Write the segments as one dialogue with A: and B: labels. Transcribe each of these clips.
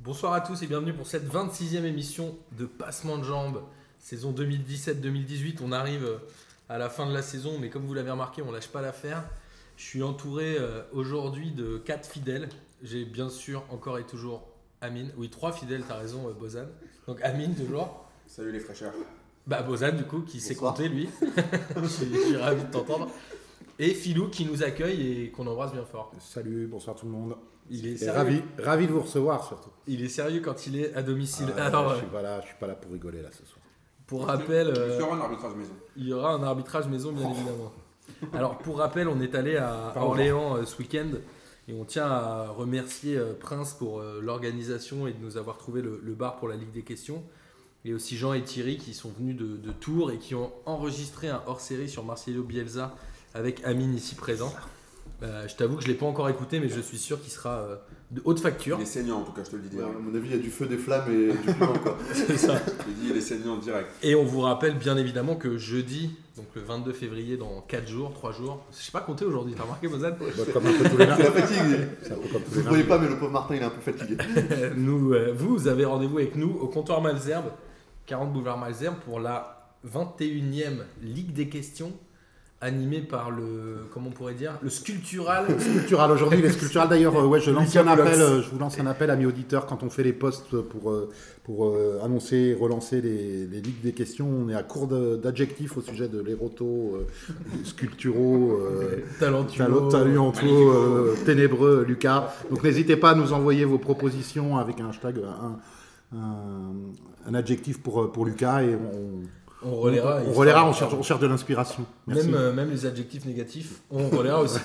A: Bonsoir à tous et bienvenue pour cette 26e émission de Passement de Jambes, saison 2017-2018. On arrive euh, à la fin de la saison, mais comme vous l'avez remarqué, on lâche pas l'affaire. Je suis entouré euh, aujourd'hui de quatre fidèles. J'ai bien sûr encore et toujours Amine. Oui, trois fidèles, t'as raison, euh, Bozan. Donc Amine, toujours.
B: Salut les fraîcheurs.
A: Bah, Bozan, du coup, qui s'est
C: Bonsoir.
A: compté, lui. je, suis, je suis ravi de t'entendre. Et Philou, qui nous accueille et qu'on embrasse bien fort.
D: Salut, bonsoir tout le monde.
A: Il est,
D: Et
A: sérieux.
D: ravi, ravi de vous recevoir surtout.
A: Il est sérieux quand il est à domicile.
D: Ah,
A: Alors,
D: je
A: euh,
D: suis pas là, je suis pas là pour rigoler là ce soir.
A: pour rappel.
B: Je
A: euh,
B: suis en arbitrage maison.
A: Il y aura un arbitrage maison, bien évidemment. Alors, pour rappel, on est allé à Orléans euh, ce week-end et on tient à remercier euh, Prince pour euh, l'organisation et de nous avoir trouvé le, le bar pour la Ligue des questions. Et aussi Jean et Thierry qui sont venus de, de Tours et qui ont enregistré un hors-série sur Marcelo Bielsa avec Amine ici présent. Euh, je t'avoue que je ne l'ai pas encore écouté, mais je suis sûr qu'il sera euh, de haute facture.
B: Il est saignant en tout cas, je te le dis
C: Ouais, euh, à
B: direct.
C: mon avis, il y a du feu, des flammes et du plomb, quoi.
A: C'est ça.
B: Je te dis, il est saignant direct.
A: Et on vous rappelle bien évidemment que jeudi, donc le 22 février, dans 4 jours, 3 jours, je sais pas compter aujourd'hui, t'as remarqué Mozart
D: Bah, comme un peu tous les
C: C'est la
D: lundis.
C: fatigue.
D: C'est un peu comme tous
C: Vous
D: les
C: ne voyez
D: lundis.
C: pas, mais le pauvre Martin, il est un peu fatigué.
A: Euh, nous, euh, vous avez rendez-vous avec nous au comptoir Malzerbe, 40 boulevard Malzerbe, pour la 21e Ligue des questions, animée par le, comment on pourrait dire, le sculptural.
D: Sculptural aujourd'hui, les sculpturales d'ailleurs, euh, ouais, je lance
A: Lucas
D: un appel,
A: Boulox.
D: euh, je vous lance un appel, amis auditeurs, quand on fait les posts pour, euh, pour euh, annoncer, relancer les, les ligues des questions, on est à court de- d'adjectifs au sujet de l'éroto, euh, sculpturaux, euh,
A: talentueux.
D: Talot, Taluanto, euh, Ténébreux, Lucas. Donc n'hésitez pas à nous envoyer vos propositions avec un hashtag, un, un- un adjectif pour, euh, pour Lucas et on,
A: On relaiera.
D: on, relaiera, on cherche, on cherche de l'inspiration. Merci.
A: Même, euh, même les adjectifs négatifs, on relaiera aussi.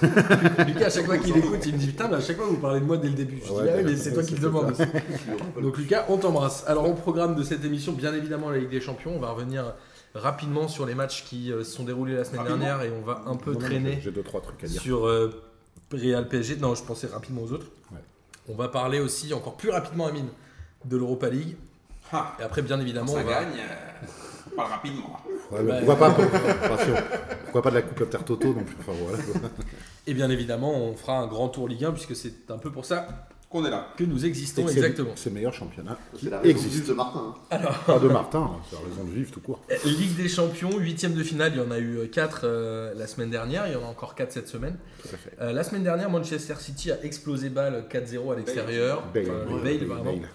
A: Lucas, à chaque fois qu'il écoute, il me dit Putain, mais à chaque fois vous parlez de moi dès le début. Je dis
D: Ouais,
A: Ah oui,
D: d'accord.
A: mais c'est toi qui le
D: C'est
A: demande.
D: clair.
A: Donc Lucas, on t'embrasse. Alors au programme de cette émission, bien évidemment la Ligue des Champions, on va revenir rapidement sur les matchs qui euh, se sont déroulés la semaine
B: Rapidement
A: dernière et on va un peu
D: Non, non,
A: traîner
D: j'ai- J'ai deux, trois trucs à dire.
A: sur euh, Real PSG. Non, je pensais rapidement aux autres.
D: Ouais.
A: On va parler aussi encore plus rapidement Amine de l'Europa League
B: Ah,
A: et après bien évidemment
B: ça
A: on va
B: gagne. euh, on parle rapidement.
D: Ouais, mais
A: Bah,
D: pourquoi, pas, pour- enfin, si on- pourquoi pas de la Coupe Inter Toto non plus. Enfin, voilà.
A: et bien évidemment on fera un grand tour Ligue 1 puisque c'est un peu pour ça
B: Qu'on est là.
A: que nous existons
D: Et c'est-
A: exactement.
D: C'est le meilleur championnat qui
C: C'est la raison
D: existe.
C: juste de Martin. hein.
D: Pas de Martin, hein, c'est la raison de vivre tout court.
A: Ligue des Champions, huitième de finale, il y en a eu 4 la semaine dernière, il y en a encore 4 cette semaine.
D: Tout à fait.
A: Euh, la semaine dernière, Manchester City a explosé balle 4-0 à l'extérieur.
D: Bale,
A: Enfin,
D: Bale,
A: Bah, Bale,
D: Bale,
A: pardon.
D: Bale.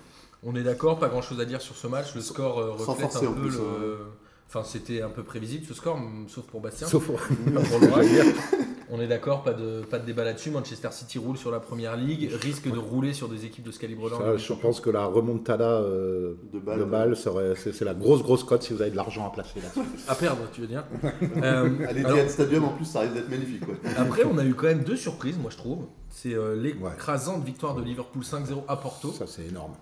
A: On est d'accord, pas grand chose à dire sur ce match. Le score euh,
C: Sans
A: reflète
C: forcer,
A: un
C: en
A: peu le.
C: plus, hein.
A: Enfin, c'était un peu prévisible ce score, m- sauf pour Bastien.
D: Sauf
A: Pas pour Laura. On est d'accord, pas de, pas de débat là-dessus. Manchester City roule sur la première ligue, risque de rouler sur des équipes de ce calibre-là. en
D: Ça,
A: Ligue
D: je pense que la remontada euh,
C: De balle.
D: de balle, ça aurait- c'est c'est la grosse grosse cote si vous avez de l'argent à placer là.
A: des- À perdre, tu veux dire. Euh,
C: Allez,
A: alors,
C: Diane Stadium, en plus, ça risque d'être magnifique. Ouais.
A: après, on a eu quand même deux surprises, moi je trouve. C'est euh,
D: Ouais.
A: l'écrasante victoire de Liverpool 5-0 à Porto.
D: Ça c'est énorme.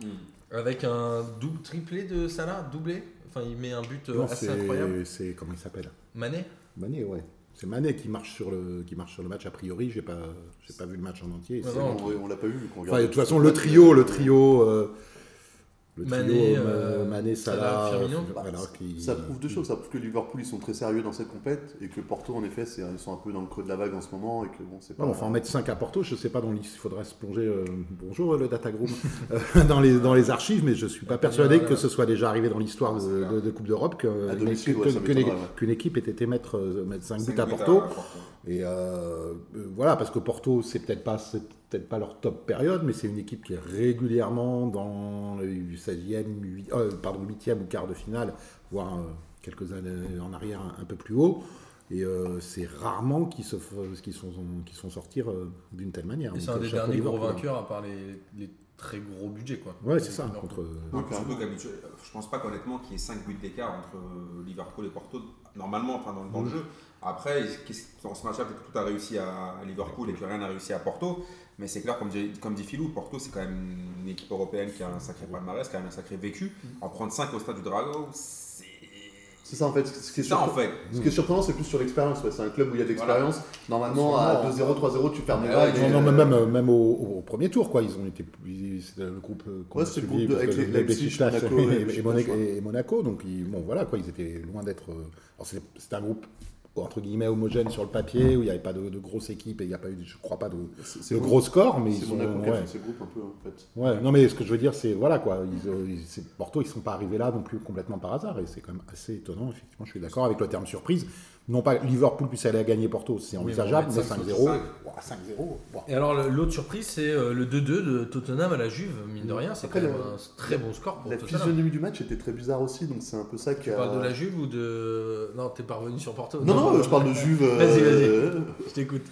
A: Avec un double triplé de Salah, doublé. Enfin, il met un but euh,
D: Non,
A: assez incroyable.
D: c'est c'est- comment il s'appelle
A: Mané
D: Mané, ouais. C'est Mané qui marche sur le qui marche sur le match a priori. J'ai pas j'ai pas vu le match en entier.
A: Non,
D: C'est-
A: non.
C: On- On, l'a pas vu. vu qu'on
D: Enfin,
C: regarde.
D: de toute façon le trio le trio euh, le trio
A: Mané,
D: euh,
A: euh,
D: Mané
A: Salah,
D: Salah
A: Firmino.
D: euh, voilà, qui-
C: Ça prouve deux choses. Ça prouve que Liverpool, ils sont très sérieux dans cette compète et que Porto, en effet, c'est- ils sont un peu dans le creux de la vague en ce moment et que bon, c'est pas.
D: Non, mais enfin, en mettre 5 à Porto, je sais pas, dans les- il faudrait se plonger, euh, bonjour euh, le Datagroom, euh, dans, les, dans les archives, mais je suis
C: Ah,
D: pas persuadé que ce soit déjà arrivé dans l'histoire de, de- de Coupe d'Europe que-
C: À
D: qu'une
C: domicile,
D: équipe-
C: ouais, ça
D: que- qu'une
C: m'étonnerait, ouais.
D: qu'une équipe ait été mettre, 5
B: Cinq
D: buts à
B: buts
D: Porto.
B: Porto.
D: Et euh, euh, voilà, parce que Porto, c'est peut-être pas, c'est peut-être pas leur top période, mais c'est une équipe qui est régulièrement dans le 16e, huit- euh, pardon, 8e ou quart de finale, voire euh, quelques années en arrière un, un peu plus haut. Et euh, c'est rarement qu'ils se f- qu'ils sont, qu'ils sont sortis euh, d'une telle manière.
A: Et c'est
D: Donc,
A: un des
D: chapeau
A: derniers gros
D: Liverpool, hein.
A: vainqueurs, à part les, les très gros budgets. Quoi.
D: Ouais, c'est ça,
A: Liverpool.
D: contre. euh,
C: Ouais.
B: Donc, surtout qu'habituel- je pense pas qu'honnêtement qu'il y ait 5 buts d'écart entre euh, Liverpool et Porto, normalement, enfin dans, dans le jeu. Après, qu'est-ce- dans ce match-là, peut-être que tout a réussi à Liverpool et que rien n'a réussi à Porto. Mais c'est clair, comme dit, comme dit Philou, Porto c'est quand même une équipe européenne qui a un sacré palmarès, qui a un sacré vécu. En prendre 5 au stade du Drago, c'est.
C: C'est ça en fait. Ce qui
B: C'est
C: est
B: ça en
C: surprenant,
B: fait.
C: ce qui est surprenant, c'est plus sur l'expérience. ouais. C'est un club où il y a de l'expérience. Normalement, à
D: Sûrement.
C: 2-0, 3-0, tu perds des
B: Ouais,
C: vagues.
D: Non,
C: et-
D: non, mais même, euh, même au, au- au premier tour, quoi. Ils ont été. ils- c'était le groupe euh, qu'on
C: Ouais,
D: a
C: c'était le
D: suivi,
C: groupe de-
D: parce
C: avec
D: que
C: les-
D: le
C: Leipzig,
D: Beşiktaş
C: Monaco,
D: et-
C: et
D: et,
C: je
D: Monaco,
C: pense,
D: et Monaco. Donc, ils, bon, voilà, quoi. Ils étaient loin d'être. euh, Alors, c'est- c'était un groupe entre guillemets homogène sur le papier, où il n'y avait pas de, de grosse équipe et il n'y a pas eu, je crois pas, de,
C: C'est
D: de
C: bon.
D: gros scores, mais
C: C'est
D: ils ont.
C: son inconquête
D: ouais.
C: sur ces groupes un peu, en fait.
D: Ouais, non mais ce que je veux dire, c'est voilà quoi, ils, euh, ils- c'est- Porto, ils sont pas arrivés là non plus complètement par hasard et c'est quand même assez étonnant. Effectivement, je suis d'accord avec le terme surprise. Non pas Liverpool puisse aller à gagner Porto, c'est envisageable, mais
A: mettre
D: 5-0,
B: 5.
D: ouah, 5-0, ouah.
A: Et alors, le- l'autre surprise, c'est euh, le 2-2 de Tottenham à la Juve, mine de rien. C'est
C: Après,
A: quand même
C: le-
A: un très bon score pour
C: La
A: Tottenham.
C: physionomie du match était très bizarre aussi, donc c'est un peu ça qui
A: Tu
C: a.
A: parles de la Juve ou de. Non, t'es pas revenu sur Porto.
C: Non, non, je parle de Juve. euh,
A: Vas-y, vas-y.
C: euh,
A: Je t'écoute.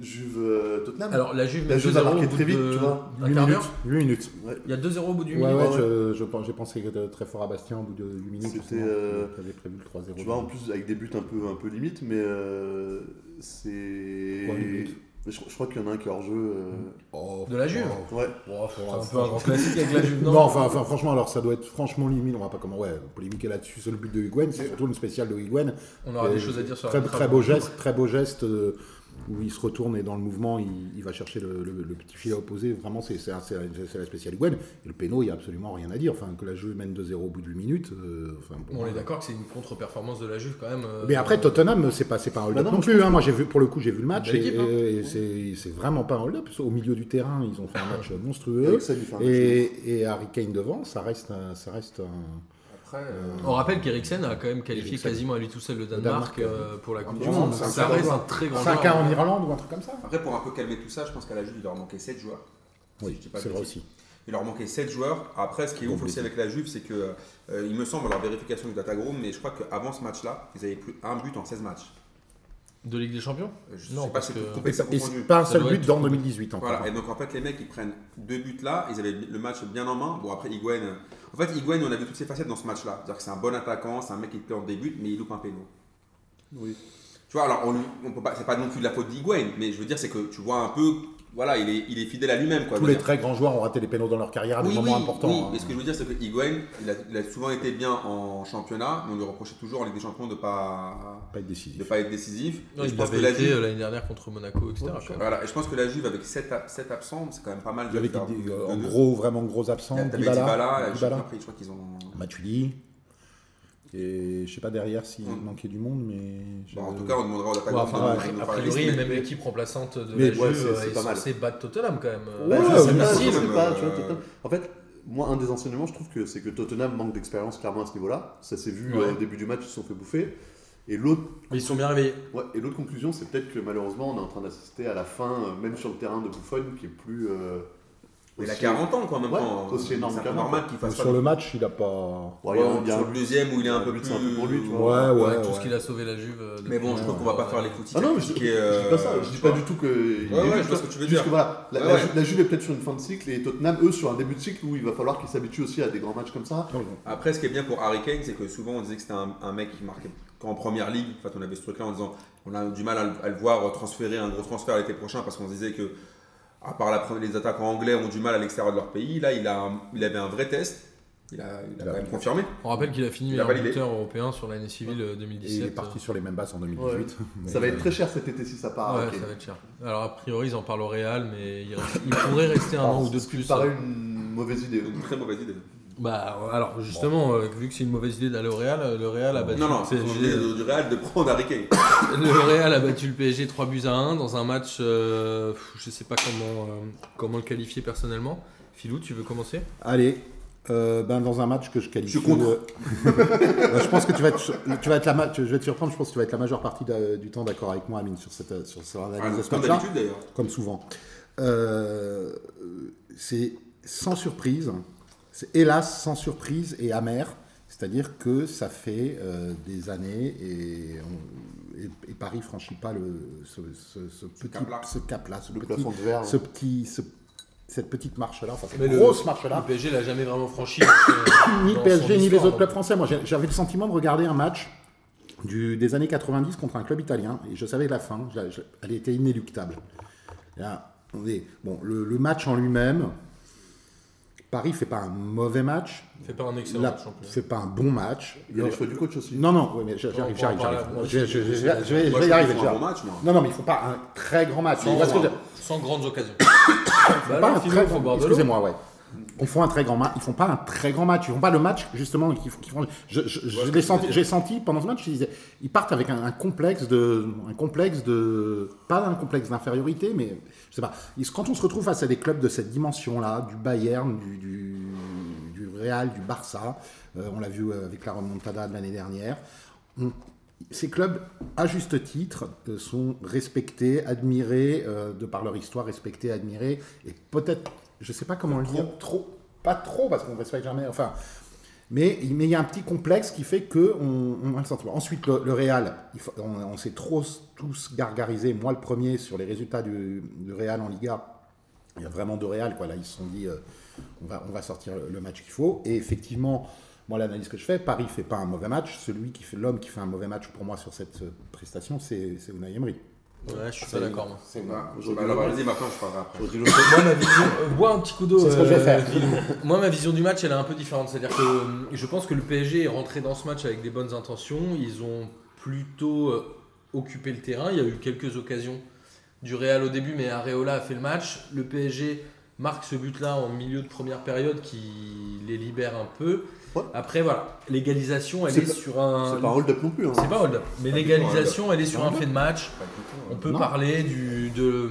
C: Juve euh, Tottenham.
A: Alors, la Juve,
C: La
A: met
C: Juve a
A: 2-0
C: marqué
A: au bout
C: très vite,
A: de-
C: tu vois.
A: d'un
D: 8
A: quart
D: minutes.
A: d'heure.
D: 8 minutes.
C: Ouais.
A: Il y a 2-0 au bout du
D: Ouais,
A: minute.
D: ouais, je-
C: ouais.
D: je pense- j'ai pensé que t'étais très fort à Bastien au bout de 8 minutes.
C: C'était,
D: justement,
C: euh,
D: t'avais prévu le 3-0.
C: Tu vois, en plus, avec des buts un peu, un peu limite, mais euh, c'est.
D: Quoi, les buts
C: Mais je, je crois qu'il y en a un qui est hors jeu. euh,
D: Oh,
A: De la Juve.
D: oh.
C: Ouais.
A: Oh, c'est
D: Ouais,
A: un peu un grand classique avec la Juve.
D: Non, enfin, enfin, franchement, alors ça doit être franchement limite. On va pas comment ouais, polémiquer là-dessus. C'est le but de Higuain, c'est surtout le spécial de Higuain.
A: on aura
D: Euh,
A: des choses à dire sur
D: très,
A: la
D: très beau geste, très beau geste euh, où il se retourne et dans le mouvement, il, il va chercher le, le- le petit filet opposé. Vraiment, c'est c'est- c'est- c'est la spéciale Higuain. Et le péno, il n'y a absolument rien à dire. Enfin, que la Juve mène 2-0 au bout de 8 minutes. euh, enfin, bon,
A: On est d'accord que c'est une contre-performance de la Juve quand même. euh,
D: mais après, Tottenham, c'est pas, c'est pas un hold-up
C: Bah non,
D: non
C: moi, je
D: plus. hein. Moi, j'ai vu, pour le coup, j'ai vu le match
A: Belle
D: et,
A: équipe, hein.
D: et c'est- c'est vraiment pas un hold-up. Au milieu du terrain, ils ont fait un match monstrueux.
C: Avec ça, il fait un match nul.
D: Et, et Harry Kane devant, ça reste, un- ça reste un.
B: Après, euh,
A: On rappelle qu'Eriksen a quand même qualifié
D: Eriksen.
A: quasiment à lui tout seul le Danemark
D: Danemark,
A: euh, pour la Coupe
C: du
A: du
C: Monde,
A: Monde.
C: c'est un
A: Ça
C: très
A: reste
D: bon
A: un très grand
D: 5-1
B: hein.
D: en
A: joueur.
D: Irlande ou un truc comme ça
B: après, pour un peu calmer tout ça, je pense qu'à la Juve, il leur manquait 7 joueurs. Si
D: Oui,
B: je dis pas de
D: c'est vrai
B: bêtises.
D: aussi.
B: Il leur manquait 7 joueurs. Après, ce qui est
D: Bon
B: ouf aussi
D: plaisir.
B: avec la Juve, c'est que, euh, il me semble, alors vérification du Datagroom, mais je crois qu'avant ce match-là, ils avaient plus un but en 16 matchs.
A: De Ligue des Champions
B: Euh, Je
A: Non,
B: sais pas
A: parce
B: si
A: que-
B: c'est
D: Et
B: compétition
D: c'est- et
B: confondue.
D: c'est pas un
A: Ça
D: seul
A: doit
D: but
A: être
D: dans
A: tout.
D: 2018 encore.
B: Voilà, et donc en fait, les mecs ils prennent deux buts là, ils avaient le match bien en main. Bon, après, Higuain, euh, en fait, Higuain, on a vu toutes ses facettes dans ce match là. C'est-à-dire que c'est un bon attaquant, c'est un mec qui plante des buts, mais il loupe un péno.
C: Oui.
B: Tu vois, alors, on, on peut pas, c'est pas non plus de la faute d'Higuain, mais je veux dire, c'est que tu vois un peu, voilà, il est, il est fidèle à lui-même quoi.
D: Tous
B: Je veux
D: les
B: dire.
D: très grands joueurs ont raté les pénaux dans leur carrière à des
B: oui,
D: moments
B: oui,
D: importants.
B: oui,
D: hein.
B: mais ce que je veux dire, c'est que Higuain, il a, il a souvent été bien en championnat, mais on lui reprochait toujours en Ligue des Champions de pas,
D: Pas être
B: de
D: décisif.
B: pas être décisif. Et je
A: Il
B: pense que
A: l'avait
B: la
A: été
B: Juve, euh,
A: euh, l'année dernière contre Monaco, etc.
D: Ouais,
A: quand même.
B: voilà, et je pense que la Juve avec 7, absents, c'est quand même pas mal. de
D: Avec
B: faire
D: des-
B: de-
D: euh, en
B: de-
D: gros, vraiment gros absents.
B: T'avais
D: Dybala,
B: Dybala, je sais
D: Dybala.
B: pas, après, je crois qu'ils ont.
D: Matuidi. Et je sais pas derrière s'il
B: Mm.
D: manquait du monde, mais. je-
B: Bah, en tout cas, on demandera aux
A: Ouais,
B: attaquants.
A: enfin,
D: ouais,
B: de- de nous
A: a
B: faire la liste,
A: priori,
B: mais-
A: même l'équipe remplaçante de
D: Mais
A: la
C: ouais,
A: Juve
C: c'est- c'est
A: euh, est
C: pas mal.
A: censée battre Tottenham quand même. Euh,
D: Ouais,
C: Bah,
A: c'est
C: je sais
D: mais
C: pas,
A: facile.
C: je sais
B: facile,
C: pas,
B: euh,
C: tu vois, Tottenham. En fait, moi, un des enseignements, je trouve que c'est que Tottenham manque d'expérience clairement à ce niveau-là. Ça s'est vu
A: Ouais.
C: euh, au début du match, ils se sont fait bouffer. Et l'autre
A: Mais ils sont bien réveillés.
C: ouais, et l'autre conclusion, c'est peut-être que malheureusement, on est en train d'assister à la fin, euh, même sur le terrain de Buffon, qui est plus. euh,
B: Mais il a
C: aussi-
B: 40 ans, quoi, en même
C: Ouais,
B: temps.
C: aussi énorme
B: C'est un peu
C: qu'avant,
B: normal qu'il fasse pas.
D: Sur le match, il a pas.
C: Ouais, il y a un- il y a un
B: sur le
C: but.
B: deuxième où il est un peu
C: but,
B: plus.
C: c'est un peu pour lui, tu
D: Ouais,
C: vois.
D: ouais.
A: avec tout
D: ouais.
A: ce qu'il a sauvé la Juve. euh,
B: Mais bon, je
D: Ouais,
B: trouve qu'on va pas faire les footies.
C: Ah non, mais je, je dis pas
B: euh,
C: ça, je dis pas du tout que.
B: Ouais, ouais,
C: juste
B: je vois ce que tu veux
C: juste
B: dire.
C: que voilà, la,
B: Ouais,
C: la
B: ouais.
C: Ju- la Juve est peut-être sur une fin de cycle et Tottenham, eux, sur un début de cycle où il va falloir qu'ils s'habituent aussi à des grands matchs comme ça.
B: Après, ce qui est bien pour Harry Kane, c'est que souvent on disait que c'était un, un mec qui marquait qu'en première ligue. En fait, on avait ce truc-là en disant on a du mal à, le- à le voir transférer un gros transfert l'été prochain parce qu'on se disait que, à part la première- les attaquants anglais ont du mal à l'extérieur de leur pays, là, il, a un- il avait un vrai test. Il a, il a
D: Il a-
B: quand même confirmé.
A: On rappelle qu'il a fini
B: Il a
A: meilleur
B: validé.
A: buteur européen sur l'année civile euh,
D: Et il est
A: 2017.
D: parti sur les mêmes basses en 2018. Mais,
C: Ça va être
D: euh,
C: très cher cet été si ça part.
D: Ah,
A: Ouais,
C: ok.
A: ça va être cher. Alors, a priori, ils en parlent au Real, mais il, il pourrait rester un
D: Ah,
A: an ou deux de
C: Ce qui me
A: plus.
C: paraît une mauvaise idée.
B: Une très mauvaise idée.
A: Bah, alors, justement, euh, vu que c'est une mauvaise idée d'aller au Real, euh, le Real a battu
B: Non, non,
A: le
B: c'est
A: PSG.
B: du, du Real de prendre Harry Kane.
A: Le Real a battu le PSG 3 buts à 1 dans un match, euh, pff, je sais pas comment, euh, comment le qualifier personnellement. Philou, tu veux commencer
D: Allez, euh, ben dans un match que je qualifie.
B: Je suis contre.
D: de- Ben, je pense que tu vas, être, tu vas être la ma- tu- je vais te surprendre. Je pense que tu vas être la majeure partie de- du temps d'accord avec moi, Amine, sur cette euh, sur cette
B: Ah,
D: analyse de ce
B: comme
D: match-là,
B: d'habitude d'ailleurs.
D: comme souvent. Euh, c'est sans surprise, c'est hélas sans surprise et amer. C'est-à-dire que ça fait euh, des années et, on- et- et Paris franchit pas le, ce, ce- ce petit
B: cap-là.
D: ce cap-là, ce,
C: Le
D: petit-
C: plafond de verre.
D: ce petit, ce- cette petite marche-là, enfin cette
A: Mais le-
D: grosse marche-là,
A: Le PSG l'a jamais vraiment franchi. euh,
D: ni le PSG ni les autres clubs français. Moi, j'ai- j'avais le sentiment de regarder un match du, des années 90 contre un club italien et je savais la fin. je- je- elle était inéluctable. Là, on est, bon, le, le match en lui-même, Paris fait pas un mauvais match,
A: euh, Fait pas un excellent
D: la-
A: match en plus.
D: fait pas un bon match.
C: Il y a les
D: Le-
C: choix du coach aussi.
D: non, non, ouais, mais je- j'arrive,
A: on
D: j'arrive,
A: en parle
D: j'arrive.
A: après.
D: Je je- je- je- je- je- je vais
B: Moi,
D: y
B: je
D: arriver.
B: trouve qu'ils
D: je
B: font
D: vais
B: un
D: y
B: bon
D: arriver.
B: match, moi.
D: Non, non, mais ils font pas un très grand match.
A: sans,
D: Parce que-
A: sans grandes occasions. Bah,
D: pas un
A: Philou,
D: très
A: faut
B: Bah
D: grand-
A: boire de l'eau.
D: Excusez-moi, ouais. Ils font un très grand match. Ils font pas un très grand match. Ils font pas le match justement qu'ils font. qu'ils font- Je, je- je
B: vois ce que
D: l'ai
B: tu
D: senti.
B: veux dire.
D: J'ai senti pendant ce match, je disais, ils partent avec un, un complexe de, un complexe de, pas un complexe d'infériorité, mais je sais pas. Ils- quand on se retrouve face à des clubs de cette dimension-là, du Bayern, du, du, du Real, du Barça, euh, on l'a vu euh, avec la remontada de l'année dernière. on- ces clubs, à juste titre, euh, sont respectés, admirés, euh, de par leur histoire, respectés, admirés, et peut-être, je sais pas comment le dire, trop, pas trop, parce qu'on ne respecte jamais, enfin, mais mais il y a un petit complexe qui fait que on, on a le sentiment. Ensuite, le, le Real, il faut- on, on s'est trop tous gargarisés, moi le premier, sur les résultats du, du Real en Liga. Il y a vraiment deux Real, quoi. Là, ils se sont dit, euh, on, va, on va sortir le, le match qu'il faut. Et effectivement, moi, l'analyse que je fais, Paris fait pas un mauvais match. Celui qui fait l'homme qui fait un mauvais match pour moi sur cette euh, prestation, c'est c'est Unai Emery.
A: Ouais, je suis pas d'accord. moi.
C: C'est
B: Voilà. Bah, Alors, vas-y, maintenant, je parlerai après.
C: Aujourd'hui,
A: Moi, ma vision. euh, bois un petit coup d'eau.
D: C'est ce que je vais faire.
A: Guillaume. Moi, ma vision du match, elle est un peu différente. C'est-à-dire que euh, je pense que le PSG est rentré dans ce match avec des bonnes intentions. Ils ont plutôt euh, occupé le terrain. Il y a eu quelques occasions du Real au début, mais Areola a fait le match. Le PSG marque ce but-là en milieu de première période qui les libère un peu.
C: Ouais.
A: Après, voilà, l'égalisation, elle est,
C: C'est pas-
A: sur un.
C: c'est pas un hold-up non plus. hein.
A: C'est pas hold-up. Mais
B: Pas du tout un
A: l'égalisation, elle est sur un fait de match.
B: Pas du tout, hein.
A: On peut
D: Non.
A: parler du, de,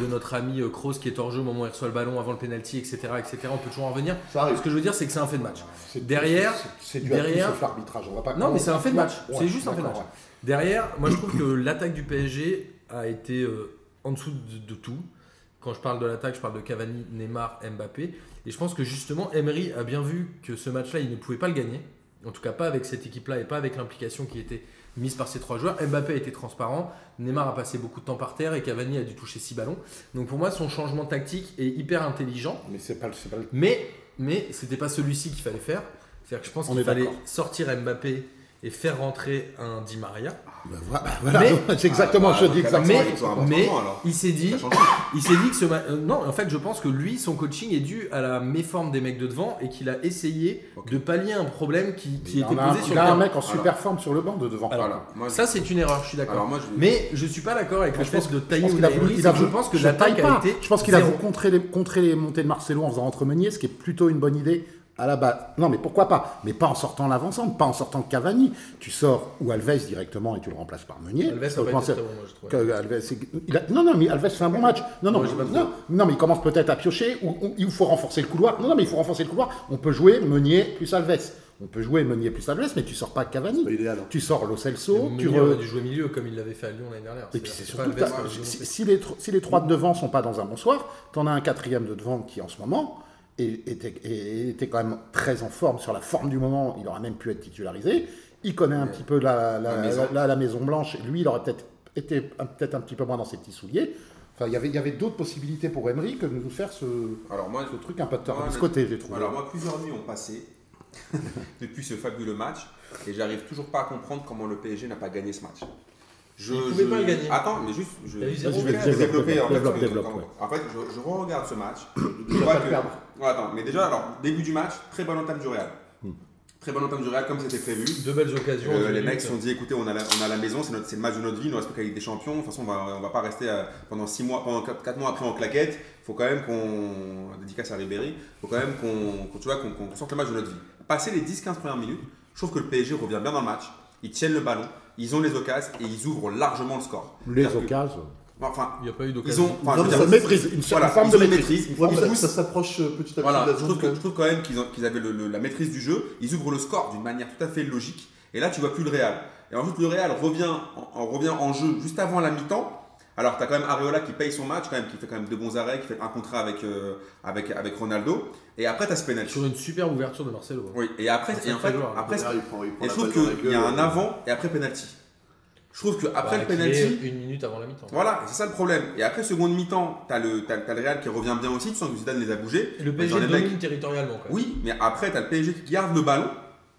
A: de notre ami euh, Kroos qui est hors jeu au moment où il reçoit le ballon avant le penalty, etc., etc. On peut toujours en revenir.
C: Ça arrive.
A: Ce que je veux dire, c'est que c'est un fait de match. Derrière,
D: c'est dû
A: derrière-
D: à tout sauf l'arbitrage. On va pas-
A: Non, mais c'est un fait de match.
D: Ouais,
A: C'est juste un fait de
D: d'accord,
A: match. Derrière, moi je trouve que l'attaque du PSG a été euh, en dessous de, de tout. Quand je parle de l'attaque, je parle de Cavani, Neymar, Mbappé. Et je pense que justement, Emery a bien vu que ce match-là, il ne pouvait pas le gagner. En tout cas, pas avec cette équipe-là et pas avec l'implication qui était mise par ces trois joueurs. Mbappé a été transparent, Neymar a passé beaucoup de temps par terre et Cavani a dû toucher six ballons. Donc pour moi, son changement tactique est hyper intelligent.
D: ouais. Mais c'est pas, le- c'est pas le
A: Mais, mais c'était pas celui-ci qu'il fallait faire. C'est-à-dire que je pense
D: On
A: qu'il
D: est
A: fallait
D: d'accord.
A: sortir Mbappé et faire rentrer un Di Maria.
D: Bah, voilà, bah, voilà.
A: Mais-
D: c'est exactement,
B: Ah, bah,
D: je dis
B: donc, alors,
D: exactement.
A: Mais,
B: ils sont importants,
A: mais
B: alors.
A: il s'est dit,
B: Ça change
A: il s'est dit que ce ma- euh, non, en fait, je pense que lui, son coaching est dû à la méforme des mecs de devant et qu'il a essayé
B: Ok.
A: de pallier un problème qui, qui
D: Il
A: était
D: en a un-
A: posé sur
D: il
A: le
D: a un
A: terrain.
D: mec en
B: Alors.
D: super forme sur le banc de devant.
A: Alors,
B: Voilà. Moi, je-
A: Ça, c'est une erreur. Je suis d'accord.
B: Alors, moi, je vais-
A: Mais je suis pas d'accord avec le
D: je
A: fait
D: pense
A: de
D: Je
A: tailler
D: pense qu'il a
A: Unai
D: voulu-
A: Emery,
D: il
A: c'est
D: a
A: que Je
D: voulu-
A: pense que
D: je taille
A: l'attaque a
D: pas.
A: été.
D: Je pense qu'il a
A: zéro.
D: voulu contrer les, contrer les montées de Marcelo en faisant entre Meunier, ce qui est plutôt une bonne idée à la base. Non, mais pourquoi pas Mais pas en sortant l'avancante, pas en sortant Cavani. Tu sors ou Alves directement et tu le remplaces par Meunier.
A: Alves a
D: Je
A: pas été
D: pense-
A: très bon, moi, je trouve.
D: que Alves, c'est- il a- Non, non, mais Alves fait un bon match. Non, non,
A: Moi, j'ai pas trouvé.
D: non, non, mais il commence peut-être à piocher ou ou- il faut renforcer le couloir. Non, non, mais il faut renforcer le couloir. On peut jouer Meunier plus Alves. On peut jouer Meunier plus Alves, mais tu sors pas Cavani.
C: C'est pas idéal, hein.
D: Tu sors Lo Celso, tu
A: Meunier
D: re-
A: aurait dû jouer milieu comme il l'avait fait à Lyon l'année dernière.
D: et puis c'est
A: C'est-à-dire,
D: surtout,
A: pas Alves
D: t'as-
A: qui aurait dû
D: si,
A: monter.
D: si les, tro- si les trois de devant sont pas dans un bon soir, t'en as un quatrième de devant qui en ce moment est- était, est- était quand même très en forme sur la forme du moment. Il aurait même pu être titularisé. Il connaît un petit peu la, la-
B: La maison.
D: la- la- la Maison Blanche. Lui, il aurait peut-être été un- peut-être un petit peu moins dans ses petits souliers. Enfin, il y avait, il y avait d'autres possibilités pour Emery que de nous faire ce,
B: Alors, moi,
D: ce truc un peu de
B: Ouais, mais-
D: côté, j'ai trouvé.
B: Alors moi, plusieurs nuits ont passé depuis ce fabuleux match et j'arrive toujours pas à comprendre comment le PSG n'a pas gagné ce match. Je,
A: Ils pouvaient
B: je-
A: pas le gagner.
B: Attends, mais juste, je
A: Il y a eu zéro
B: je vais
A: aucun.
B: développer. en fait,
D: Développe,
B: ce-
D: développe,
B: en-
D: ouais.
B: En fait, je, je regarde ce match. Je
D: Tu vas
B: vois
D: pas
B: que-
D: le perdre.
B: Ouais, attends, mais déjà, alors début du match, très bonne entame du Real. Très bonne entame du Real comme c'était prévu.
A: Deux belles occasions.
B: Euh,
A: deux
B: les
A: minutes.
B: mecs se sont dit écoutez, on a la, on a la maison, c'est notre- c'est le match de notre vie, il nous reste plus qu'à la Ligue des Champions. De toute façon, on va, on va pas rester euh, pendant 6 mois, pendant 4, mois après en claquette. faut quand même qu'on. Dédicace à Ribéry, faut quand même qu'on qu'on- tu vois, qu'on qu'on sorte le match de notre vie. Passer les 10-15 premières minutes, je trouve que le PSG revient bien dans le match, ils tiennent le ballon, ils ont les occasions et ils ouvrent largement le score.
D: les
B: C'est-à-dire que-
D: occasions.
B: Enfin,
A: Il n'y a pas eu
B: ils
A: d'occasion.
B: ont. enfin,
C: Ils
B: je veux
C: ont
B: dire,
C: une maîtrise,
D: une
B: voilà,
D: forme
B: ils
D: de
B: ont une
D: maîtrise.
B: maîtrise,
C: Ouais,
B: ils
C: mais ça,
B: poussent.
C: ça s'approche euh, petit à petit
B: Voilà,
C: de la
B: je
C: zone.
B: trouve,
C: quand
B: que-
C: même.
B: je trouve quand même qu'ils ont- qu'ils avaient le- le- la maîtrise du jeu. Ils ouvrent le score d'une manière tout à fait logique. Et là, tu vois plus le Real. Et ensuite, le Real revient en, en- revient en jeu juste avant la mi-temps. Alors, tu as quand même Areola qui paye son match, quand même, qui fait quand même deux bons arrêts, qui fait un contrat avec, euh, avec, avec Ronaldo. Et après, tu as ce penalty.
A: Sur une superbe ouverture de Marcelo.
B: Oui, et après,
A: C'est
B: et
A: un
B: en fait,
A: très joueur, hein.
B: après,
C: Derrière, Ah, il prend- il prend
B: et je
C: la
B: trouve
C: balle dans la
B: qu'il y a
C: gueule.
B: un avant et après penalty. Je trouve qu'après
A: Bah,
B: le
A: qu'il
B: penalty.
A: est Une minute avant la mi-temps.
B: Voilà, et c'est ça le problème. Et après, seconde mi-temps, t'as le, t'as- t'as le Real qui revient bien aussi, tu sens que Zidane les a bougés.
D: Bah,
A: Le
B: Genre,
A: PSG
B: les mecs-
A: domine territorialement. Quoi.
B: oui, mais après, tu as le PSG qui garde le ballon.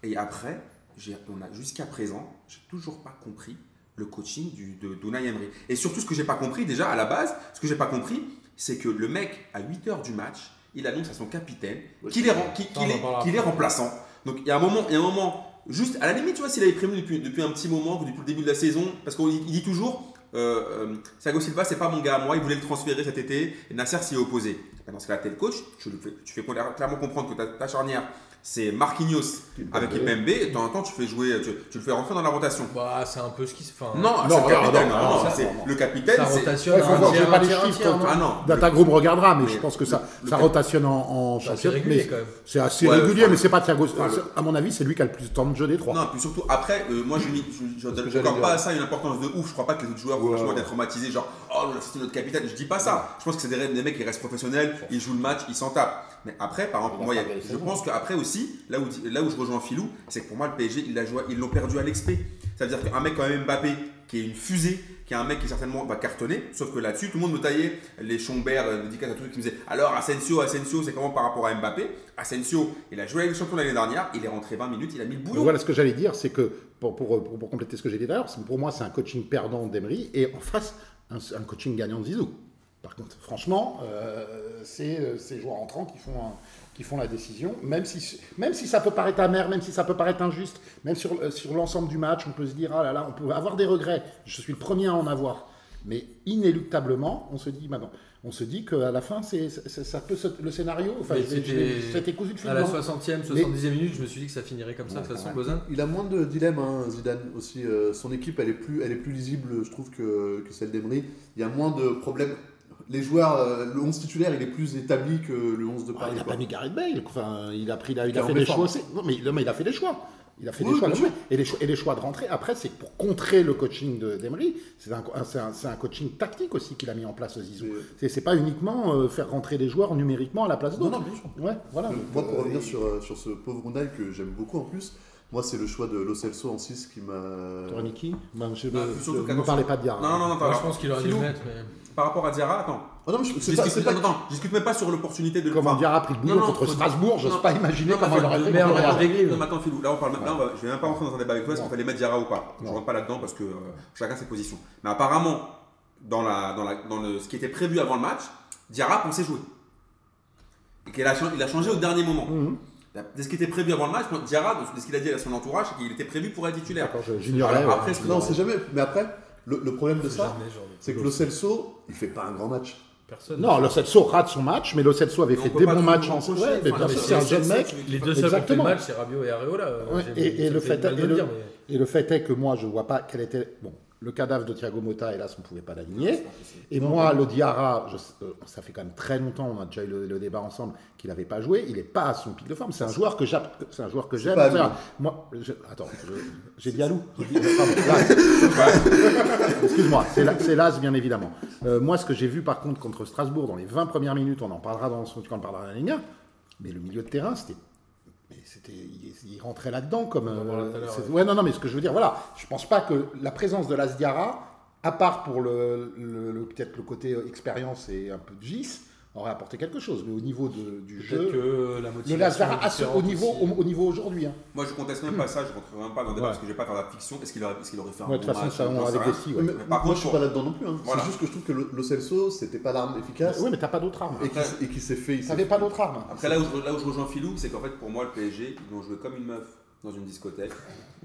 B: Et après, j'ai- on a jusqu'à présent, j'ai toujours pas compris le coaching du, de d'Unai Emery. Et surtout, ce que j'ai pas compris déjà à la base, ce que j'ai pas compris, c'est que le mec, à 8 heures du match, il annonce à son capitaine qu'il est, ren- qu'il-
A: Attends,
B: qu'il
A: on en
B: est-
A: parlera
B: qu'il est
A: après.
B: remplaçant. Donc il y a un moment, il y a un moment, juste à la limite, tu vois, s'il avait prévenu depuis, depuis un petit moment, depuis le début de la saison, parce qu'il il dit toujours, euh, euh, euh, Thiago Silva, c'est pas mon gars à moi, il voulait le transférer cet été, et Nasser s'y est opposé. Maintenant, c'est là, t'es le coach, tu, le fais, tu fais clairement comprendre que ta, ta charnière, c'est Marquinhos avec Ipembe, et de temps en temps, tu, fais jouer, tu, tu le fais rentrer dans la rotation.
A: Bah, c'est un peu ce qui se fait.
B: Non, c'est
D: non,
B: le capitaine.
D: non,
B: Ah
D: non,
B: non,
D: ça,
B: c'est-
D: non, non.
B: le capitaine,
A: ça
B: c'est-
A: rotationne
D: Ouais, faut
A: un
D: voir, j'ai
A: tiers,
D: pas
A: un
D: les
A: tiers, un
D: chiffres,
A: tiers,
D: quand-
A: non
B: Ah non,
D: Data Group regardera, mais
B: Mais
D: je pense que
B: le-
D: ça,
B: le-
D: ça
B: le-
D: rotationne en, en
A: Bah, C'est
D: championne,
A: régulier
D: mais
A: quand même.
D: C'est assez
B: Ouais,
D: régulier,
B: enfin,
D: mais c'est pas Thiago.
B: enfin, le-
D: À mon avis, c'est lui qui a le plus de temps de jeu des trois.
B: Non, et puis surtout, après, euh, moi je ne je,
C: que
B: donne
C: j'allais
B: encore
C: dire.
B: pas à ça une importance de ouf. Je crois pas que les autres joueurs,
C: Ouais.
B: franchement, d'être traumatisés, genre, oh, c'est notre capitaine. Je dis pas ça. Je pense que c'est des, des mecs qui restent professionnels, ils jouent le match, ils s'en tapent. Mais après, par exemple,
C: Il
B: moi,
C: a
B: il y a-
C: pas gagné,
B: je
C: c'est bon.
B: pense qu'après aussi, là où, là où je rejoins Philou, c'est que pour moi, le PSG, ils l'a joué- ils l'ont perdu à l'expé. Ça veut dire qu'un mec comme Mbappé, qui est une fusée, qui est un mec qui certainement va cartonner, sauf que là-dessus, tout le monde me taillait les Chombert, euh, dédicaces à tous ceux qui me disaient alors Asensio, Asensio, c'est comment par rapport à Mbappé Asensio, il a joué avec le champion l'année dernière, il est rentré 20 minutes, il a mis le
D: Mais
B: boulot.
D: Voilà ce que j'allais dire, c'est que pour, pour, pour, pour compléter ce que j'ai dit d'ailleurs, pour moi c'est un coaching perdant d'Emery et en face un, un coaching gagnant de Zizou. Par contre, franchement, euh, c'est euh, ces joueurs entrants qui font, un- qui font la décision, même si, même si ça peut paraître amer, même si ça peut paraître injuste, même sur, euh, sur l'ensemble du match, on peut se dire, ah là là, on peut avoir des regrets, je suis le premier à en avoir. Mais inéluctablement, on se dit, maintenant, on se dit qu'à la fin, c'est, c'est- ça peut se- le scénario, enfin,
A: Mais
D: je l'ai- je l'ai-
A: c'était-
D: c'était cousu de fil
A: À la
D: blanc.
A: 60e, 70e minute, je me suis dit que ça finirait comme ça, de toute façon, Bozin.
C: Il a moins de dilemmes, hein, Zidane aussi. Euh, son équipe, elle est plus, elle est plus lisible, je trouve, que, que celle d'Emery. Il y a moins de problèmes. Les joueurs, euh, le 11 titulaire, il est plus établi que le 11 de
D: Ah,
C: Paris.
D: il n'a
C: quoi.
D: pas mis Gareth Bale. Enfin, il a pris, il a, il a
C: en
D: fait des
C: défense.
D: choix. aussi. Non, mais, il- non, mais il a fait des choix. Il a fait
C: Oui,
D: des choix.
C: bien
D: là-dessus. Et les choix, et les choix de rentrée. Après, c'est que pour contrer le coaching de d'Emery. C'est un, un- c'est un- c'est un coaching tactique aussi qu'il a mis en place Zizou.
C: Mais-
D: C'est c'est pas uniquement euh, faire rentrer des joueurs numériquement à la place
C: Ah, Non,
D: d'autres.
C: non, bien sûr.
D: Ouais, voilà.
C: Euh, Moi, pour revenir sur, euh, sur ce pauvre Unai que j'aime beaucoup en plus, moi, c'est le choix de Lo Celso en 6 qui m'a.
D: Torniki, ben, je
B: Non, Bah,
D: ne
B: surtout
D: je-
B: qu'attention.
D: ne parlez pas de Diarra.
B: Non, non, non, non,
A: Moi, je
B: alors,
A: pense qu'il aurait dû le
B: Philou,
A: mettre, mais.
B: Par rapport à Diarra, attends.
C: Oh non, mais je-
B: Je
C: c'est pas, c'est
B: discute,
C: pas
B: attends, attends, je discute même pas sur l'opportunité de.
D: Comment
B: enfin,
D: Diarra a pris le boulot
B: non, non,
D: contre
B: faut-
D: Strasbourg, je
B: non.
D: n'ose pas imaginer
B: Non, mais
D: comment il
B: attends,
D: aurait
A: le
D: fait
A: maire
D: contre
A: aurait
D: Real.
A: regardé. dégrive.
B: Non, mais attends, Philou, là on parle maintenant. là, on va- je vais même pas rentrer dans un débat avec toi, est-ce
D: Non.
B: qu'on fallait mettre Diarra ou pas Je
D: Non.
B: rentre pas là-dedans parce que euh, chacun ses positions. Mais apparemment, dans, la, dans, la, dans le, ce qui était prévu avant le match, Diarra pensait jouer. Et qu'il a, chang- il a changé au dernier moment.
D: Mhm.
B: La- De ce qui était prévu avant le match, Diarra, de ce qu'il a dit à son entourage, c'est qu'il était prévu pour être titulaire.
D: D'accord, je- j'ignorais.
B: Alors,
D: ouais.
B: après, ce que-
C: Non, c'est jamais. Mais après, le, le problème de ça,
A: Jamais, genre,
C: c'est que Lo Celso, il fait pas un grand match.
A: personne.
D: Non, Lo Celso rate son match, mais Lo Celso avait
B: Mais on
D: fait
B: peut
D: des
B: pas
D: bons
B: tout
D: matchs en
B: reprocher.
D: Ouais, mais
B: Enfin,
D: bien
B: mais
D: sûr,
B: c'est-
D: c'est un
B: c'est-
D: jeune
B: c'est-
D: mec.
A: Les deux seuls qui ont fait le
D: Exactement.
A: match, c'est Rabiot et Areola. euh,
D: Ouais,
A: J'ai-
D: et, et
A: ça me
D: le
A: fait
D: fait,
A: mal de
D: et, le,
A: dire, mais-
D: et le fait est que moi, je vois pas quel était. Bon, le cadavre de Thiago Motta, hélas, on ne pouvait pas l'aligner. Et moi, le Diarra, je- euh, ça fait quand même très longtemps, on a déjà eu le, le débat ensemble, qu'il n'avait pas joué. Il n'est pas à son pic de forme. C'est un joueur que j'aime. C'est un joueur que j'aime.
C: pas
D: C'est-à-dire,
C: lui.
D: Moi, je- attends, je- j'ai dit à Lou. Pardon, là. Excuse-moi, c'est là- c'est l'as, bien évidemment. Euh, moi, ce que j'ai vu par contre contre Strasbourg dans les 20 premières minutes, on en parlera dans son, quand on parlera de la Ligue 1, mais le milieu de terrain, c'était mais c'était, il, il rentrait là-dedans comme.
A: en parlera
D: euh,
A: tout à l'heure,
D: c'est- ouais, non, non, mais ce que je veux dire, voilà, je pense pas que la présence de Lasdiara, à part pour le, le- le- peut-être le côté euh, expérience et un peu de gis, aurait apporté quelque chose. Mais au niveau de- du
A: Peut-être
D: jeu,
A: que la
D: le
A: motivation.
D: Lasdiara
A: est
D: à ce- au
A: différente
D: niveau,
A: aussi.
D: au, au niveau aujourd'hui. hein.
B: Moi je conteste
A: Hmm.
B: même pas ça, je rentre même pas dans le débat
D: Ouais.
B: parce que je vais pas faire la fiction. Est-ce qu'il aurait, est-ce qu'il aurait fait un
D: Ouais, de
B: bon
D: toute façon,
B: match
D: ça, on
B: J'en sais
D: avec
B: rien.
D: des si.
C: Mais,
D: Ouais.
B: par
C: moi,
B: contre,
C: je suis
B: pour-
C: pas là-dedans non plus. hein.
B: Voilà.
C: C'est juste que je trouve que Lo, Lo Celso, c'était pas l'arme efficace.
D: Oui, mais t'as pas d'autre arme.
C: Et qui s- et qui s'est fait. il s'est
D: T'avais pas d'autre arme.
B: Après, là où, je, là où je rejoins Philou, c'est qu'en fait, pour moi, le PSG, ils l'ont joué comme une meuf dans une discothèque.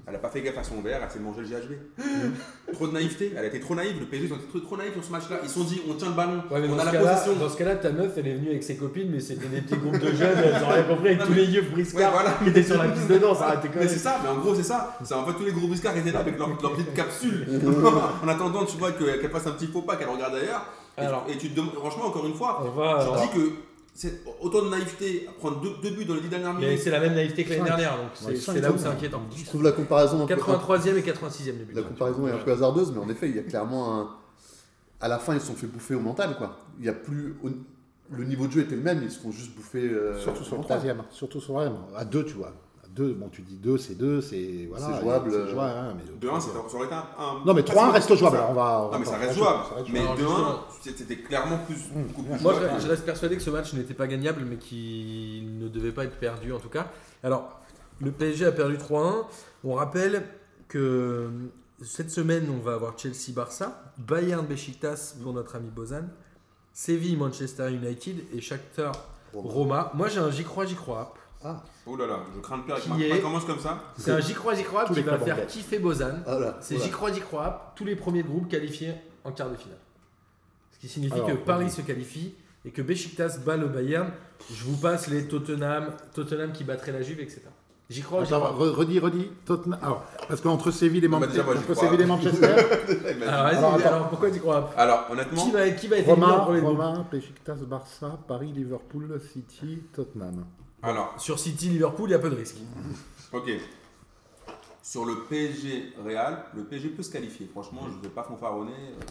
B: Elle a pas fait gaffe à son verre, elle s'est mangé le GHB.
A: Hmm.
B: trop de naïveté, elle a été trop naïve. Le PSG, ils ont été trop, trop naïfs sur ce match-là. Ils se sont dit, on tient le ballon,
A: Ouais, mais
B: on
A: dans,
B: a
A: ce
B: la
A: cas-là,
B: possession.
A: dans ce cas-là, ta meuf, elle est venue avec ses copines, mais c'était des petits groupes de jeunes, elles ont rien compris, avec tous les yeux
B: Ouais,
A: briscards
B: voilà.
A: qui étaient sur la piste de danse. Arrêtez quand
B: Mais c'est
A: même.
B: ça, mais en gros, c'est ça. C'est en fait tous les gros buscards étaient là avec leur, leur petite capsule. en attendant, tu vois, que- qu'elle fasse un petit faux pas, qu'elle regarde ailleurs. Et,
A: Alors.
B: tu, et tu te demandes, franchement, encore une fois,
A: On va. Ah,
B: je
A: alors-
B: dis que c'est autant de naïveté, à prendre deux, deux buts dans les dix dernières
A: Mais
B: minutes.
A: c'est la même naïveté que l'année
D: Cinq.
A: dernière, donc c'est
D: Ouais,
A: c'est
D: cinq,
A: là où
D: cinq.
A: c'est inquiétant.
C: Je trouve la comparaison un peu.
A: 83e et 86e début.
C: La comparaison est un peu hasardeuse, mais en effet, il y a clairement un. À la fin, ils se sont fait bouffer au mental, quoi. Il y a plus. au- Le niveau de jeu était le même, ils se font juste bouffer. euh,
D: Surtout
C: au
D: sur le
C: mental.
D: troisième. Surtout sur le troisième. À deux, tu vois. À deux, bon, tu dis deux, c'est deux, c'est. Voilà,
C: C'est jouable,
D: C'est
C: euh,
D: jouable, hein, mais le-
B: De 1, c'était encore sur les terrains. Un-
D: Non, mais 3-1 reste jouable.
B: Ça-
D: alors on va, on va
B: Non, mais ça
D: pas-
B: reste jouable. Mais
A: Alors,
B: de 1,
A: justement.
B: c'était clairement plus, beaucoup plus
A: Moi,
B: jouable.
A: je, je reste persuadé que ce match n'était pas gagnable, mais qu'il ne devait pas être perdu en tout cas. Alors, le PSG a perdu 3-1. On rappelle que cette semaine, on va avoir Chelsea-Barça, Bayern-Besiktas pour notre ami Bozan, Séville-Manchester United et Shakhtar Roma. Moi, j'ai un j'y crois, j'y crois.
B: Oh là là, je crains le pire avec
A: Qui
B: ma
A: est-
B: Ça commence comme ça.
A: C'est un j'y crois, j'y crois
D: Tous
A: qui
D: les
A: va
D: clubs
A: faire
D: anglais.
A: kiffer Bozan.
C: Ah là,
A: C'est
C: voilà.
A: j'y crois, j'y crois. Tous les premiers groupes qualifiés en quart de finale. Ce qui signifie
D: Alors,
A: que
D: oui.
A: Paris se qualifie et que Besiktas bat le Bayern. Je vous passe les Tottenham, Tottenham qui battrait la Juve, etc. J'y crois, j'y
D: Attends,
A: crois.
D: re- redis, redis. Tottenham. Alors, parce qu'entre Séville et
B: Bah,
D: Manchester,
B: déjà, moi, j'y
D: entre
B: crois.
D: Séville et Manchester
B: bah,
A: Alors, Ah, vas-y,
D: Alors,
A: alors,
D: attends.
A: pourquoi tu crois pas
B: Alors, honnêtement,
A: Qui va, qui va être éliminé en
D: Romain,
A: premier de groupe
D: Romain, Besiktas, Barça, Paris, Liverpool, City, Tottenham.
B: alors,
A: Sur City, Liverpool, il y a peu de risques.
B: ok. Sur le PSG Real, le PSG peut se qualifier. Franchement,
D: Mhm.
B: je ne vais pas fanfaronner. euh,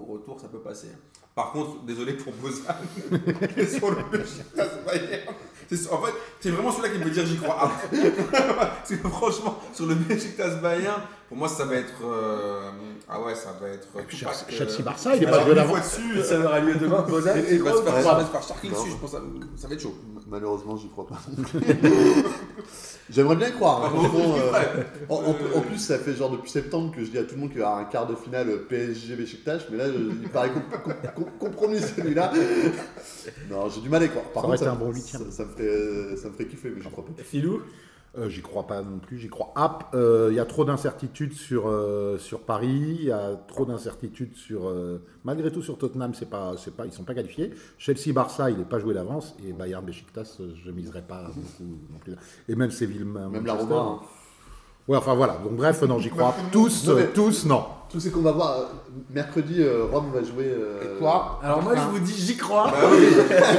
B: Au retour, ça peut passer. Par contre, désolé pour Bozan. mais sur le PSG Bayern, c'est sur- en fait, c'est vraiment celui-là qui me dire j'y crois. Ah. Parce que franchement, sur le PSG Bayern, pour moi, ça va être. euh, Ah ouais, ça va être. Tupac, euh,
D: Chelsea, Barça, il est pas
B: Alors,
D: joué
B: une
D: l'avant.
B: fois dessus,
A: Ça aura lieu demain, Bozan.
B: Et il va se faire-
C: Ouais.
B: il va se faire charquer
C: Non.
B: dessus, je pense que ça, ça va être chaud.
C: Malheureusement, j'y crois pas. J'aimerais bien y croire. hein,
B: Ah, bon,
C: franchement,
B: j'y
C: euh,
B: crois.
C: en, en- en plus, ça fait genre depuis septembre que je dis à tout le monde qu'il va y avoir un quart de finale euh, PSG Besiktas, mais là, je- il paraît com- com- com- compromis celui-là. Non, j'ai du mal à y croire. Par
D: Ça aurait
C: contre,
D: été
C: ça,
D: un bon
C: me-
D: huitième.
C: ça- ça me fait, ça me ferait kiffer, mais j'y crois pas.
A: Filou
D: Euh, j'y crois pas non plus, j'y crois. Ah, euh, il y a trop d'incertitudes sur, euh, sur Paris, il y a trop d'incertitudes sur. euh, malgré tout, sur Tottenham, c'est pas, c'est pas, ils sont pas qualifiés. Chelsea-Barça, il n'est pas joué d'avance. Et Bayern Besiktas, euh, je miserai pas beaucoup non plus. Et même Séville.
C: Même la Roma. hein.
D: Ouais, enfin voilà. Donc bref, non, j'y crois. Tous,
C: Non, mais-
D: euh, tous, non.
C: Tout ce qu'on va voir euh, mercredi, euh, Rome va jouer. euh,
D: Et toi
A: Alors moi, je vous dis, j'y crois.
B: Bah oui,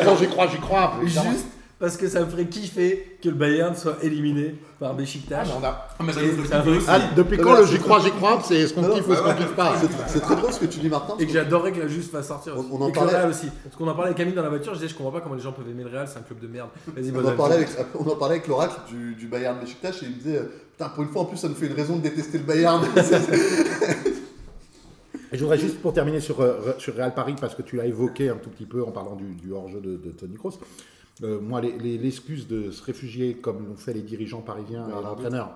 D: Quand j'y crois, j'y crois.
A: Juste parce que ça me ferait kiffer que le Bayern soit éliminé par
B: bah,
A: Besiktas.
D: Ah, mais on a-
B: mais ça
A: Et
B: nous fait
A: ça
B: kiffer
A: veut-
B: aussi.
D: Ah, depuis
C: Non,
D: quand
C: non,
D: le
C: c'est
D: j'y crois, j'y crois C'est est-ce qu'on
C: Non, non,
D: kiffe ou est-ce qu'on kiffe pas
C: Ah, C'est c'est très drôle ce que tu dis, Martin.
A: Et que j'adorerais que la Juve fasse sortir.
C: On-
A: aussi.
C: on en
A: Et que
C: parlait.
A: le Real aussi. Parce qu'on en parlait avec Camille dans la voiture, je disais, je comprends pas comment les gens peuvent aimer le Real, c'est un club de merde. Vas-y,
C: On
A: Bozan.
C: en, parlait avec, on en parlait avec l'oracle du, du Bayern Besiktas et il me disait euh, Putain, pour une fois en plus, ça nous fait une raison de détester le Bayern.
D: Et je voudrais juste pour terminer sur, euh, sur Real Paris, parce que tu l'as évoqué un tout petit peu en parlant du, du hors-jeu de, de Tony Kroos. Euh, moi, les- les- l'excuse de se réfugier, comme l'ont fait les dirigeants parisiens
C: Derrière
D: et l'entraîneur,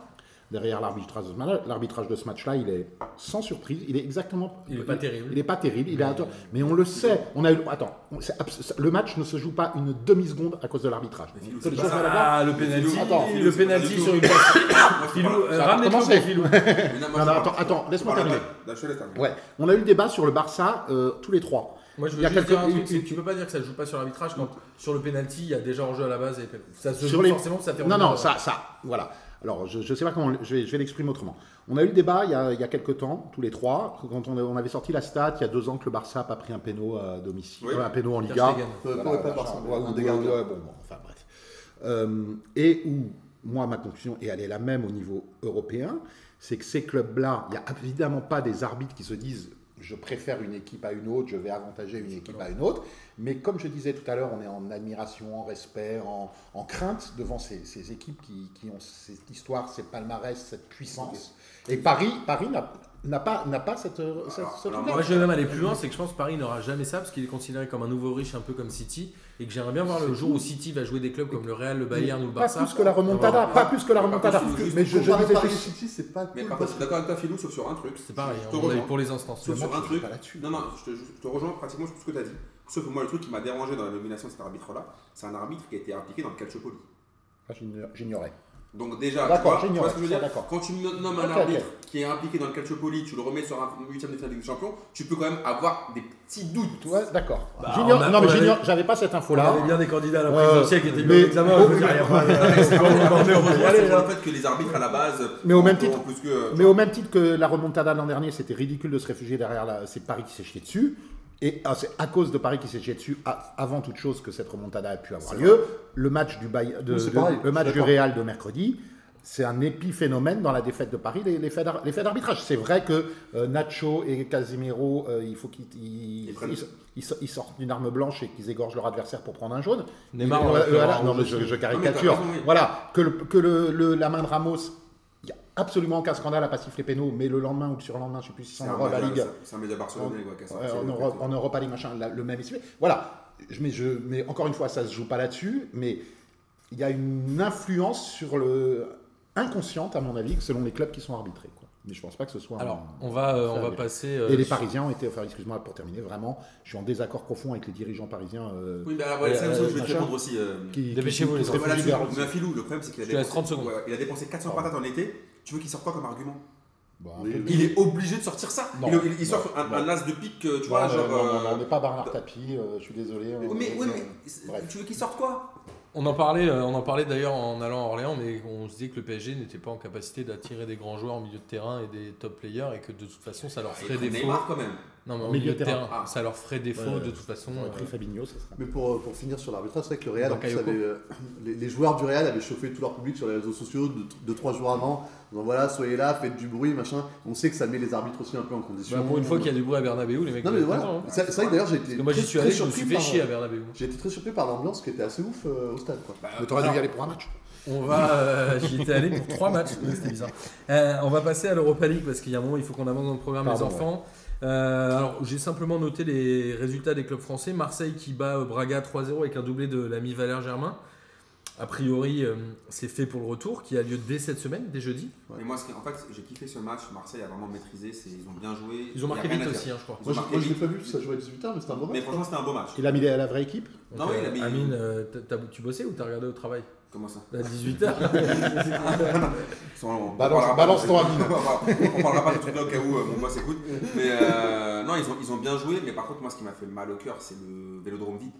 D: derrière l'arbitrage de ce match- l'arbitrage de ce match-là, il est sans surprise, il est exactement.
A: Il est pas terrible.
D: Il est pas terrible, il est à tort. Mais on le sait, on a eu. Attends, on- c'est abs- le match ne se joue pas une demi-seconde à cause de l'arbitrage.
B: Mais Philou,
D: C'est
B: c'est
D: le
B: pas
D: jeu
B: ça.
D: à la barre.
A: Ah, le
B: Filou,
A: penalty,
D: attends,
B: Filou,
A: le
B: c'est pas
A: penalty
B: du
A: sur
B: tout.
A: une passe.
D: Ah,
B: Moi, je
A: Filou,
B: parle-
A: euh,
B: ça-
A: ramenez le
D: commencé.
A: ballon, Filou.
B: Mais moi,
D: Non,
B: je
D: non,
B: parle-
D: attends, attends, laisse-moi
B: je parle-
D: terminer.
B: Là, je te laisse terminer.
D: Ouais, on a eu le débat sur le Barça euh, tous les trois.
A: Moi, je
D: Il
A: veux
D: y a
A: juste dire
D: quelques-
A: un truc, c'est que tu peux pas dire que ça joue pas sur l'arbitrage quand sur le penalty, il y a déjà hors jeu à la base. Et ça se
D: Sur
A: joue
D: les-
A: forcément, ça fait euh.
D: Non,
A: revenir
D: non,
A: à-
D: ça, ça, voilà. Alors, je ne sais pas comment, le- je vais, je vais l'exprimer autrement. On a eu le débat il y a, il y a quelques temps, tous les trois, quand on, a- on avait sorti la stat, il y a deux ans que le Barça n'a pas pris un péno à domicile,
B: Oui.
D: euh, un péno en
A: Ter
D: Liga.
A: Stegen.
C: Voilà,
D: Voilà,
C: Euh, pas
D: machin,
C: par
D: ouais,
C: un
D: ou-
C: des
D: ouais,
C: gardiens.
D: ouais, bon, bon, enfin bref. Euh, et où, moi, ma conclusion, et elle est la même au niveau européen, c'est que ces clubs-là, il n'y a évidemment pas des arbitres qui se disent je préfère une équipe à une autre, je vais avantager une équipe à une autre. Mais comme je disais tout à l'heure, on est en admiration, en respect, en, en crainte devant ces, ces équipes qui, qui ont cette histoire, ces palmarès, cette puissance. Et Paris, Paris n'a- n'a pas, n'a pas cette, cette-
B: alors,
D: cette-
B: moi,
A: Moi, je vais même aller plus loin, c'est que je pense que Paris n'aura jamais ça parce qu'il est considéré comme un nouveau riche, un peu comme City, et que j'aimerais bien voir le jour où City va jouer des clubs comme le Real, le Bayern ou le
D: Pas
A: Barça.
D: plus que la remontada,
B: Voilà.
D: pas plus que la
B: Pas
D: remontada.
B: plus que-
D: Mais je, je
C: Comparer
D: disais
C: Paris
D: juste-
C: City, c'est pas
B: Mais
C: cool,
B: par contre,
C: parce
B: je suis d'accord avec toi, Philou, sauf sur un truc.
A: C'est pareil,
B: Je te
A: on est
B: rejoins.
A: pour les instances.
B: Sauf sur
D: match,
B: un
D: je
B: truc.
D: suis pas là-dessus.
B: Non, non, je te, je te rejoins pratiquement sur tout ce que tu as dit. Sauf que moi, le truc qui m'a dérangé dans la nomination de cet arbitre-là, c'est un arbitre qui a été appliqué dans le Calciopoli.
D: Ah, j'igno- J'ignorais.
B: Donc déjà, tu
D: D'accord,
B: vois, tu
D: génial,
B: vois ce que je veux
D: ça,
B: dire
D: d'accord.
B: Quand tu me nommes un
D: Ok, ok.
B: arbitre qui est impliqué dans le Calciopoli, tu le remets sur un huitième de finale de Ligue des Champions, tu peux quand même avoir des petits doutes.
D: Ouais, d'accord.
A: Bah,
D: J'ignore-
A: on a-
D: non, mais
A: on avait-
D: j'ignore- j'avais pas cette
A: On
D: info-là.
A: avait bien des candidats à la
D: Ouais,
A: présidentielle qui étaient mis
D: mais-
A: au examen. je veux dire, il y a pas de- on peut y aller, hein.
B: Heureusement, c'est pour
A: là.
B: le fait que les arbitres à la base.
D: Mais au
B: en-
D: même
B: en
D: titre.
B: Plus que,
D: Mais au même titre que la remontada l'an dernier, c'était ridicule de se réfugier derrière la... C'est Paris qui s'est chié dessus. Et ah, c'est à cause de Paris qui s'est chié dessus, à- avant toute chose, que cette remontada a pu avoir lieu. Le match du, Bay- de-
C: Oui, c'est
D: de-
C: pareil,
D: le match
C: je suis
D: du
C: d'accord.
D: Real de mercredi, c'est un épiphénomène dans la défaite de Paris, les, les faits d'ar- les faits d'arbitrage. C'est vrai que euh, Nacho et Casimiro, euh, il faut qu'ils ils-
B: Ils prennent-
D: ils- ils so- ils sortent d'une arme blanche et qu'ils égorgent leur adversaire pour prendre un jaune.
A: Neymar,
D: Mais,
A: on l'a
D: euh,
A: fait
D: voilà,
A: en
D: non,
A: rouge
D: mais je, je
B: Non,
D: caricature.
B: mais t'as raison, oui.
D: Voilà, que, le, que le, le- la main de Ramos, il n'y a absolument aucun scandale à pas siffler pénaux, mais le lendemain ou le surlendemain, je ne sais plus si c'est
B: C'est
D: en
B: un
D: Europe, la
B: média-
D: Ligue,
B: c'est un média barcelonais, quoi, qui a sorti
D: euh, en,
B: le-
D: Europe, en Europa League, machin, la- le même essai. Voilà, je, mais, je, mais encore une fois, ça ne se joue pas là-dessus, mais il y a une influence sur le inconsciente, à mon avis, selon les clubs qui sont arbitrés. quoi. Mais je ne pense pas que ce soit... un-
A: Alors, on va, euh, on va passer. euh,
D: Et les
A: sur-
D: Parisiens ont été, enfin, excuse-moi pour terminer, vraiment, je suis en désaccord profond avec les dirigeants parisiens. euh,
B: Oui, mais alors, voilà, c'est
D: Euh,
B: la même chose que je vais te
D: machin.
B: répondre aussi. euh,
D: qui,
A: Dépêchez-vous,
D: qui-
A: les
D: qui se
A: enfants.
B: Voilà,
D: réfugient
B: tu-
D: derrière-
B: mais Philou, le problème, c'est qu'il a,
A: Je te laisse
B: dépensé-
A: 30 secondes.
B: ouais, il a dépensé 400 patates en été. Tu veux qu'il sort quoi comme argument
D: Bon, un
C: Oui,
D: peu-
C: oui.
B: Il est obligé de sortir ça.
D: Non.
B: Il, est- il- il sort
D: Non.
B: un, un as de pique, euh, tu
D: Non,
B: vois,
D: mais-
B: genre.
D: non, non,
B: euh,
D: non, on n'est pas Bernard Tapie, euh, je suis désolé. on-
B: Mais
D: on-
B: oui, mais
D: Bref.
B: tu veux qu'il sorte quoi
A: On en parlait, euh, on en parlait d'ailleurs en allant à Orléans, mais on se disait que le PSG n'était pas en capacité d'attirer des grands joueurs au milieu de terrain et des top players et que de toute façon ça leur
B: Il
A: ferait
B: prend
A: défaut.
B: Neymar, quand même.
A: Non, mais
D: Au
A: au
D: milieu
A: milieu de
D: de
A: terrain,
B: terrain.
A: ça leur ferait défaut
D: Ouais,
A: de toute façon.
D: On aurait pris
A: euh,
D: Fabinho, ça serait.
C: Mais pour, pour finir sur l'arbitrage, c'est vrai que le Real,
A: Dans
C: en plus,
A: Kayoko.
C: avait, euh, les, les joueurs du Real avaient chauffé tout leur public sur les réseaux sociaux de, de trois jours avant, en disant voilà, soyez là, faites du bruit, machin. On sait que ça met les arbitres aussi un peu en condition.
A: bah, pour une fois qu'il y a du bruit à Bernabeu, les mecs.
C: Non,
A: ils
C: mais
A: sont
C: voilà.
A: contents, hein.
C: C'est c'est vrai que d'ailleurs, j'ai été
A: Parce que moi j'y
C: très,
A: suis
C: très
A: allé, je me
C: surpris
A: suis fait
C: par- euh,
A: chier à Bernabeu.
C: J'ai été très surpris par l'ambiance qui était assez ouf euh, au stade. Quoi.
B: Bah,
D: Mais t'aurais dû y aller pour un match.
A: On va, euh, j'y étais allé pour trois matchs, donc c'était bizarre. Euh, on va passer à l'Europa League parce qu'il y a un moment, il faut qu'on avance dans le programme des
D: Pardon,
A: enfants. Euh, alors, j'ai simplement noté les résultats des clubs français. Marseille qui bat euh, Braga 3-0 avec un doublé de l'ami Valère Germain. A priori, euh, c'est fait pour le retour qui a lieu dès cette semaine, dès jeudi.
B: Mais moi, ce qui- en fait, j'ai kiffé ce match. Marseille a vraiment maîtrisé. c'est- Ils ont bien joué.
A: Ils ont
B: Il y a
A: marqué
B: rien
A: vite
B: à dire.
A: aussi, hein, je crois.
B: Ils ont
C: Moi, je-
B: marqué
C: moi, je l'ai
B: vite.
C: pas vu, parce que ça jouait à 18h, mais c'était un bon
B: Mais
C: match.
B: franchement, c'était un beau match.
D: Il a mis la vraie équipe
A: Donc,
B: Non, oui,
A: euh,
B: il a mis-
A: Amine, euh, t'as- t'as- tu bossais ou t'as regardé au travail
B: Comment ça
A: À 18h
B: Sans- on
D: Balance-
B: parlera
D: balance
B: pas-
D: ton ami.
B: on parlera- on parlera pas de truc là au cas où euh, mon boss écoute. Mais euh, non, ils ont, ils ont bien joué. Mais par contre, moi, ce qui m'a fait mal au cœur, c'est le vélodrome vide.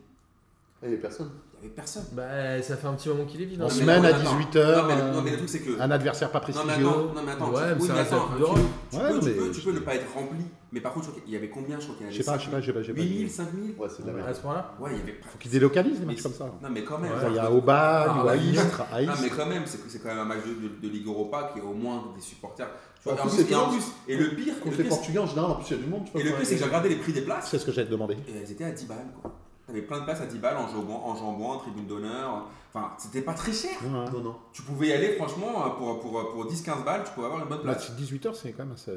C: Et personne.
B: Il n'y avait personne.
A: Bah, ça fait un petit moment qu'il est vide.
D: En
A: hein.
B: mais
D: semaine à euh,
B: non, non.
D: 18h.
B: Non, mais le- non, mais le truc, c'est que.
D: Un adversaire pas
B: Non mais, attends,
D: prestigieux.
B: non mais attends,
A: Ouais,
B: tu-
A: mais
B: oui,
A: ça
B: mais
A: reste la
B: attends,
A: Coupe
B: tu,
A: d'Europe.
B: tu
D: Ouais,
B: peux,
D: non,
B: tu
D: mais
B: peux- tu
D: je-
B: peux ne pas être rempli, mais par contre je crois qu'il y avait combien Je crois qu'il y
D: Je
B: avait
D: sais pas, je sais pas, j'ai pas. j'ai pas-
B: 8000, 5000
C: Ouais, c'est de la merde.
A: À ce point-là
B: Ouais, il y avait presque.
D: Faut qu'ils délocalisent les
B: Mais-
D: matchs comme ça.
B: Non mais quand même.
A: Ouais,
B: genre,
D: Il y a
B: de-
D: Aubagne
A: Ah,
D: ou à
A: ouais.
D: Istres, à
B: Non
D: Istres.
B: mais quand même, c'est c'est quand même un match de, de- de Ligue Europa qui est au moins des supporters. Tu vois,
C: En
B: et en
C: plus,
B: plus-
C: c'est
B: et en
C: énorme.
B: plus, et le pire, et le
C: Contre
B: pire,
C: les
B: c'est-
C: Portugais en général, en plus, il y a du monde. tu vois,
B: et le
C: quand
B: pire, c'est que j'ai
C: même.
B: regardé les prix des places
D: C'est ce que j'allais te demander.
B: et elles étaient à 10 balles quoi. T'avais plein de places à 10 balles en jambon, en, jambon, en tribune d'honneur. Enfin, c'était pas très cher.
D: Ouais, hein.
C: Non, non.
B: Tu pouvais y aller franchement euh, pour, pour, pour 10-15 balles, tu pouvais avoir une bonne
D: Là,
B: place.
D: 18h, c'est quand même assez.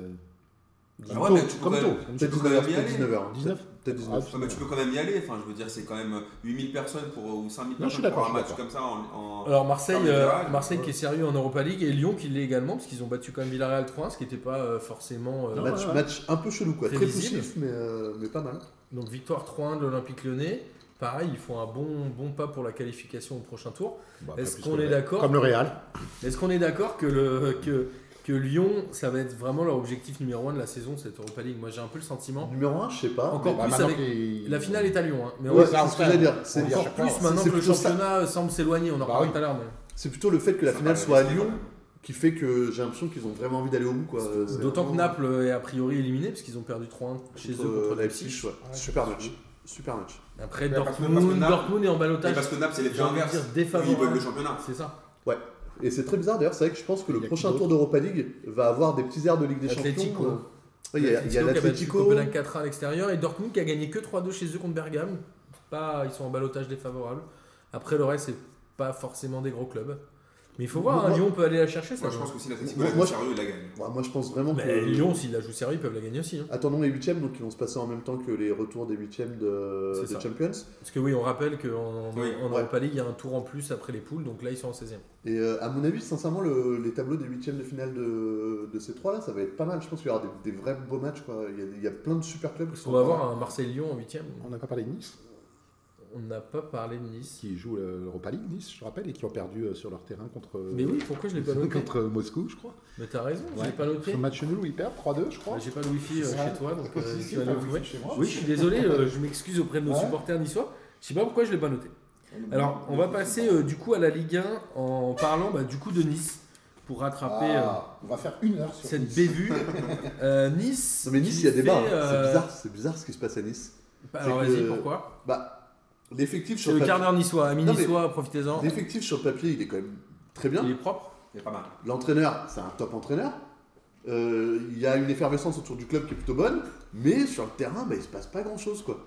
B: Ah
D: Comme
B: ouais,
D: tôt,
B: mais tu
D: comme
B: peux-
D: tôt.
C: Peut-être
B: peux quand même
C: 19h.
B: y
C: Peut-être
B: aller.
C: 19h.
D: 19.
C: Peut-être 19h.
B: Ouais, mais tu peux quand même y aller, enfin je veux dire, c'est quand même 8000 personnes pour, euh, ou 5000
D: Non, je
B: personnes pour
D: suis d'accord,
B: un
D: je
B: match
D: suis
B: comme ça en. en-
A: Alors Marseille,
B: Ah, mais
A: euh,
B: Villarreal,
A: Marseille
B: ouais.
A: qui est sérieux en Europa League et Lyon qui l'est également parce qu'ils ont battu quand même Villarreal 3-1, ce qui n'était pas euh, forcément. euh,
D: Non,
C: Match,
D: ouais, ouais.
C: match un peu chelou, quoi. Très
A: Prévisible.
C: poussif, mais, euh, mais pas mal.
A: Donc victoire 3-1 de l'Olympique Lyonnais. Pareil, ils font un bon, bon pas pour la qualification au prochain tour.
D: Bah,
A: Est-ce
D: pas
A: qu'on
D: plus que
A: est
D: le-
A: d'accord
D: Comme le Real.
A: Est-ce qu'on est d'accord que, le, que, que Lyon, ça va être vraiment leur objectif numéro 1 de la saison, cette Europa League Moi j'ai un peu le sentiment.
C: Numéro 1, je sais pas.
A: Encore
D: Bah,
A: plus
D: maintenant
A: avec-
D: qu'il-
A: La finale est à Lyon, hein, mais
C: Ouais,
A: on-
C: c'est
D: ça, on
C: ce que
D: fait.
C: j'allais dire. C'est
D: On
C: dire-
D: sort
A: encore
D: chaque
A: plus
D: fois,
A: maintenant
C: c'est
A: que le
C: plutôt ça.
A: championnat euh, semble s'éloigner, on en
D: Bah
A: parlait
D: oui.
A: tout à l'heure. mais-
C: c'est plutôt le fait que la
B: Ça
C: finale
B: paraît
C: soit à
B: risqué,
C: Lyon
B: quand même.
C: qui fait que j'ai l'impression qu'ils ont vraiment envie d'aller au bout. quoi. C'est
A: D'autant que
C: vraiment-
A: Naples euh, est a priori éliminé parce qu'ils ont perdu 3-1 chez eux
C: contre, euh,
A: contre
C: Leipzig.
A: Leipzig.
C: ouais. Super match. Super match.
A: Après
B: Ouais, parce que- parce que
A: Dortmund,
B: Naples-
A: Dortmund est en
B: Mais
A: balotage.
B: parce que Naples, c'est
A: J'ai
B: l'effet
A: envie de
B: inverse.
A: dire
B: Eux, Ils veulent
A: défavorable.
B: le championnat.
A: Ah, C'est ça.
C: Et c'est très bizarre d'ailleurs, c'est vrai que je pense que
D: Il y
C: le
D: a
C: prochain
D: qui
C: tour d'Europa League va avoir des petits airs de Ligue des
A: Atlético.
C: Champions. euh. Ouais, Il y a- il y a l'Atlético.
A: Qui a battu Copenhague 4 à l'extérieur et Dortmund qui a gagné que 3-2 chez eux contre Bergame. Pas, ils sont en balotage défavorable. Après le reste, c'est pas forcément des gros clubs. Mais il faut voir, hein,
C: Moi-
A: Lyon peut aller la chercher. Ça,
B: Moi, je pense que si la Tatico
C: Moi-
B: la
C: moi,
B: joue sérieux, il la gagne.
C: Ouais, Bah, Moi je pense vraiment que.
A: Mais Lyon, s'ils la jouent sérieux, ils peuvent la gagner aussi. hein.
C: Attendons les huitièmes, donc ils vont se passer en même temps que les retours des huitièmes de,
A: C'est
C: des
A: ça.
C: Champions.
A: Parce que oui, on rappelle qu'en en
B: Oui,
C: ouais.
A: Europa League, il y a un tour en plus après les poules. Donc là, ils sont en 16e.
C: Et euh, à mon avis, sincèrement, le- les tableaux des huitièmes de finale de, de ces trois-là, ça va être pas mal. Je pense qu'il y aura des, des vrais beaux matchs. Quoi. Il, y a, il y a plein de super clubs. qui
A: Parce
C: sont
A: qu'on va
C: pas
A: avoir
C: mal.
A: un Marseille-Lyon en 8e.
D: On n'a pas parlé de Nice,
A: On n'a pas parlé de Nice.
D: qui joue l'Europa League, Nice, je rappelle, et qui ont perdu euh, sur leur terrain contre. euh,
A: Mais oui, pourquoi je l'ai pas noté
D: contre Moscou, je crois.
A: Mais t'as raison, je
D: Ouais.
A: l'ai pas noté.
D: Ce match nul où ils perdent 3-2, je crois.
A: Bah, J'ai pas le wifi euh,
D: C'est ça.
A: chez toi, donc euh,
D: Si, si,
A: tu vas
D: pas
A: le
D: le
A: trouver.
D: wifi chez moi.
A: Oui, je suis désolé, euh, je m'excuse auprès de nos
D: Ouais.
A: supporters niçois. Je sais pas pourquoi je l'ai pas noté. Alors, on va passer euh, du coup à la Ligue 1 en parlant bah, du coup de Nice pour rattraper euh,
D: Ah, on va faire une heure sur
A: cette
D: Nice.
A: bévue. Euh, nice.
C: Non, mais Nice,
A: qui
C: il y a des
A: fait,
C: bars. hein,
A: euh,
C: C'est bizarre, c'est bizarre ce qui se passe à Nice.
A: bah, Alors
C: C'est
A: vas-y,
C: que-
A: pourquoi
C: Bah, l'effectif
A: C'est
C: sur,
A: le
C: papier-
A: quart d'heure niçois, amis
C: Non, mais-
A: niçois, profitez-en.
C: l'effectif sur papier, il est quand même très bien.
A: Il est propre.
B: C'est pas mal.
C: L'entraîneur, c'est un top entraîneur. Euh, il y a une effervescence autour du club qui est plutôt bonne, mais sur le terrain, bah, il se passe pas grand chose quoi.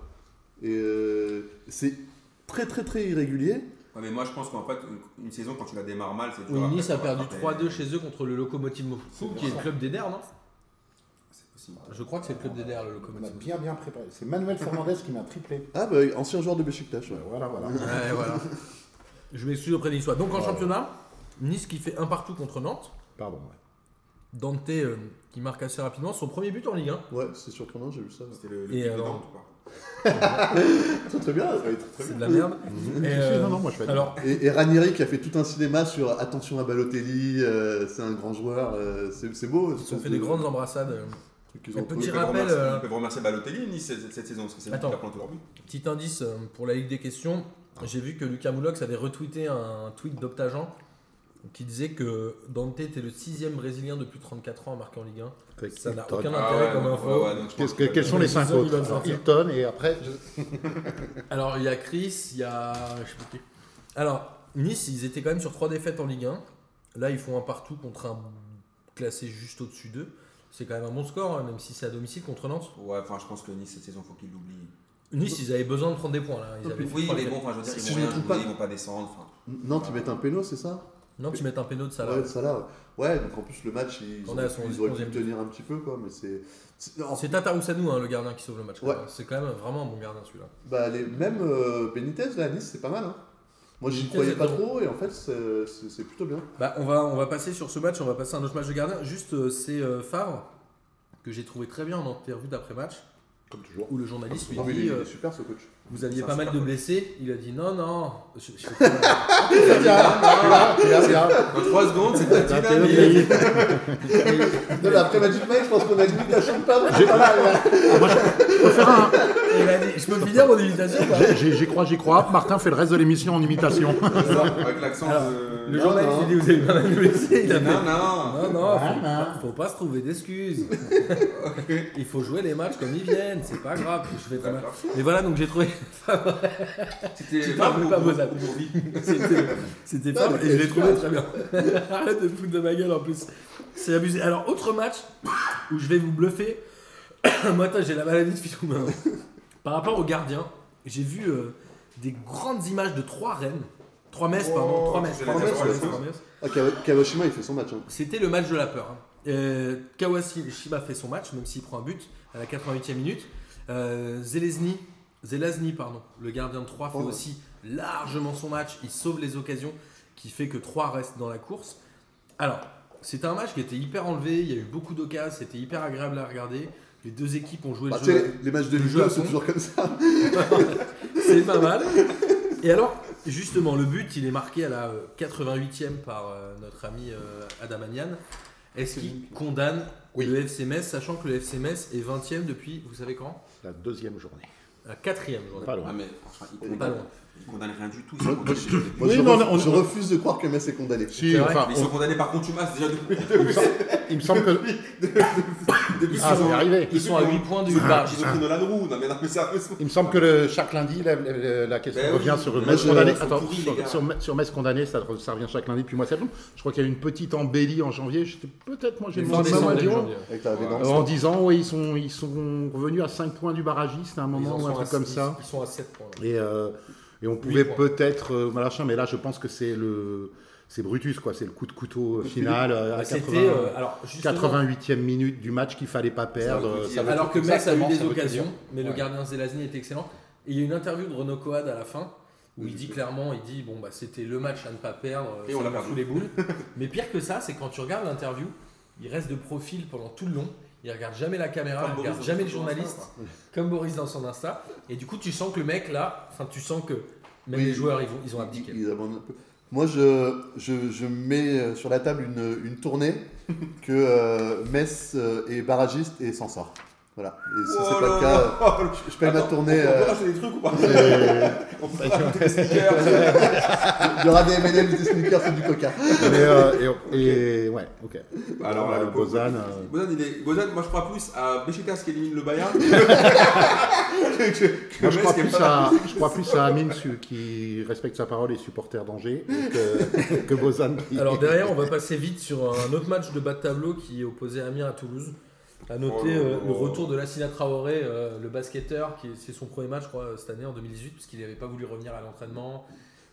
C: Et euh, c'est très très très irrégulier.
B: Ouais, mais moi, je pense qu'en fait, une, une saison, quand tu la démarres mal, c'est
A: Oui,
B: dur. Ah,
A: nice a
B: après,
C: Ah,
A: perdu
B: tu vas
A: 3-2
B: rattraper.
A: chez eux contre le Locomotive Moscou, qui est le club des DDR, non
B: C'est possible.
A: Je crois que c'est le club des DDR, le
D: On a
A: Locomotive.
D: bien bien préparé. C'est Manuel Fernandez qui met un triplé.
C: Ah bah ancien joueur de Beşiktaş. ouais.
D: Voilà, voilà.
A: Ouais, voilà. Je m'excuse auprès des Niçois. Donc en
D: Ouais.
A: championnat, Nice qui fait un partout contre Nantes.
D: Pardon. ouais.
A: Dante euh, qui marque assez rapidement son premier but en Ligue 1.
C: Ouais, c'est surprenant, j'ai vu ça.
B: C'était le, le
A: Et
B: pic des
A: alors
B: dents, ou pas
C: Très très bien. ouais, très, très
A: C'est
C: bien.
A: de la merde. Et, euh,
D: non, non, moi je fais
A: Alors,
C: Et, et Ranieri qui a fait tout un cinéma sur attention à Balotelli, euh, c'est un grand joueur, euh, c'est c'est beau.
A: ils ont fait des grandes embrassades. euh.
C: Ils
A: un
C: ont
A: petit
B: Ils peuvent
A: rappel,
B: remercier-
A: euh,
B: Ils peuvent remercier Balotelli, Nice, cette, cette saison, parce que c'est lui qui
A: Attends.
B: a planté leur but.
A: Petit indice euh, pour la Ligue des questions. J'ai vu que Lucas Moulox avait retweeté un tweet d'Optagent qui disait que Dante était le sixième Brésilien depuis 34 ans à marquer en Ligue 1.
D: Avec
A: Ça n'a
D: Hilton.
A: aucun intérêt comme
B: non,
A: info.
B: non, je pense
D: Qu'est-ce que-
B: que-
D: quels sont les
A: Hilton,
D: cinq
A: il va le
D: autres
A: sortir.
D: Hilton et après. je-
A: Alors, il y a Chris, il y a. Je sais plus qui. Alors, Nice, ils étaient quand même sur trois défaites en Ligue 1. Là, ils font un partout contre un classé juste au-dessus d'eux. C'est quand même un bon score, hein, même si c'est à domicile contre Nantes.
B: Ouais, enfin, je pense que Nice, cette saison, faut qu'ils l'oublient.
A: Nice, ils avaient besoin de prendre des points là. Ils avaient fait
B: Oui,
A: trois
B: mais
A: défaites.
B: bon, enfin, je veux dire,
C: Si
B: ils
C: je
B: vont
C: ne
B: rien
C: trouve
B: jouer,
C: pas-
B: ils vont pas descendre. enfin.
C: Nantes, ils mettent un péno, c'est ça
A: Nantes, ils mettent un péno de ça là.
C: Ouais, ça là. Ouais, donc en plus le match, ils,
A: On
C: ont-
A: est à son
C: ils auraient pu
A: 11e.
C: tenir un petit peu, quoi, mais c'est. c'est- en-
A: C'est Tata Ousanou, hein, le gardien qui sauve le match. quand
C: Ouais.
A: même. C'est quand même vraiment un bon gardien celui-là.
C: Bah, les, même euh, Benitez, là, à Nice, c'est pas mal, hein. Moi, j'y
A: Benitez
C: croyais
A: est
C: pas
A: bon.
C: trop, et en fait, c'est c'est- c'est plutôt bien.
A: Bah, on, va, on va passer sur ce match, on va passer à un autre match de gardien. Juste, euh, c'est euh, Favre, que j'ai trouvé très bien en interview d'après-match,
D: Comme toujours.
A: où le journaliste lui
C: Non, mais il est-
A: dit
C: il est
A: euh,
C: super, ce coach.
A: Vous aviez
B: c'est un
A: pas mal
B: super
A: de
B: coach.
A: blessés Il a dit Non, non. Je- je- Ah,
D: Bien, bien, bien.
B: En 3 secondes, c'est la
D: Bien, bien,
B: dynamique.
D: bien.
C: Non, mais après Magic Mike, je pense qu'on a dit la chambre pas mal. pas mal, là.
A: Il a dit, Je peux finir mon invitation ou pas
D: J'ai- j'ai- J'y crois, j'y crois. Martin fait le reste de l'émission en imitation.
B: C'est ça, Avec l'accent
A: Alors,
B: de.
A: Le
C: Non,
A: journaliste
C: non.
A: lui dit Vous avez pas mal de blessés Il a hein. fait,
B: Non, non.
A: Non, non, faut,
D: Non, non.
A: faut pas se trouver d'excuses. il faut jouer les matchs comme ils viennent, c'est pas grave. Je fais pas mal.
B: D'accord.
A: Mais voilà, donc j'ai trouvé.
B: C'était
A: parles, mais
B: ou-
A: pas
B: ou-
A: Mozart.
B: ou Bourvil.
A: C'était- C'était
C: Non,
A: pas
C: mais
A: et je l'ai
C: c'est
A: trouvé
C: super.
A: très bien. Arrête de te foutre de ma gueule en plus. C'est abusé. Alors, autre match où je vais vous bluffer. Moi, attends, j'ai la maladie de Philou maintenant. Par rapport aux gardiens, j'ai vu euh, des grandes images de trois reines. Trois messes,
B: Oh,
A: pardon. Trois messes.
B: c'est
A: Trois
B: la
A: messes,
B: dernière
A: trois messes,
B: chose.
A: trois messes.
C: Ah, Kawa- Kawashima, il fait son match. Hein.
A: C'était le match de la peur. hein. Euh, Kawashima fait son match, même s'il prend un but à la 88e minute. Euh, Zelesny, Zelazny, pardon, le gardien de 3, fait
C: Oh, ouais.
A: aussi largement son match. Il sauve les occasions qui fait que 3 reste dans la course. Alors, c'était un match qui était hyper enlevé. Il y a eu beaucoup d'occasions. C'était hyper agréable à regarder. Les deux équipes ont joué
C: Bah,
A: le
C: tu
A: jeu.
C: sais, les matchs de
A: le
C: Ligue
A: jeu à
C: 2, c'est
A: fond.
C: toujours comme ça.
A: C'est pas mal. Et alors, justement, le but, il est marqué à la euh, 88e par euh, notre ami euh, Adamanian. Est-ce qu'il condamne
D: Oui.
A: le FCMS, sachant que le FCMS est 20e depuis, vous savez quand
D: La deuxième journée.
A: La quatrième journée.
D: Pas
B: Ah,
D: loin.
B: mais enfin, ils
A: Pas
B: condamnent-
A: loin.
B: ils condamnent rien du tout.
C: Moi,
B: Ils
C: moi,
B: sont condamnés.
C: Moi,
D: Oui,
C: je,
D: non,
C: refuse,
D: on-
C: je
D: on-
C: refuse de croire que Metz est condamné.
D: Si,
A: C'est vrai.
D: enfin,
B: Mais ils
D: on-
B: sont condamnés par contumace déjà depuis.
D: il me semble que.
B: depuis
D: Ah,
B: qu'ils
D: c'est
B: ont-
D: arrivé.
A: Ils sont à 8 points du bas.
B: Ils ont pris Nolan Roux. Non, mais non, mais sérieusement.
D: Il me semble que le- chaque lundi, la, la- la question
B: Ben oui.
D: revient sur
B: Mais
D: Metz
C: je-
D: condamné.
B: ils sont
D: Attends,
B: pourris, les
D: sur,
B: gars.
D: sur Metz- sur Metz condamné, ça, re- ça revient chaque lundi depuis le mois de septembre. Je crois qu'il y a eu une petite embellie en janvier. J'étais- Peut-être, moi, j'ai
A: Fin
D: demandé
A: décembre,
D: ça à
A: début
D: Dion.
A: janvier.
C: Avec ta
B: Ouais.
D: Euh,
C: védance.
D: En disant, ouais, ils sont, ils sont revenus à 5 points du barragiste à un
A: Ils
D: moment
A: en sont
D: ou un
A: à-
D: truc comme
A: ils-
D: ça.
A: Ils sont à 7 points. là.
D: Et, euh, et on pouvait
A: points.
D: peut-être euh, machin, mais là, je pense que c'est le. C'est Brutus, quoi. C'est le coup de couteau euh, final euh, à
A: Bah, C'était
D: 80
A: euh, alors justement,
D: 88e minute du match qu'il fallait pas
B: veut
D: perdre. euh,
B: tout
D: Ça
B: dire.
D: veut
A: Alors
D: tout-
A: que Metz a eu
D: exactement,
A: des
D: ça veut tout
A: occasions,
D: dire.
A: mais le
D: Ouais.
A: gardien Zelazny était excellent. Et il y a une interview de Renaud Coad à la fin où il dit clairement, il dit bon bah c'était le match à ne pas perdre,
B: Et
A: ça
B: on l'a
A: me
B: perdu.
A: fout les boules. mais pire que ça, c'est quand tu regardes l'interview, il reste de profil pendant tout le long. Il regarde jamais la caméra,
B: Comme
A: il regarde
B: Boris
A: jamais le
B: dans son
A: journaliste,
B: Insta,
A: comme Boris dans son Insta. Et du coup, tu sens que le mec là, enfin tu sens que même
C: Oui.
A: les joueurs ils, vont- ils ont abdiqué.
C: Ils abandonnent un peu. Moi, je, je, je mets euh, sur la table une, une tournée que euh, Metz euh, est barragiste et s'en sort. Voilà. Et si c'est
B: Oh
C: pas
B: là
C: le cas, euh,
B: là.
C: je- je paye ma
B: Attends,
C: tournée.
B: On peut
C: euh,
B: racheter des trucs ou pas On peut
D: Et-
B: rajouter des stickers.
C: Il y aura des M&M, des sneakers et du coca.
D: Mais, euh, et, et- ouais, ok.
B: Alors là,
D: Euh,
B: le pauvre.
D: Bozan. euh,
B: Bozan, il est- Bozan, moi je crois plus à Beşiktaş qui élimine le Bayern.
D: moi, je, crois
B: Metz,
D: plus
B: c'est pas-
D: à, je crois plus à Amine su- qui respecte sa parole et supporter d'Angers que, que Bozan. qui-
A: Alors derrière, on va passer vite sur un autre match de bas de tableau qui opposait Amiens à Toulouse. À noter
B: Oh là
A: euh,
B: là.
A: le retour de Lassina Traoré, euh, le basketteur, qui c'est son premier match, je crois, euh, cette année en 2018, parce qu'il n'avait pas voulu revenir à l'entraînement,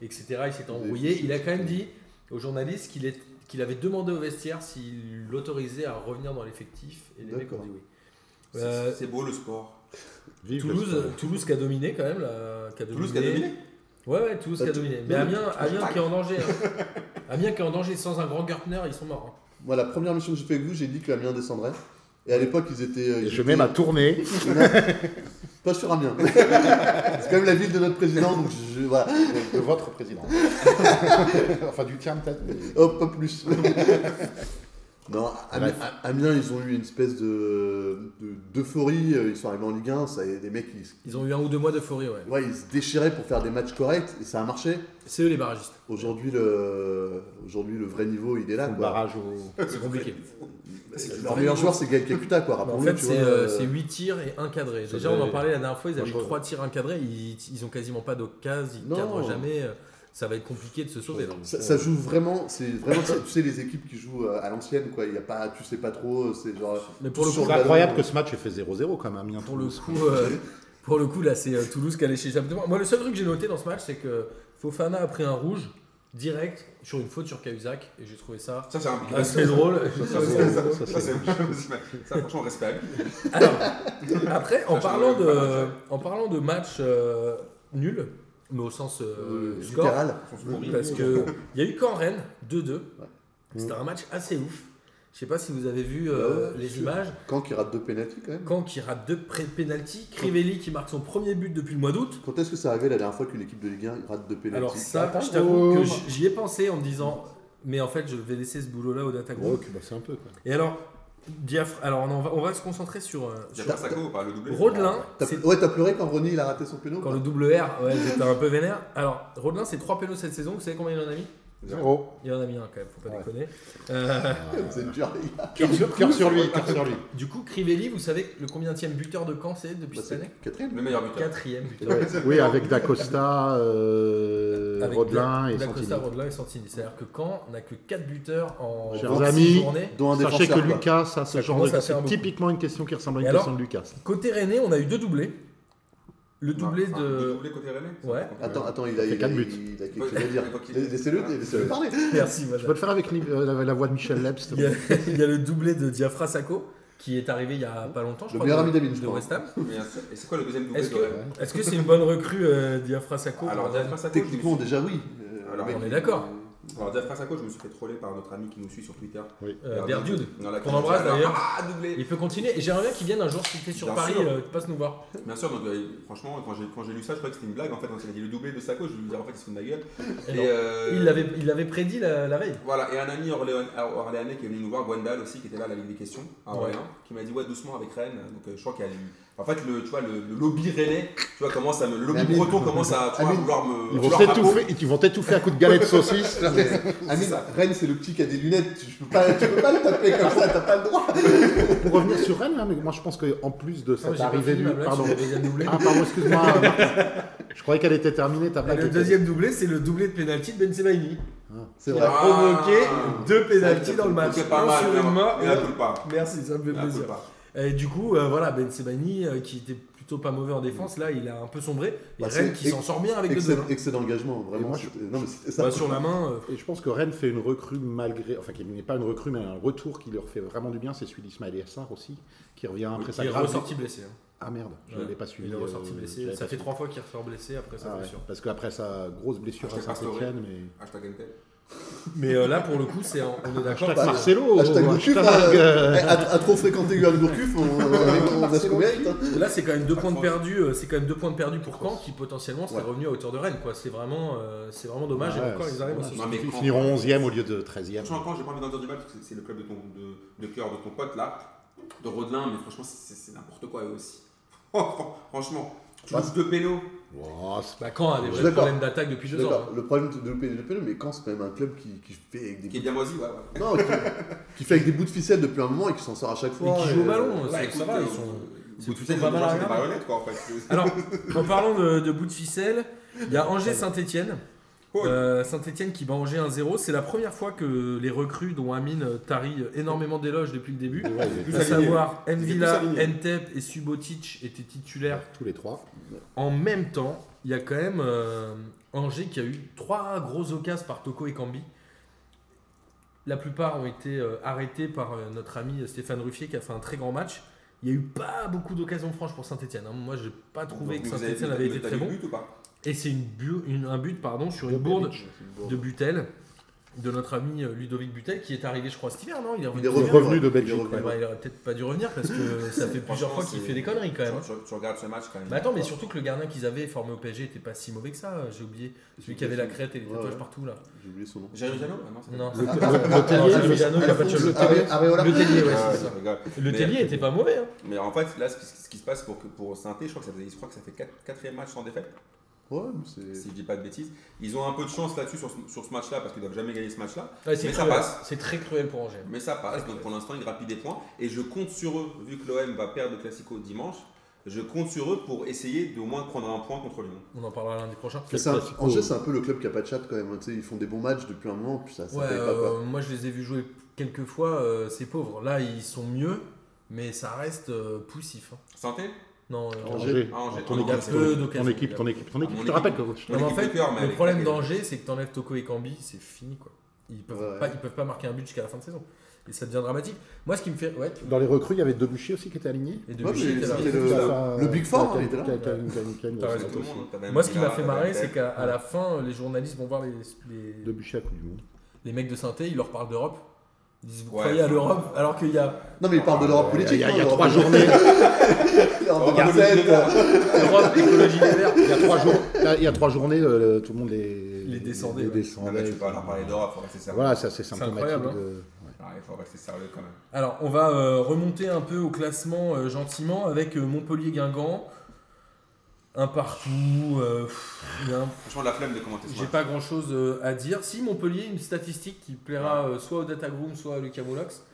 A: etc. Il s'était embrouillé. Il a quand même dit aux journalistes qu'il est- qu'il avait demandé au vestiaire s'il l'autorisait à revenir dans l'effectif, et les mecs ont
C: D'accord.
A: dit oui. Euh,
B: C'est- C'est beau le sport.
D: Vive le
A: Toulouse,
D: sport.
A: Toulouse qui a dominé quand même. là, qui a
B: Toulouse qui a dominé Bah,
A: Ouais, ouais, Toulouse qui a dominé. Mais
C: Non,
A: Amiens, Amiens qui est en danger. hein. Amiens qui est en danger sans un grand Gartner, ils sont morts. hein.
C: Moi, la première mission que j'ai fait avec vous, j'ai dit que Amiens descendrait. Et à l'époque, ils étaient. euh,
D: Et
C: ils
D: je
C: étaient-
D: mets ma tournée.
C: Pas sur Amiens. c'est quand même la ville de notre président, donc je, je- voilà.
D: de votre président. enfin, du tien peut-être. mais-
C: Hop, pas plus. non, Ami- A- Amiens, ils ont eu une espèce de de- d'euphorie. euh, ils sont arrivés en Ligue 1. Ça, y est, des mecs, ils,
A: Ils ont eu un ou deux mois d'euphorie, ouais.
C: ouais, ils se déchiraient pour faire des matchs corrects et ça a marché.
A: C'est eux les barragistes.
C: Aujourd'hui, le, aujourd'hui, le vrai niveau, il est là.
D: Au
C: Quoi.
D: barrage au.
A: C'est compliqué.
C: Leur meilleur joueur, c'est Gaël Kakuta, quoi.
A: En
C: Rappelons-le,
A: fait,
C: tu
A: c'est
C: vois,
A: euh,
C: euh,
A: c'est 8 tirs et 1 cadré.
D: ça
A: Déjà,
D: devait-
A: on en parlait la dernière fois, ils avaient
D: Moi, je-
A: 3 tirs, 1 cadré. Ils, ils ont quasiment pas d'occasion, ils
C: Non.
A: cadrent jamais. euh, Ça va être compliqué de se sauver. là.
C: ça, ça joue vraiment. C'est vraiment, tu sais, les équipes qui jouent euh, à l'ancienne, quoi. Il y a pas, tu sais pas trop. C'est genre.
A: Mais pour le
C: Sur
A: coup,
D: C'est
C: le ballon,
D: incroyable
C: euh,
D: que ce match ait fait 0-0 quand même, hein, Amiens.
A: pour le coup, euh, pour le coup, là, c'est euh, Toulouse qui allait chez Chapeau. Moi, le seul truc que j'ai noté dans ce match, c'est que Fofana a pris un rouge direct sur une faute sur Cahuzac, et j'ai trouvé ça
B: Ça, Ah, c'est un pic.
A: assez drôle. euh,
D: Ça,
B: Ça,
D: c'est-
B: c'est- ça, franchement, respect à lui.
A: Alors, après, en
B: Ça, je
A: parlant
B: trouve pas
A: de,
B: mal,
A: en parlant de match euh, nul, mais au sens euh,
C: euh,
A: score,
C: littéral.
B: euh,
A: parce que il y a eu qu'en Rennes 2-2. C'était
D: Ouais.
A: un match assez ouf. Je sais pas si vous avez vu euh,
C: Mm. Bah ouais,
A: les
C: sûr.
A: images.
C: Quand qui rate deux pénaltys quand même.
A: Caen qui rate deux pré- pénaltys, Crivelli qui marque son premier but depuis le mois d'août.
C: Quand est-ce que ça arrivé la dernière fois qu'une équipe de Ligue 1 rate deux
A: Alors
C: pénaltys
A: ça,
D: Attends.
A: je t'avoue que
D: Oh.
A: j- j'y ai pensé en me disant, mais en fait, je vais laisser ce boulot-là au data group.
D: Brock, bah, c'est un peu. Quoi.
A: Et alors, Diafra, alors on, en va, on va se concentrer sur, euh,
B: Il y a
A: sur
B: pas Sacco, pas le doublé.
A: Rodelin.
C: T'as-
A: c'est-
C: Ouais, t'as pleuré quand Ronny il a raté son péno
A: Quand le double R, ouais, j'étais un peu vénère. Alors, Rodelin, c'est 3 pénaux cette saison. Vous savez combien il en a mis
D: Zéro.
A: Il en a mis un quand même, faut pas
D: Ouais.
A: déconner. Euh,
C: C'est dur, les gars.
D: Cœur sur, cœur sur lui, cœur sur lui.
A: du coup, Crivelli, vous savez le combienième buteur de Caen c'est depuis
C: Bah,
A: cette année
C: c'est quatrième.
B: Le meilleur buteur.
A: Quatrième buteur.
D: Ouais. Oui, avec Dacosta, euh,
A: Avec
D: Rodelin
A: Da-
D: et
A: Dacosta,
D: Santini.
A: Rodelin et Santini. C'est-à-dire que Caen n'a que 4 buteurs en
D: Chers
A: 26
D: amis,
A: journées.
C: Dont un
D: Sachez que
C: défenseur. quoi.
D: Lucas, ça, ce
A: Ça
D: genre
A: commence
D: de-
A: à faire
D: c'est
A: beaucoup.
D: typiquement une question qui ressemble à une
A: Et alors
D: question de Lucas.
A: Côté Rennais, on a eu deux doublés. Le doublé
B: Enfin, Le
A: de.
B: doublé côté René
A: Ouais.
C: Attends, attends, il a, il a,
D: quatre
C: il-
D: buts.
C: il a quelque
B: Ouais.
C: chose à dire.
B: Ouais, ok.
C: Laissez-le laissez-le parler.
A: Merci,
D: Je
A: madame.
D: peux le faire avec Ni- euh, la, la voix de Michel Leb, s'il te
A: Il y, a,
D: plaît.
A: il y a le doublé de Diafra Sacco qui est arrivé il y a pas longtemps, je
C: Le
A: crois.
C: meilleur
A: de-
C: ami d'Amine, je
A: de
C: crois.
A: West Ham.
B: Mais, euh, Et c'est quoi le deuxième doublé
A: Est-ce
B: de René
A: que est-ce que c'est une bonne recrue, euh, Diafra Sacco
B: Alors,
A: pour Rennes
B: Diafra Sacco, je me suis-
C: Techniquement, déjà oui. Euh,
B: Alors,
C: le mec,
A: on est d'accord.
B: alors, Diafra Sacco, je me suis fait troller par notre ami qui nous suit sur Twitter.
A: Euh, Verdude.
B: Dans la
A: Qu'on embrasse,
B: Alors,
A: d'ailleurs.
B: Ah, doublé
A: Il peut continuer. Et j'aimerais bien qu'il vienne un jour, si tu es sur
B: Bien
A: Paris,
B: sûr.
A: euh, passe nous voir.
B: Bien sûr, donc euh, franchement, quand j'ai, quand j'ai lu ça, je croyais que c'était une blague. En fait, quand il a dit le doublé de Sacco, je lui disais en fait, il se fout de ma gueule.
A: Et
B: Et,
A: non.
B: euh,
A: Il l'avait il l'avait prédit la, la veille.
B: Voilà, et un ami orléan- orléanais qui est venu nous voir, Gwendal aussi, qui était là à la Ligue des questions, à
A: Ouais.
B: Orléans, qui m'a dit ouais, doucement avec Rennes. Donc euh, je crois qu'il y a eu. En fait, le, tu vois, le, le lobby rennais, tu vois, commence à me. Le lobby
C: Amine.
B: breton commence à tu vois,
C: Amine.
B: vouloir me.
D: Ils vont
B: vouloir ma peau.
D: t'étouffer- ils vont t'étouffer à coups de galette saucisse.
C: Amine,
B: ça.
C: Rennes, c'est le petit qui a des lunettes. Tu peux pas, tu peux pas le taper comme ça, t'as pas le droit.
D: Pour revenir sur Rennes, hein, mais moi je pense qu'en plus de
A: Ah, mais
D: cette
A: j'ai pas
D: arrivée
A: fini
D: du.
A: ma blague
D: Pardon.
A: sur le deuxième doublé.
D: Ah, pardon, excuse-moi. Martin. je croyais qu'elle était terminée, ta
A: Et
D: blague.
A: le
D: était-
A: deuxième doublé, c'est le doublé de pénalty de Ben Sebaini.
C: C'est
A: Il
C: vrai.
A: a provoqué
B: Ah.
A: deux pénaltys dans le match.
B: C'est pas
A: Un
B: mal, hein. Ah.
A: sur
B: mais
A: une main
B: mais
A: et
B: la
A: un-
B: culpa.
A: Merci, ça me fait
B: La
A: plaisir.
B: culpa.
A: Et du coup, euh, voilà, Ben Sebani, euh, qui était plutôt pas mauvais en défense, là, il a un peu sombré. Et
C: Bah,
A: Rennes
C: c'est
A: qui s'en sort bien avec deux
C: Excellent,
A: deux.
C: excellent engagement, vraiment.
D: Et moi,
C: c'était- Non, mais c'était ça.
A: Bah, sur la main, euh,
D: Et je pense que Rennes fait une recrue malgré, enfin qui n'est pas une recrue, mais un retour qui leur fait vraiment du bien, c'est celui d'Ismaël Essar aussi, qui revient après sa
A: il est
D: grave.
A: ressorti blessé. hein.
D: Ah merde, je ne
A: Ouais.
D: l'ai pas suivi.
A: Il est
D: euh,
A: ressorti
D: je
A: blessé.
D: l'avais
A: Ça
D: pas
A: fait
D: suivi.
A: trois fois qu'il ressort blessé après sa
D: Ah ouais,
A: blessure.
D: parce qu'après sa grosse blessure
B: Ah,
D: à
B: je t'ai pas
D: Saint-Etienne, mais.
B: Hashtag Intel.
A: Mais euh, là, pour le coup, c'est, on est d'accord.
D: Hashtag
A: c'est-
D: Marcelo
C: Hashtag Gourcuff,
D: Bah, oh, hashtag,
C: euh,
D: euh,
C: à, à trop fréquenter Johan Gourcuff, on, on, on a ce qu'on mérite. hein.
A: Là, c'est quand même deux points de perdu. euh, C'est quand même deux points de perdu pour Caen qui potentiellement serait
C: Ouais.
A: revenu à hauteur de Rennes. Quoi. C'est vraiment, euh, c'est vraiment dommage.
D: Ouais,
A: et encore, ils
D: c'est
A: arrivent à
D: dommage.
A: se
B: Non, mais
D: Ils
B: quand-
D: finiront 11e au lieu de 13e.
B: Franchement, quand j'ai pas envie d'en dire du mal, parce que c'est- c'est le club de ton de, de cœur de ton pote là, de Rodelin, mais franchement, c'est c'est n'importe quoi eux aussi. franchement, tu
C: Bah,
B: joues deux pélos.
D: Wow, c'est-
A: Bah, Caen a des
C: Je suis
A: vrais
C: d'accord.
A: problèmes d'attaque depuis deux ans.
C: D'accord, le problème de l'OP de Pelé, mais quand c'est quand même un club qui, qui fait avec des
B: qui est
C: bouts
B: bien moisi, ouais. ouais.
C: de... Non, qui, qui fait avec des bouts de ficelle depuis un moment et qui s'en sort à chaque
A: Mais
C: fois.
A: qui
C: et-
A: joue au ballon,
B: Bah,
A: ça-
B: écoute,
A: ça va,
B: euh,
A: ils sont.
B: Vous
A: C'est
B: foutez
A: plutôt
B: des
A: pas mal à Ah,
B: gens, c'est des
A: regarder.
B: marionnettes quoi en fait.
A: Alors, en parlant de, de bout de ficelle, il y a Angers Saint-Etienne.
B: Oh.
A: Saint-Etienne qui bat Angers 1-0. C'est la première fois que les recrues, dont Amine euh, tarit énormément d'éloges depuis le début,
D: ouais, ils étaient
B: Plus
A: à
B: alignés.
A: savoir
B: Ils étaient
A: Envila,
B: plus alignés.
A: Entep E et Subotic étaient titulaires
D: tous les trois.
A: en même temps. Il y a quand même euh, Angers qui a eu trois grosses occasions par Toko et Cambi. La plupart ont été euh, arrêtés par euh, notre ami Stéphane Ruffier qui a fait un très grand match. Il n'y a eu pas beaucoup d'occasions franches pour Saint-Etienne. hein. Moi, je n'ai pas trouvé
B: Donc,
A: que
B: vous avez-
A: Saint-Etienne
B: vous
A: avait
B: avez-
A: été
B: t'as
A: très
B: vu
A: bon.
B: le but ou pas
A: Et c'est une bu- une- un but pardon, sur une bourde de Butel. de notre ami euh, Ludovic Butel qui est arrivé, je crois, cet hiver, non Il est revenu.
C: est
D: Il est
C: revenu,
D: revenu de
C: ouais.
D: Belgique.
C: Il est revenu,
D: ouais.
A: Ouais, il aurait peut-être pas dû revenir parce que ça fait plusieurs fois qu'il
B: c'est-
A: fait des conneries quand même. hein.
B: Tu, tu- tu regardes ce match quand même.
A: Mais Bah attends, mais surtout que le gardien qu'ils avaient formé au PSG était pas si mauvais que ça, euh, j'ai oublié. Celui qui avait la crête et les
C: Ouais,
A: tatouages
C: ouais.
A: partout là.
C: J'ai oublié son nom.
B: Jérémy Jano Ah non, c'est
A: Non,
B: pas-
A: le,
D: Le- le- le Tellier,
A: Jano,
D: le-
A: il a pas de
D: Alphonse
A: cheveux.
D: Are- Areola.
A: Ah, Le Tellier, ouais,
B: Ah,
A: c'est ça.
B: je rigole.
A: Le
B: Mais-
A: Tellier était pas mauvais. hein.
B: Mais en fait, là, ce qui, ce qui se passe pour, que, pour Saint-Étienne, je crois que ça, fait- je crois que ça fait 4 quatrième match sans défaite,
C: Ouais, mais c'est.
B: si je dis pas de bêtises. Ils ont un peu de chance là-dessus sur, ce- sur ce match-là parce qu'ils doivent jamais gagner ce match-là.
A: Ouais, Ah, c'est
B: Mais ça
A: cruel.
B: passe.
A: C'est très cruel pour Angers.
B: Mais ça passe, donc pour l'instant, ils grappillent des points. Et je compte sur eux, vu que l'OM va perdre le Classico dimanche, je compte sur eux pour essayer d'au moins prendre un point contre Lyon.
A: On en parlera lundi prochain.
C: Mais
D: Quel
C: c'est un-
D: classico.
C: Angers, c'est un peu le club qui a pas de chat quand même. hein, tu sais, Ils font des bons matchs depuis un moment, puis ça ça
A: Ouais,
C: paye pas. quoi.
A: euh, moi je les ai vus jouer quelques fois, euh, c'est pauvre. Là ils sont mieux, mais ça reste euh, poussif. hein.
B: Santé
A: Non, euh,
C: Angers.
D: Angers.
B: Ah, Angers.
D: Ton
A: Il y a
D: équipe,
A: peu
D: ton équipe, ton
A: d'occasions.
D: équipe, ton équipe, ton
B: Ah,
D: équipe.
B: mon
D: Je te rappelle que coach.
A: Non, mais
B: Mon
A: en
B: équipe de
A: fait,
B: cœur, mais
A: le
B: avec
A: problème
B: la-
A: d'Angers, c'est que t'enlèves Toko et Cambi, c'est fini quoi. Ils peuvent,
C: Ouais.
A: pas, ils peuvent pas marquer un but jusqu'à la fin de saison. Et ça devient dramatique. Moi ce qui me fait. Ouais, tu-
D: Dans les recrues, il y avait Debuchy aussi qui était aligné.
A: et de
C: Ouais,
A: Bichy,
C: mais
A: t'as la-
C: c'était le- le Big Four,
D: euh,
C: il était là.
A: T'as raison.
B: Tout le monde, t'as même
A: Moi, ce qui
B: Villa,
A: m'a fait
B: t'as
A: marrer,
B: même
A: c'est
B: Pep.
A: qu'à à la fin, les journalistes vont voir les, les,
D: Debuchy à Coupe du Monde.
A: les mecs de synthé, ils leur parlent d'Europe. Ils disent, vous
B: Ouais.
A: croyez à l'Europe Alors qu'il y a
C: Non, mais ils parlent de l'Europe
D: Ah, Il y a-
C: politique. hein,
D: il y a- il y a
C: non,
D: trois
C: l'Europe-
D: journées.
C: En
B: Oh, regarde le
C: 2007,
B: Villa.
A: Europe, écologie des verts.
D: Il y a trois jours- là, il y a trois journées, euh, tout le monde les,
A: Les descendait,
D: les
A: ouais.
B: Ah,
D: descendait.
B: là, tu vas leur parler d'Europe, faut rester sérieux.
D: Voilà, ça c'est
A: incroyable,
D: symptomatique.
A: hein.
D: de-
B: Ah, il faut rester sérieux quand même.
A: Alors, on va euh, remonter un peu au classement euh, gentiment avec euh, Montpellier-Guingamp. Un partout. euh, pff, il y a un-
B: Franchement, la flemme de commenter ce
A: J'ai
B: match.
A: pas grand chose à dire. Si Montpellier, une statistique qui plaira euh, soit au Datagroom, soit à Lucas Moulox.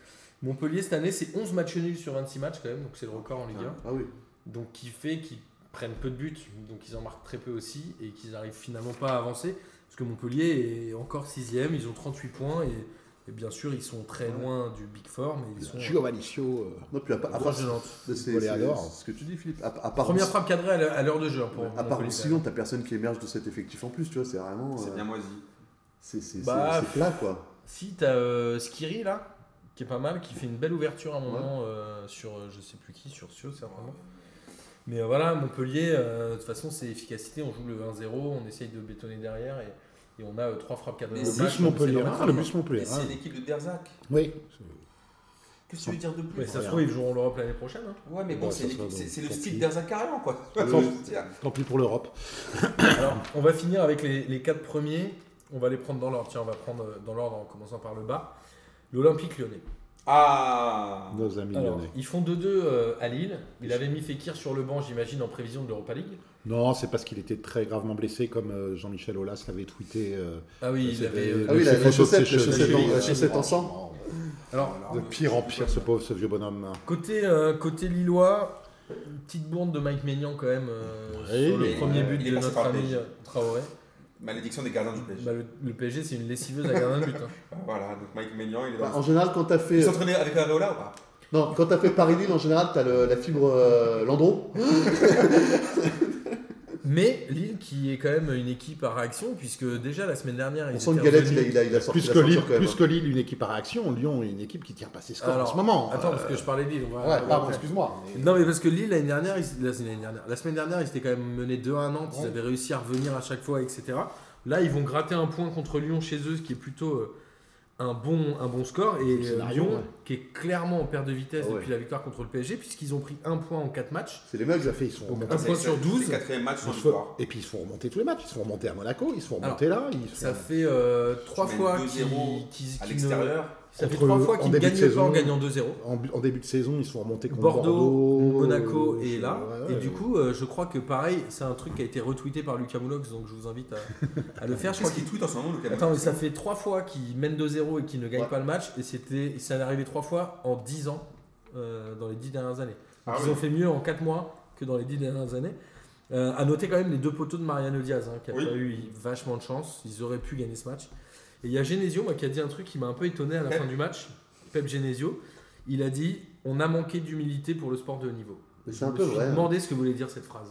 A: Montpellier, cette année, c'est 11 matchs nuls sur 26 matchs quand même, donc c'est le record en Ligue 1.
C: Ah oui.
A: Donc qui fait qu'ils prennent peu de buts, donc ils en marquent très peu aussi, et qu'ils n'arrivent finalement pas à avancer. Parce que Montpellier est encore sixième, ils ont 38 points, et, et bien sûr ils sont très loin du Big Four, mais ils sont
D: Giovanni Sio, euh,
C: Non, puis à part- à part-
A: proches de Nantes.
C: c'est- c'est-
D: Voler à l'or.
C: c'est ce que tu dis, Philippe. À, à part
A: Première frappe cadrée à l'heure- à l'heure de jeu hein, pour
C: À part
A: Montpellier.
C: Roussillon, t'as personne qui émerge de cet effectif en plus, tu vois, c'est vraiment.
B: C'est
C: euh,
B: bien moisi.
C: C'est c'est-
A: Bah,
C: c'est- c'est plat, quoi.
A: Si t'as euh, Skiri là, qui est pas mal, qui fait une belle ouverture à un moment euh, sur euh, je sais plus qui, sur Sio certainement. Mais euh, voilà, Montpellier, euh, de toute façon c'est efficacité, on joue le 1-0, on essaye de bétonner derrière et, et on a euh, trois frappes cadrées.
B: Mais
A: au
D: le
B: c'est
A: match,
D: bus
A: on essaie d'en
D: Montpellier.
A: mettre
D: Ah,
A: un.
D: le bus Montpellier.
B: Et c'est
D: hein.
B: une équipe de Derzac.
D: Oui.
B: Qu'est-ce que tu veux dire de plus
A: Mais ça se trouve, ils joueront l'Europe l'année prochaine. hein.
B: Ouais, mais bon,
D: Bah,
B: c'est
D: ça
B: une
D: sera
B: équipe-
D: donc
B: c'est c'est le
D: tant
B: style
D: pis.
B: d'Herzac Carréon, quoi.
D: Attends.
B: Je veux dire.
C: hein.
D: Tant pis pour l'Europe.
A: Alors, on va finir avec les, les quatre premiers. On va les prendre dans l'ordre. Tiens, on va prendre euh, dans l'ordre en commençant par le bas. L'Olympique lyonnais.
B: Ah
D: Nos amis
A: Alors,
D: lyonnais.
A: ils font 2-2 euh, à Lille. Il avait mis Fekir sur le banc, j'imagine, en prévision de l'Europa League.
D: Non, c'est parce qu'il était très gravement blessé, comme euh, Jean-Michel Aulas l'avait tweeté. euh,
A: Ah oui, il
D: c'était
A: avait. euh,
D: le-
C: Ah oui, la-
D: ses
C: la
D: photos de
C: chaussette,
D: ses
C: la
D: cheveux.
A: chaussette en- la
C: chaussette en sang.
D: Oh,
A: Alors,
C: Bah,
D: De pire en pire, ce pauvre, ce vieux bonhomme.
A: côté, euh, côté Lillois, une petite bourde de Mike Maignan quand même euh,
D: Ouais,
A: sur
D: il
A: le
D: est-
A: premier
B: il
A: but
B: est
A: de
B: passé
A: notre
B: par le
A: ami
B: PSG.
A: euh, Traoré.
B: Malédiction des gardiens du PSG.
A: Bah, le, le PSG, c'est une lessiveuse à gardien de but. hein.
B: Ah, Voilà, donc Mike Maignan, il est
C: Bah,
B: dans.
C: en général, quand t'as
B: Il
C: fait. euh,
B: s'entraînait avec Areola ou pas
C: Non, quand t'as fait Paris-Lille, en général, t'as le- la fibre euh, Landron.
A: Mais Lille, qui est quand même une équipe à réaction, puisque déjà la semaine dernière, ils
C: On sent une
A: étaient
C: galette,
A: revenus-
C: il a, il a, il a sorti
D: Plus
C: la
D: que,
C: ceinture,
D: Lille,
C: quand même. hein.
D: plus que Lille, une équipe à réaction, Lyon est une équipe qui tient pas ses scores en
A: Alors,
D: ce moment.
A: Attends, parce
D: Euh,
A: que je parlais de Lille. on va-
D: Ouais,
A: on va
D: pardon,
A: après.
D: excuse-moi.
A: Non, mais parce que Lille, l'année dernière, ils- la, c'est l'année dernière. la semaine dernière, ils étaient quand même menés 2 à Nantes. Ils
D: Ouais.
A: avaient réussi à revenir à chaque fois, etc. Là, ils vont gratter un point contre Lyon chez eux, ce qui est plutôt euh, un, bon, un bon score. Et
D: le
A: euh,
D: scénario,
A: Lyon,
D: ouais.
A: qui est clairement en perte de vitesse
C: Ah ouais.
A: depuis la victoire contre le PSG, puisqu'ils ont pris un point en 4 matchs.
C: C'est les mecs,
D: Tout à
C: là.
D: fait, ils sont
A: Un point sur 12.
B: quatrième match sans
D: Ils se font-
B: victoire.
D: Et puis ils se font remonter tous les matchs. Ils se font remonter à Monaco, ils se font remonter là. Ils se font-
A: Ça fait euh, trois
B: mènes
A: fois
B: 2-0
A: qu'ils qu'ils-
B: À
A: qu'ils ne-
B: l'extérieur.
A: ça fait
D: Contre-
A: trois fois
D: en
A: qu'ils ne
D: début de
A: gagnent pas
D: saison.
A: en gagnant 2-0.
D: en, bu- en début de saison, ils se font remonter contre
A: Bordeaux,
D: Bordeaux,
A: Monaco
D: euh,
A: et là.
D: ouais,
A: et
D: ouais.
A: du coup, euh, je crois que pareil, c'est un truc qui a été retweeté par Lucas Moulox, donc je vous invite à, à le faire. Je
B: Qu'est-ce
A: crois qu'il
B: qu'il tweet en ce moment, Lucas
A: Attends, mais ça fait trois fois qu'ils mènent 2-0 et qu'ils ne gagnent
D: Ouais.
A: pas le match, et c'était, ça est arrivé trois fois en 10 ans, euh, dans les 10 dernières années. Donc,
B: Ah
A: ils
B: oui.
A: ont fait mieux en 4 mois que dans les 10 dernières années. Euh, à noter quand même les deux poteaux de Mariano Diaz, hein, qui a
B: Oui.
A: pas eu vachement de chance. Ils auraient pu gagner ce match. Et il y a Genesio, moi, qui a dit un truc qui m'a un peu étonné à la
B: Pep.
A: fin du match. Pep Genesio, il a dit On a manqué d'humilité pour le sport de haut niveau.
C: Mais
A: Je
C: c'est un
A: me
C: peu
A: suis
C: vrai, hein.
A: demandé ce que voulait dire cette phrase.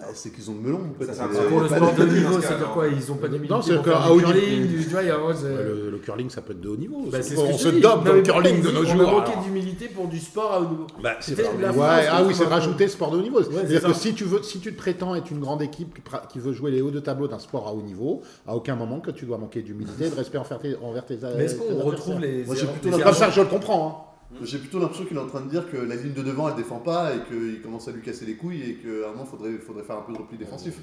C: Ah, C'est qu'ils ont le melon. en fait.
B: Ça, ça,
C: Et-
B: ça,
C: y a
A: Pour le
C: pas
A: sport de
B: d'humilité,
A: niveau,
B: parce que,
A: c'est-à-dire
B: alors,
A: quoi Ils ont pas
D: non,
A: d'humilité. pour
D: c'est
A: faire
D: qu'à
A: du
D: haut
A: curling,
D: niveau-
A: du- tu vois, il y a vraiment, c'est-
D: Le, le curling, ça peut être de haut niveau.
A: euh, Bah, c'est ce que
D: on
A: je
D: se
A: dis.
D: dope dans
A: Non, mais
D: le curling de
A: ils-
D: nos
A: on a
D: jours.
A: manqué
D: alors.
A: d'humilité pour du sport à haut niveau.
D: Bah, c'est
A: Peut-être
D: vrai.
A: la
D: Ouais,
A: France,
D: ah oui,
A: c'est
D: c'est de
A: pas-
D: rajouter sport de haut niveau.
A: c'est
D: C'est-à-dire
A: ça.
D: que si tu, veux, si tu te prétends être une grande équipe qui, pra- qui veut jouer les hauts de tableau d'un sport à haut niveau, à aucun moment que tu dois manquer d'humilité et de respect envers tes, envers tes
A: Mais est-ce qu'on
D: tes
A: retrouve
D: adversaires.
A: les.
C: Moi, j'ai
A: erreurs-
C: plutôt
A: les
C: la-
D: Comme
A: erreurs-
D: ça, je le comprends. hein.
C: J'ai plutôt l'impression qu'il est en train de dire que la ligne de devant elle défend pas et qu'il commence à lui casser les couilles et qu'à un moment faudrait, faudrait faire un peu de repli défensif.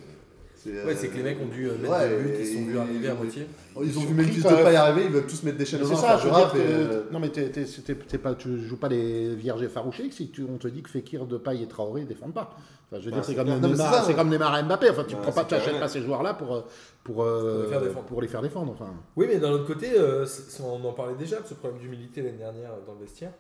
A: Ouais, c'est que les mecs ont dû euh, mettre
C: ouais,
A: des buts qui sont
C: et-
A: vus arriver à moitié.
C: ont. Ils ont vu
D: surpris,
C: Memphis
D: quand même.
C: Depay arriver, ils veulent tous mettre des
D: hein.
C: chaînes
D: C'est
C: aux
D: ça,
C: reins,
D: je veux
C: faire
D: dire
C: rap, et, euh,
D: que. Non, mais t'es- t'es- t'es- t'es pas, tu joues pas les vierges effarouchées si tu- on te dit que Fekir, Depay et Traoré défendent pas. Enfin, je veux
B: Bah,
D: dire, c'est
B: c'est
D: comme,
B: clair.
C: Non, mais c'est
D: Neymar-
C: ça.
D: c'est comme Neymar et Mbappé. Enfin, tu
B: Bah,
D: prends pas,
B: c'est
D: tu achètes
B: clair.
D: pas ces joueurs-là pour, euh, pour, euh,
A: Pour les faire défendre.
D: pour les faire défendre. Enfin.
A: Oui, mais d'un autre côté, euh, c'est- c'est- on en parlait déjà de ce problème d'humilité l'année dernière euh, dans le vestiaire.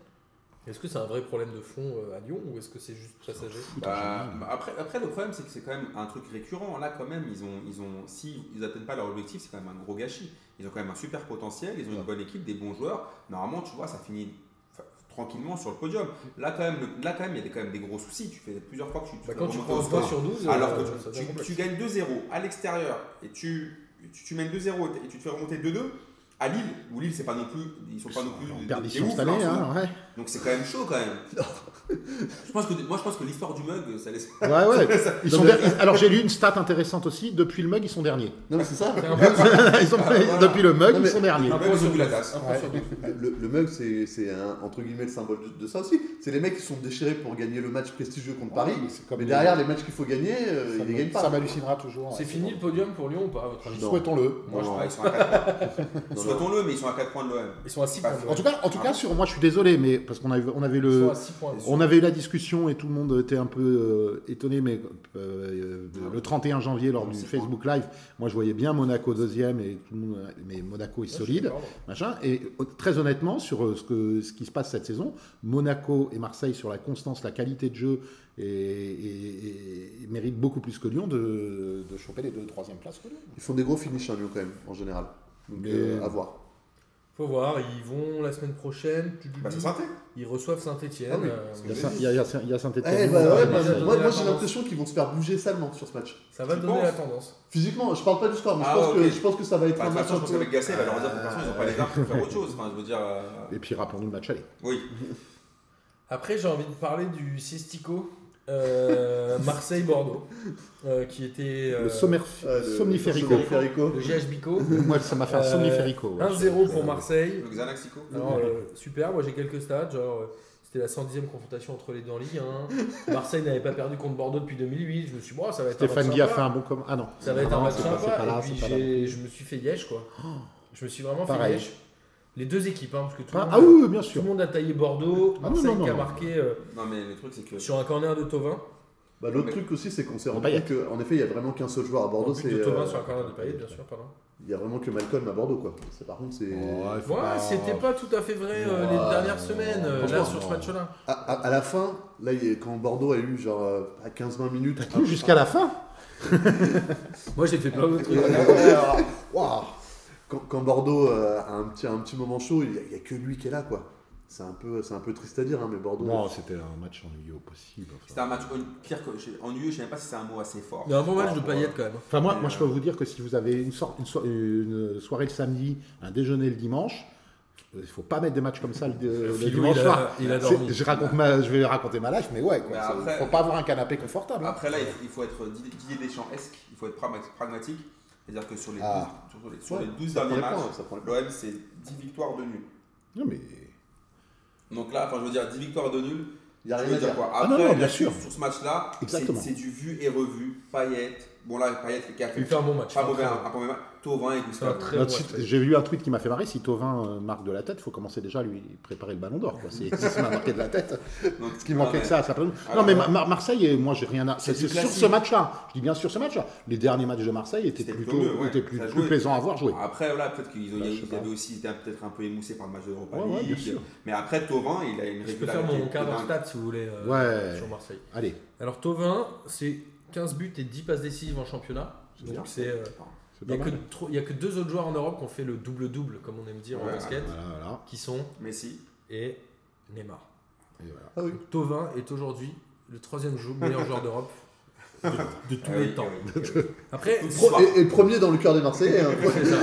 A: Est-ce que c'est un vrai problème de fond euh, à Lyon ou est-ce que c'est juste passager
B: Bah, bah, après, après, le problème, c'est que c'est quand même un truc récurrent. Là, quand même, ils ont, ils ont, si ils atteignent pas leur objectif, c'est quand même un gros gâchis. Ils ont quand même un super potentiel, ils ont une bonne équipe, des bons joueurs. Normalement, tu vois, ça finit enfin, tranquillement sur le podium. Là, quand même, le- là, quand même, il y a des- quand même des gros soucis. Tu fais plusieurs fois que tu,
A: Bah,
B: fais
A: Quand tu
B: remonter
A: prends
B: au
A: 20 sur
B: score.
A: 12,
B: Alors que
A: euh,
B: tu-
A: ça devient
B: tu,
A: complexe.
B: tu gagnes 2-0 à l'extérieur et tu, tu, tu mènes 2-0 et tu te fais remonter 2-2 à Lille, où Lille, c'est pas non plus, ils sont pas non plus
D: En
B: des-
D: perdition
B: des oufs,
D: cette
B: là, en
D: année,
B: ce moment.
D: hein, ouais.
B: Donc c'est quand même chaud quand même. je pense que, moi je pense que l'histoire du mug, ça laisse.
D: Ouais, ouais.
B: ça-
D: Ils
C: Non,
D: sont
C: mais-
D: der- Alors j'ai lu une stat intéressante aussi. Depuis le mug, ils sont derniers.
C: Non, mais c'est ça.
A: C'est un peu-
D: Ils ont- Depuis le mug,
C: Ah, Non,
D: ils
C: mais-
D: sont derniers.
B: Le
A: Un
B: mug
A: point
B: est
A: sur
B: sous la
A: douze.
B: tasse.
A: Un point sur douze.
C: Bah, Le, le mug, c'est c'est un entre guillemets le symbole de, de ça aussi. C'est les mecs qui sont déchirés pour gagner le match prestigieux contre Paris.
D: Ouais, mais c'est comme
C: mais
D: les-
C: derrière, les matchs qu'il faut gagner, euh,
D: Ça
C: ils les
D: me-
C: gagnent
D: Ça
C: pas.
D: m'hallucinera toujours.
A: C'est
D: ouais.
A: fini le podium pour Lyon ou pas à votre avis
C: Non.
D: Souhaitons-le.
B: Moi je
C: Non,
B: crois qu'ils sont à 4 points. Souhaitons-le, mais ils sont à 4 points de l'OM.
A: Ils sont à 6 points.
B: En
D: En
A: ouais.
D: tout cas, en tout cas, sur moi, je suis désolé, mais parce qu'on avait, on avait
A: Ils sont
D: le,
A: à 6 points.
D: on avait eu la discussion et tout le monde était un peu euh, étonné, mais euh, euh, le 31 janvier lors du
B: C'est bon.
D: Facebook Live, moi, je voyais bien Monaco deuxième et tout le monde, mais Monaco est solide, machin. Et euh, très honnêtement, sur euh, ce que, ce qui se passe cette saison, Monaco et Marseille sur la constance, la qualité de jeu et, et- et- et méritent beaucoup plus que Lyon de, de choper les deux troisième places que Lyon.
C: Ils font des gros finishes à Lyon quand même, en général. Donc
D: Mais-
C: euh, à voir.
A: Faut voir, ils vont la semaine prochaine. tu- tu-
B: Bah,
A: tu-
B: c'est synthé.
A: Ils reçoivent euh, Saint-Etienne.
C: Ah oui,
D: Il y a Saint- Il y a- il y a- il y a Saint-Étienne.
C: Eh, bah, ouais,
A: ouais,
C: bah,
A: ça
C: moi,
A: donne
C: moi,
A: la
C: j'ai
A: tendance.
C: l'impression qu'ils vont se faire bouger salement sur ce match.
A: ça va
B: Tu
A: donner
B: penses
A: la tendance.
C: Physiquement, je parle pas du score, mais je,
B: Ah,
C: pense que,
B: ok.
C: je pense que ça va être
B: Enfin,
C: un
B: de toute
C: match
B: façon, je
C: un
B: pense
C: peu-
B: qu'avec Gasset, il va leur dire de toute façon, ils n'ont pas les armes pour faire autre chose. Enfin, je veux dire. euh,
D: Et puis rappelons-nous le match aller.
B: Oui.
A: Après, j'ai envie de parler du Sistico euh, Marseille-Bordeaux, euh, qui était euh,
D: Le sommaire
C: Ah, le-
D: somniférico.
C: le somniférico.
A: le GH Bico.
D: Moi, ça m'a fait un
A: Euh,
D: somniférico. ouais.
A: 1-0 pour Marseille.
B: Le Xanaxico.
A: Alors, euh, super, moi j'ai quelques stats. Genre, euh, c'était la 110e confrontation entre les deux en Ligue 1. Marseille n'avait pas perdu contre Bordeaux depuis 2008. Je me suis dit, bon, ça va être un
D: Stéphane
A: match
D: Guy a
A: sympa.
D: fait un bon com. Ah non.
A: Ça va être
D: Non,
A: un match
D: c'est pas-
A: sympa.
D: c'est pas là,
A: et puis
D: c'est pas là.
A: j'ai- je me suis fait liège, quoi. Je me suis vraiment
D: Pareil.
A: fait liège. Les deux équipes, hein, parce que tout, le
D: Pas-
A: monde,
D: Ah oui, oui, bien
A: tout le
D: sûr.
A: monde a taillé Bordeaux.
D: Ah non,
A: Marseille
D: non, non,
A: qui a
D: non.
A: marqué euh,
B: Non, mais le truc, c'est que.
A: sur un corner de Tovin.
C: Bah, L'autre
B: Mais-
C: truc aussi, c'est qu'on s'est rendu
D: Payet.
C: compte qu'en effet, il y a vraiment qu'un seul joueur à Bordeaux.
A: but
C: c'est,
A: de Tovin sur
C: euh,
A: un corner de Payet, bien sûr, pardon.
C: Il y a vraiment que Malcolm à Bordeaux, quoi. C'est- Par contre, c'est.
D: Ouais, faut
A: Ouais,
D: pas-
A: c'était pas tout à fait vrai euh, les
C: Ouais,
A: dernières semaines, euh, là,
D: non.
A: sur ce match-là.
C: À, à- à la fin, là, il y a- quand Bordeaux a eu genre euh, à 15-20 minutes.
D: Tout Ah Jusqu'à la fin.
A: Moi, j'ai fait plein d'autres trucs.
C: Et- et- et- euh, Waouh. Quand, quand Bordeaux euh, a un petit, un petit moment chaud, il n'y a, il y a que lui qui est là, quoi. C'est un, peu- c'est un peu triste à dire, hein, mais Bordeaux.
D: Non, c'était un match ennuyeux au possible. enfin.
B: C'était un match on- pire que. j'ai- Ennuyeux, je sais même pas si c'est un mot assez fort.
A: Il y a un bon match de
B: Par rapport à-
A: Payet quand même.
D: Enfin, moi,
B: Mais,
D: moi, je peux vous dire que si vous avez une, sor- une, so- une soirée le samedi, un déjeuner le dimanche, euh, il faut pas mettre des matchs comme ça le, le
A: Philou,
D: dimanche
A: il a-
D: soir.
A: il a
D: C'est-
A: dormi.
D: Je, raconte ma- je vais raconter ma life, mais ouais, quoi,
B: Mais
D: c'est-
B: après-
D: faut pas avoir un canapé confortable. hein.
B: Après là, il faut- il faut être Didier Didier Deschamps-esque, il faut être pragma- pragmatique. C'est-à-dire que sur les
D: Ah.
B: 12, sur les, sur
C: Ouais,
B: les 12
C: ça prend
B: derniers
C: les points,
B: matchs,
C: ça prend les points.
B: l'OM c'est 10 victoires de nul.
D: Non, mais.
B: Donc là, enfin je veux dire 10 victoires de nul,
C: Il n'y a
B: je
C: rien
B: veux
C: à dire.
B: quoi
D: Ah non, non, bien sûr.
B: Sur ce match-là, c'est
D: Exactement.
B: c'est du vu et revu. Payet, bon là Payet qui a fait
A: Il fait un bon match.
B: pas mauvais, hein. un, un mauvais match. Thauvin et
A: C'est un
B: Gustave.
A: très bon
D: Notre
A: match.
D: site- J'ai vu un tweet qui m'a fait marrer. Si Tovin euh, marque de la tête, faut commencer déjà à lui préparer le ballon d'or. quoi. C'est c'est ce qui m'a marqué de la tête.
B: Donc,
D: Ce qui
B: non,
D: manquait
B: mais-
D: que ça, ça peut- Non,
B: Alors,
D: mais
B: ouais.
D: Ma- Ma- Marseille, euh, moi, j'ai rien à.
B: C'est
D: C'est c'est
B: du
D: sur
B: classique.
D: ce match-là. Je dis bien sur ce match-là. Les derniers matchs de Marseille étaient
B: C'était
D: plutôt,
B: plutôt mieux, ouais.
D: étaient plus,
B: Ça
D: plus
B: jouait.
D: plaisants à voir jouer.
B: Après, voilà, peut-être qu'ils ont-
D: Bah, je
B: ils
D: sais pas.
B: avaient aussi été peut-être un peu émoussés par le match de Europa
D: Ouais, ouais, bien
B: League.
D: sûr.
B: Mais après, Thauvin, il a une
A: Je peux faire mon
B: régularité.
A: cadre
B: dingue.
A: stats si vous voulez euh,
D: Ouais.
A: sur Marseille.
D: Allez,
A: Alors Tovin, c'est 15 buts et 10 passes décisives en championnat.
B: bien.
A: Donc c'est euh,
D: c'est
A: il
D: pas
A: n'y a, que
D: mal.
A: trop- il y a que deux autres joueurs en Europe qui ont fait le double-double, comme on aime dire en
B: Ouais.
A: basket,
D: Voilà, voilà.
A: qui sont
B: Messi.
A: et Neymar.
D: Et voilà.
C: Ah oui.
A: Tovin est aujourd'hui le troisième jou- meilleur joueur d'Europe. de tous
B: Ah
A: les
B: oui,
A: temps.
B: ah oui, ah oui.
A: Après,
B: Tout
A: pro-
B: soir.
C: Et, et premier dans le cœur des Marseillais. hein.
A: c'est ça.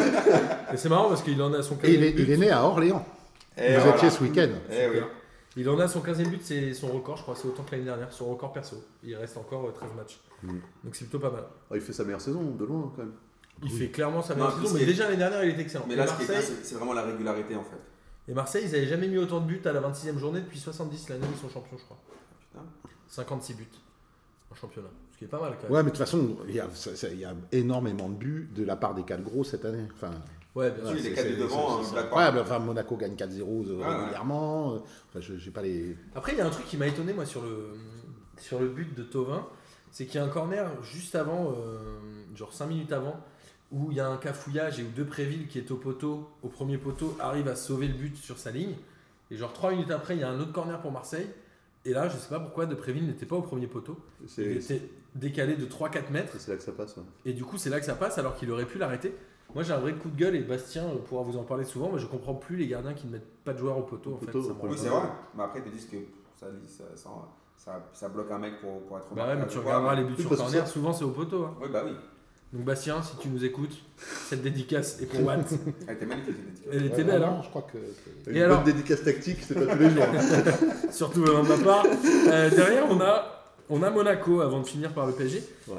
A: Et c'est marrant parce qu'il en a son 15
D: Et il est, il est né à Orléans.
B: Eh,
D: Vous
B: voilà.
D: étiez ce week-end.
B: Eh oui.
A: euh, Il en a son 15e but, c'est son record, je crois, c'est autant que l'année dernière, son record perso. Il reste encore euh, 13 matchs.
D: Mm.
A: Donc c'est plutôt pas mal.
C: Oh, il fait sa meilleure saison, de loin quand même.
A: Il fait clairement sa meilleure
B: Non,
A: saison,
B: ce
A: mais
B: qui est-
A: déjà l'année dernière, il était excellent.
B: Mais
A: Et
B: là, ce qui est
A: Marseille,
B: bien, c'est c'est vraiment la régularité en fait.
A: et Marseille, ils n'avaient jamais mis autant de buts à la 26e journée depuis 70 l'année où ils sont champions, je crois.
B: Putain.
A: 56 buts en championnat. Ce qui est pas mal quand même.
D: Ouais, mais de toute façon, il y, a, ça- ça- il y a énormément de buts de la part des quatre gros cette année. Enfin,
A: Ouais, bien
B: Oui,
A: sûr.
B: les
D: c'est-
B: quatre
D: c'est-
B: de devant, euh,
D: c'est- c'est
B: Blackburn.
D: incroyable. Enfin, Monaco gagne 4-0 euh,
B: Ouais, ouais.
D: régulièrement. Enfin, je- j'ai pas les.
A: Après, il y a un truc qui m'a étonné, moi, sur le, sur le but de Tovin. C'est qu'il y a un corner juste avant, euh, genre 5 minutes avant, où il y a un cafouillage et où Depréville, qui est au poteau, au premier poteau, arrive à sauver le but sur sa ligne. Et genre 3 minutes après, il y a un autre corner pour Marseille. Et là, je sais pas pourquoi Depréville n'était pas au premier poteau. Il
C: C'est
A: était décalé de 3-4 mètres.
C: c'est là que ça passe. ouais.
A: Et du coup, c'est là que ça passe, alors qu'il aurait pu l'arrêter. Moi, j'ai un vrai coup de gueule et Bastien euh, pourra vous en parler souvent. mais je comprends plus les gardiens qui ne mettent pas de joueurs au poteau.
C: Au
A: en fait.
C: poteau,
A: Ça me
C: au
A: rend
C: Ouais,
B: Oui, c'est
C: ouais.
B: vrai. Mais après, ils te disent que ça, ça, ça, ça- ça bloque un mec pour, pour être
A: Bah ouais,
B: remarqué
A: mais
B: à
A: tu
B: deux
A: regarderas
B: fois.
A: les buts
C: Oui,
A: sur
C: parce que
A: corner, souvent c'est au poteau. hein.
B: Oui, bah oui.
A: Donc Bastien, si tu nous écoutes, cette dédicace est pour Watt.
B: Elle était magnifique. cette étiquette.
A: Elle était
D: Ouais,
A: belle,
D: vraiment,
A: hein
D: Je crois que.
C: Une
A: Et alors
C: bonne dédicace tactique, c'est pas tous les jours. hein.
A: surtout venant de ma part. Euh, derrière, on a, on a Monaco avant de finir par le PSG.
C: Ouais.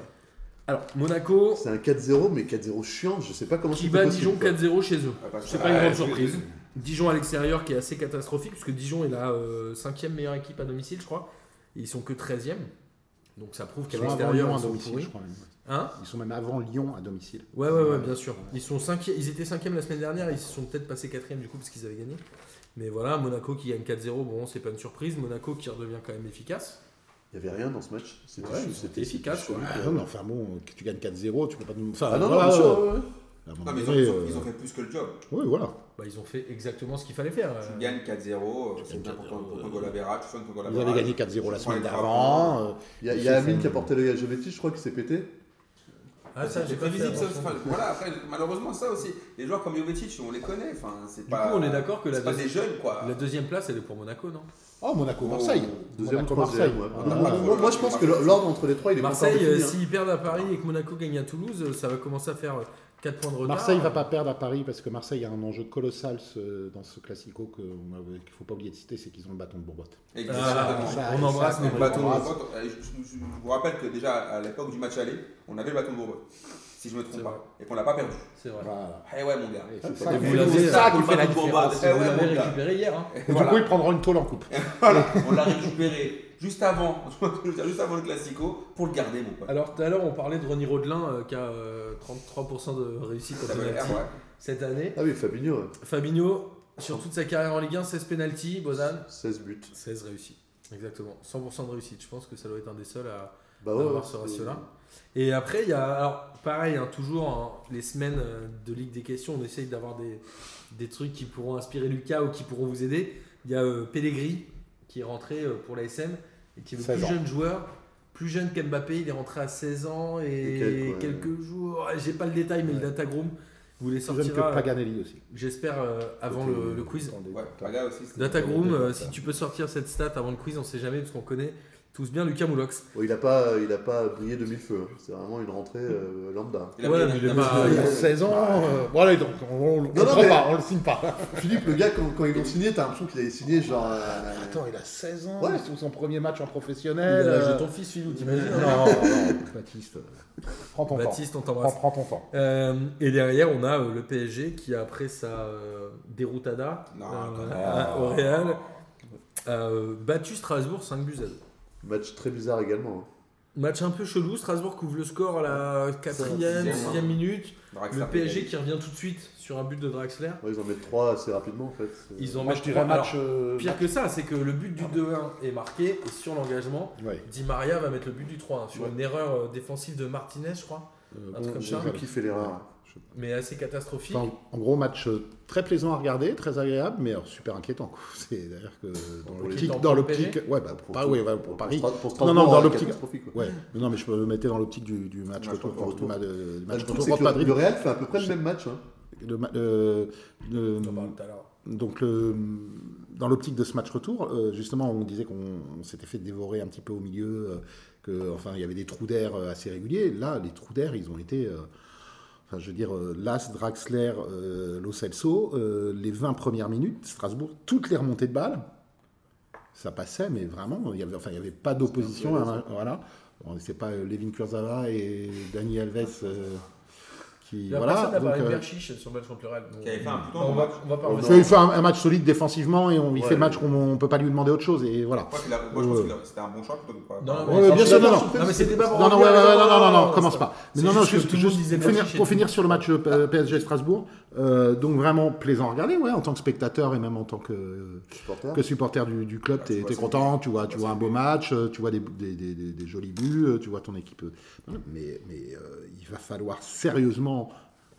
A: Alors, Monaco
C: C'est un 4-0, mais 4-0 chiant, je sais pas comment
A: qui
C: c'était
A: bat
C: possible,
A: Dijon
C: quoi.
A: 4-0 chez eux.
B: Ouais, parce que-
A: C'est pas une
B: Ah,
A: grande
B: je-
A: surprise. Dijon à l'extérieur qui est assez catastrophique, puisque Dijon est la euh, cinquième meilleure équipe à domicile, je crois. Et Ils sont que 13e. Donc ça prouve qu'à
D: Ils sont avant Lyon
A: l'extérieur,
D: à
A: ils sont
D: domicile, je
A: pourris.
D: crois même.
A: Hein
D: Ils sont même avant Lyon à domicile.
A: Ouais, ouais, ouais, bien sûr. Ils, sont cinqui- ils étaient 5 la semaine dernière, ils se sont peut-être passés 4 du coup parce qu'ils avaient gagné. Mais voilà, Monaco qui gagne 4-0, bon, c'est pas une surprise. Monaco qui redevient quand même efficace.
C: Il y avait rien dans ce match. C'était
A: Ouais,
C: chou-
A: c'était
C: c'était
A: efficace,
C: c'était
A: quoi.
C: chou-
D: Ah, non, mais enfin bon, que tu gagnes 4-0, tu peux pas nous. Enfin,
C: Ah non, non,
D: voilà,
C: bien sûr,
D: euh,
C: ouais,
D: à un
C: ouais.
D: moment
B: Non, Ah, mais ils ont,
D: donné,
B: ils ont-
D: euh,
B: ils ont fait plus que le job.
D: Oui, voilà.
A: Bah, ils ont fait exactement ce qu'il fallait faire.
B: Tu
A: euh.
B: gagnes 4-0, euh, c'est
D: gagnes
B: bien pour ton,
D: 4-0,
B: pour ton goal average, tu soignes ton goal
D: Vous avez
B: average.
D: gagné 4-0 la
B: Je prends les
D: semaine
B: drapeaux.
D: d'avant. euh,
C: Il y a, il y
D: Ils
C: a
D: se
C: Amine
D: font-
C: qui a porté le Jovetic, je crois qu'il s'est pété.
A: Ah, ça, j'ai
B: C'est
A: pas fait
B: prévisible, ça.
A: attention.
B: enfin, voilà, après, malheureusement, ça aussi. Les joueurs comme Jovetic, on les connaît. Enfin, c'est
A: Du
B: pas,
A: coup, on est d'accord que la
B: c'est pas des
A: deuxième,
B: jeunes, quoi.
A: la deuxième place, elle est pour Monaco, non
D: Oh, Monaco-Marseille.
C: Deuxième,
D: Monaco-Marseille.
C: troisième. ouais.
D: Ah,
C: Moi,
D: bah,
C: moi- moi, je pense que l'ordre entre les trois, il est pas encore
A: Marseille, euh,
C: défini, hein.
A: s'ils perdent à Paris et que Monaco gagne à Toulouse, euh, ça va commencer à faire 4 points de retard.
D: Marseille va pas perdre à Paris parce que Marseille a un enjeu colossal ce- dans ce classico que on avait- qu'il faut pas oublier de citer, c'est qu'ils ont le bâton de Bourbotte.
A: Ah,
B: Exactement.
D: Ça,
A: on embrasse
D: ça,
A: nos
B: Le bâton de
A: Monaco.
B: Bourbotte, euh, je, je- je vous rappelle que déjà à l'époque du match aller, on avait le bâton de Bourbotte, si je me
A: C'est
B: trompe pas,
A: vrai.
B: et qu'on l'a pas perdu.
A: C'est vrai.
D: Voilà.
B: Eh ouais mon gars.
D: Et
C: Ah,
D: C'est
C: bah,
D: ça, qui
A: vous
D: fait-
A: l'avez-
D: c'est ça qui
B: Bourbotte,
D: fait la
B: Bourbotte.
D: différence.
A: Parce
B: Eh
A: que vous
B: ouais,
A: l'avez
B: mon gars.
A: récupéré hier. hein.
B: Et
D: Et Du
B: voilà.
D: coup, ils prendront une tôle en coupe.
B: on l'a récupéré juste avant, juste avant le classico pour le garder mon pote.
A: Alors, tout à l'heure, on parlait de Ronny Rodelin euh, qui a euh, 33% de réussite au
B: Ça va
A: penalty
B: faire, Ah, ouais.
A: cette année.
C: Ah oui, Fabinho, ouais.
A: Fabinho, sur toute sa carrière en Ligue 1, 16 pénalty, Bozan.
C: 16 buts.
A: 16 réussis. Exactement, 100% de réussite. Je pense que ça doit être un des seuls à
C: Bah
D: Oh,
C: ouais.
A: avoir
C: ouais,
A: ce
C: c'est-
A: ratio-là. Et après, il y a. Alors, pareil, hein, toujours hein, les semaines euh, de Ligue des questions, on essaye d'avoir des, des trucs qui pourront inspirer Lucas ou qui pourront vous aider. Il y a euh, Pellegrini qui est rentré euh, pour la SM et qui est le
D: 16
A: plus
D: ans.
A: jeune joueur, plus jeune qu'Mbappé. Il est rentré à 16 ans et
C: Et quelques, ouais.
A: quelques jours. J'ai pas le détail, mais le
D: Ouais.
A: datagroom vous les
D: Plus jeune que
A: sortira, euh,
D: Paganelli aussi.
A: j'espère, euh, avant le, le quiz.
D: Attendez.
B: Ouais, Paga aussi. c'était-
A: Datagroom,
D: Ouais,
A: euh,
D: ouais,
A: si
D: ouais.
A: tu peux sortir cette stat avant le quiz, on sait jamais parce qu'on connaît tous bien Lucas Moulox.
C: Bon, il, a pas, il a pas brillé de mille feux. hein. C'est vraiment une rentrée euh, lambda.
B: Il a
A: Ouais,
B: pris-
A: mais
B: il a
A: il a
B: pris-
A: pas-
D: Il
B: il
D: y
B: a
D: a
B: pris-
D: 16 ans, euh, voilà, donc on, on, on
C: non,
D: le prend
C: mais-
D: pas, on le signe pas.
C: Philippe, le gars, quand, quand ils l'ont signé, t'as l'impression qu'il avait signé genre. euh,
D: Attends, il a 16 ans,
C: Ouais.
D: c'est son premier match en
A: Il a
D: professionnel.
A: l'âge de
D: euh,
A: ton fils, Philou, t'imagines hein
D: Non, non, Baptiste, euh, prends ton temps.
A: Baptiste, on
D: Prends,
A: t'embrasse.
D: prends ton temps.
A: Euh, et derrière, on a euh, le PSG qui, après sa euh, déroutada
B: Non,
A: euh,
B: quand même.
A: à- au Real, a euh, battu Strasbourg 5 buts à 2.
C: Match très bizarre également. hein.
A: Match un peu chelou, Strasbourg couvre le score à la 4ème,
B: Sixième, hein.
A: 6ème minute.
B: Draxler,
A: Le PSG qui revient tout de suite sur un but de Draxler.
C: Ouais, ils en mettent 3 assez rapidement en fait. C'est-
A: Ils en
D: Moi,
A: mettent
D: je dirais
A: trois.
D: match.
A: Alors,
D: euh,
A: Pire que ça, c'est que le but du 2-1 est marqué et sur l'engagement,
D: ouais,
A: Di Maria va mettre le but du 3-1 sur
D: Ouais.
A: une erreur euh, défensive de Martinez, je crois,
D: euh,
A: un truc comme
C: Je sais
A: ça.
C: plus qui fait l'erreur.
A: mais assez catastrophique.
D: Enfin, en gros, match euh, très plaisant à regarder, très agréable, mais alors, super inquiétant. quoi. C'est d'ailleurs que dans
C: Pour
A: qui,
D: l'optique,
A: dans-
D: dans
A: pour le
D: l'optique, ouais, bah, pour, pas- ouais, ouais, pour Paris.
C: Stra- pour
D: Non, non, dans
C: euh,
D: l'optique.
C: catastrophique, quoi.
D: Ouais. Mais non, mais je me mettais dans l'optique du, du match
B: Match
D: retour
B: retour.
D: contre le ma- de- du
C: Ah,
D: match
C: le truc,
D: retour
C: c'est que
D: contre
C: le,
D: Madrid.
C: le Real fait à peu près le même match. hein.
D: Le ma- euh, le-
A: On en parle tout à l'heure.
D: donc le- dans l'optique de ce match retour, euh, justement, on disait qu'on on s'était fait dévorer un petit peu au milieu, euh, que enfin il y avait des trous d'air euh, assez réguliers. Là, les trous d'air, ils ont été, euh, enfin je veux dire, euh, Las, Draxler, euh, Lo Celso, euh, les 20 premières minutes, Strasbourg, toutes les remontées de balles, ça passait, mais vraiment, il y avait, enfin il y avait pas d'opposition. hein, voilà, bon, c'est pas euh, Levin Kurzawa et Dani Alves. euh, qui,
A: La
D: voilà,
A: personne n'a parlé
D: donc,
A: de
D: euh,
A: Berchiche sur le match contre le Real.
B: Qui avait fait un
A: euh, On
B: putain de
A: va,
B: match.
A: on va pas
D: parce
A: revenir.
D: qu'il fait un, un match solide défensivement et on, il
A: Ouais,
D: fait le match qu'on ne peut pas lui demander autre chose. Et voilà.
B: Je crois qu'il a- Moi, je pense
D: Ouais.
B: qu'il a- c'était un bon choix plutôt que
A: Non,
B: pas.
A: non,
B: pas-
A: mais-
D: Ouais, ouais, bien sûr, non, non.
A: Non, mais c'est débat pour
D: Non, non, ouais,
A: revenir,
D: ouais, ouais,
A: non,
D: non, non,
A: non,
D: non,
A: non,
D: commence
A: c'est
D: pas.
A: c'est
D: Mais non, non,
A: juste que
D: juste,
A: tout le monde
D: juste
A: disait
D: pour, finir,
A: Berchiche.
D: pour finir sur le match euh, PSG Strasbourg, euh, donc vraiment plaisant à regarder, ouais, en tant que spectateur et même en tant que,
C: supporter.
D: que supporter du, du club,
B: Ah, tu
D: t'es
B: vois,
D: t'es
B: c'est-
D: content, tu vois, tu
B: ouais,
D: vois
B: c'est
D: un beau
B: bien.
D: match, euh, tu vois des, des, des, des- des jolis buts, euh, tu vois ton équipe. euh, voilà. Mais, mais euh, il va falloir sérieusement,